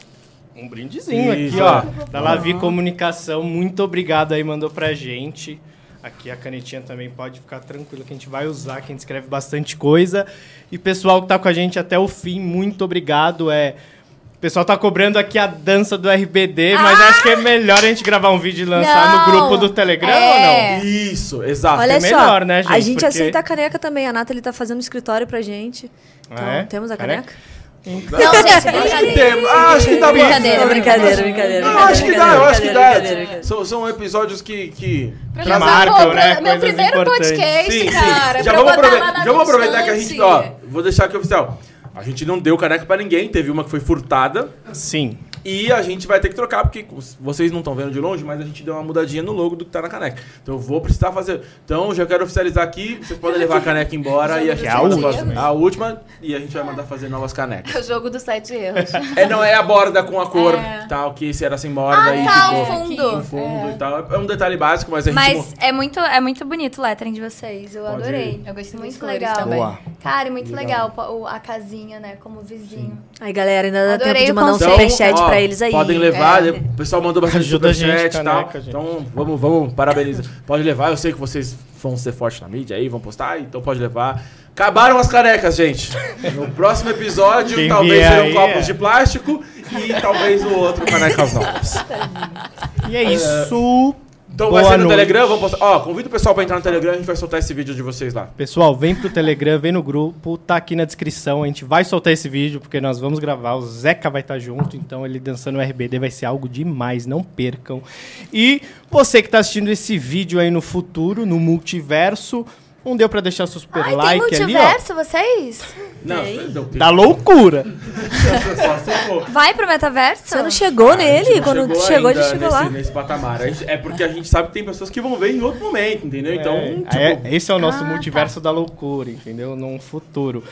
[SPEAKER 4] um brindezinho
[SPEAKER 1] Isso,
[SPEAKER 4] aqui, ó, da Lavi Comunicação. Muito obrigado aí, mandou pra gente. Aqui a canetinha também pode ficar tranquilo que a gente vai usar, que a gente escreve bastante coisa. E pessoal que tá com a gente até o fim, muito obrigado. É, o pessoal tá cobrando aqui a dança do RBD, mas
[SPEAKER 5] Ah!
[SPEAKER 4] acho que é melhor a gente gravar um vídeo e lançar
[SPEAKER 3] Não.
[SPEAKER 4] no grupo do Telegram ou não?
[SPEAKER 3] É.
[SPEAKER 1] Isso, exato.
[SPEAKER 2] Olha
[SPEAKER 4] é
[SPEAKER 2] só,
[SPEAKER 4] melhor, né,
[SPEAKER 2] a
[SPEAKER 4] gente?
[SPEAKER 2] gente
[SPEAKER 4] Porque-
[SPEAKER 2] aceita a caneca também. A Nathalie tá fazendo um escritório pra gente. Então,
[SPEAKER 4] Ah, é?
[SPEAKER 2] temos a
[SPEAKER 4] Caneca?
[SPEAKER 2] caneca?
[SPEAKER 3] Não, gente, brincadeira.
[SPEAKER 1] Tem- ah, acho que dá bom.
[SPEAKER 2] Não,
[SPEAKER 3] Brincadeira,
[SPEAKER 2] brincadeira, brincadeira.
[SPEAKER 1] Ah, acho que
[SPEAKER 2] brincadeira,
[SPEAKER 1] dá, eu acho que
[SPEAKER 2] brincadeira,
[SPEAKER 1] dá.
[SPEAKER 2] brincadeira, brincadeira.
[SPEAKER 1] São, são episódios que. que...
[SPEAKER 5] Pra
[SPEAKER 4] Que
[SPEAKER 5] lançar-
[SPEAKER 4] marcam,
[SPEAKER 5] pô,
[SPEAKER 4] né?
[SPEAKER 5] pra- Meu
[SPEAKER 4] Coisas
[SPEAKER 5] primeiro
[SPEAKER 4] importantes.
[SPEAKER 5] podcast,
[SPEAKER 1] Sim,
[SPEAKER 5] cara.
[SPEAKER 1] sim. Já
[SPEAKER 5] pra
[SPEAKER 1] vamos,
[SPEAKER 5] botar lá
[SPEAKER 1] aproveitar,
[SPEAKER 5] na
[SPEAKER 1] já vamos aproveitar que a gente.
[SPEAKER 5] estante.
[SPEAKER 1] Ó, vou deixar aqui oficial. A gente não deu caneca pra ninguém. Teve uma que foi furtada.
[SPEAKER 4] Sim.
[SPEAKER 1] E a gente vai ter que trocar, porque vocês não estão vendo de longe, mas a gente deu uma mudadinha no logo do que tá na caneca. Então eu vou precisar fazer. Então eu já quero oficializar aqui, vocês podem levar a caneca embora e a gente
[SPEAKER 4] é a
[SPEAKER 1] vai
[SPEAKER 4] última.
[SPEAKER 1] fazer- a última e a gente vai mandar fazer novas canecas.
[SPEAKER 5] É o jogo dos sete erros.
[SPEAKER 1] É, não, é a borda com a cor tal, que se era sem borda e
[SPEAKER 3] tá,
[SPEAKER 1] ficou
[SPEAKER 3] o fundo.
[SPEAKER 1] um fundo e tal. É um detalhe básico, mas a gente. mo-
[SPEAKER 3] Mas é muito, é muito bonito o lettering de vocês. Eu
[SPEAKER 1] Pode-
[SPEAKER 3] adorei.
[SPEAKER 5] Eu gostei das
[SPEAKER 3] Muito
[SPEAKER 5] cores
[SPEAKER 3] legal.
[SPEAKER 5] também.
[SPEAKER 4] Boa.
[SPEAKER 3] Cara, e muito legal, o- a casinha, né? Como vizinho.
[SPEAKER 2] Aí, galera, ainda dá
[SPEAKER 3] Adorei
[SPEAKER 2] tempo de
[SPEAKER 3] o
[SPEAKER 2] mandar um
[SPEAKER 3] conceito.
[SPEAKER 2] superchat
[SPEAKER 1] Então, ó,
[SPEAKER 2] pra eles aí.
[SPEAKER 1] Podem levar, o pessoal mandou bastante
[SPEAKER 4] Ajuda a
[SPEAKER 1] superchat
[SPEAKER 4] gente,
[SPEAKER 1] e tal.
[SPEAKER 4] caneca, gente.
[SPEAKER 1] Então, vamos, vamos, parabenizar. Pode levar, eu sei que vocês vão ser fortes na mídia aí, vão postar, então pode levar. Acabaram as canecas, gente. No próximo episódio,
[SPEAKER 4] Quem
[SPEAKER 1] talvez
[SPEAKER 4] vier
[SPEAKER 1] serão
[SPEAKER 4] aí,
[SPEAKER 1] copos
[SPEAKER 4] é.
[SPEAKER 1] de plástico e talvez o outro canecas novas.
[SPEAKER 4] E é isso.
[SPEAKER 1] Então
[SPEAKER 4] Boa
[SPEAKER 1] vai ser no
[SPEAKER 4] noite.
[SPEAKER 1] Telegram, vamos postar. Ó, convido o pessoal pra entrar no Telegram, a gente vai soltar esse vídeo de vocês lá.
[SPEAKER 4] Pessoal, vem pro Telegram, vem no grupo, tá aqui na descrição. A gente vai soltar esse vídeo porque nós vamos gravar. O Zeca vai estar junto, então ele dançando o RBD vai ser algo demais, não percam. E você que tá assistindo esse vídeo aí no futuro, no multiverso, não deu pra deixar seu super
[SPEAKER 3] Ai, tem
[SPEAKER 4] like ali, ó.
[SPEAKER 3] multiverso, vocês?
[SPEAKER 1] Não, não,
[SPEAKER 4] Da loucura!
[SPEAKER 1] só se for.
[SPEAKER 3] Vai pro metaverso?
[SPEAKER 2] Você não
[SPEAKER 1] Ah,
[SPEAKER 2] chegou nele? Quando chegou, ele
[SPEAKER 1] ainda
[SPEAKER 2] chegou
[SPEAKER 1] nesse,
[SPEAKER 2] lá.
[SPEAKER 1] Nesse patamar. A gente- é porque a gente sabe que tem pessoas que vão ver em outro momento, entendeu? Então,
[SPEAKER 4] É,
[SPEAKER 1] tipo,
[SPEAKER 4] é, esse é o nosso multiverso da loucura, entendeu? Num futuro.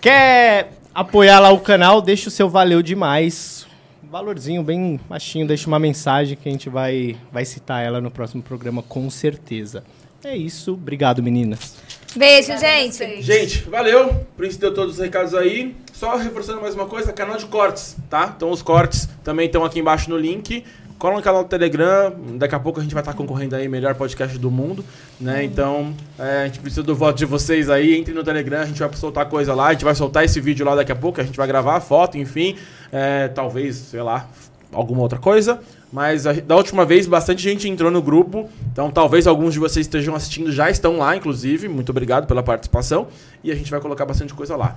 [SPEAKER 4] Quer apoiar lá o canal? Deixa o seu valeu demais. Valorzinho bem baixinho, deixa uma mensagem que a gente vai, vai citar ela no próximo programa, com certeza. É isso, obrigado meninas.
[SPEAKER 3] Beijo, gente.
[SPEAKER 2] é-
[SPEAKER 1] Gente, valeu. O Prince deu todos os recados aí. Só reforçando mais uma coisa, canal de cortes, tá? Então os cortes também estão aqui embaixo no link. Cola no canal do Telegram, daqui a pouco a gente vai estar concorrendo aí, melhor podcast do mundo, né? Então, é, a gente precisa do voto de vocês aí, entre no Telegram, a gente vai soltar coisa lá, a gente vai soltar esse vídeo lá daqui a pouco, a gente vai gravar a foto, enfim, é, talvez, sei lá, alguma outra coisa. Mas a- da última vez, bastante gente entrou no grupo. Então, talvez alguns de vocês estejam assistindo, já estão lá, inclusive. Muito obrigado pela participação. E a gente vai colocar bastante coisa lá.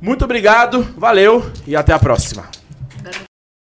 [SPEAKER 1] Muito obrigado, valeu e até a próxima.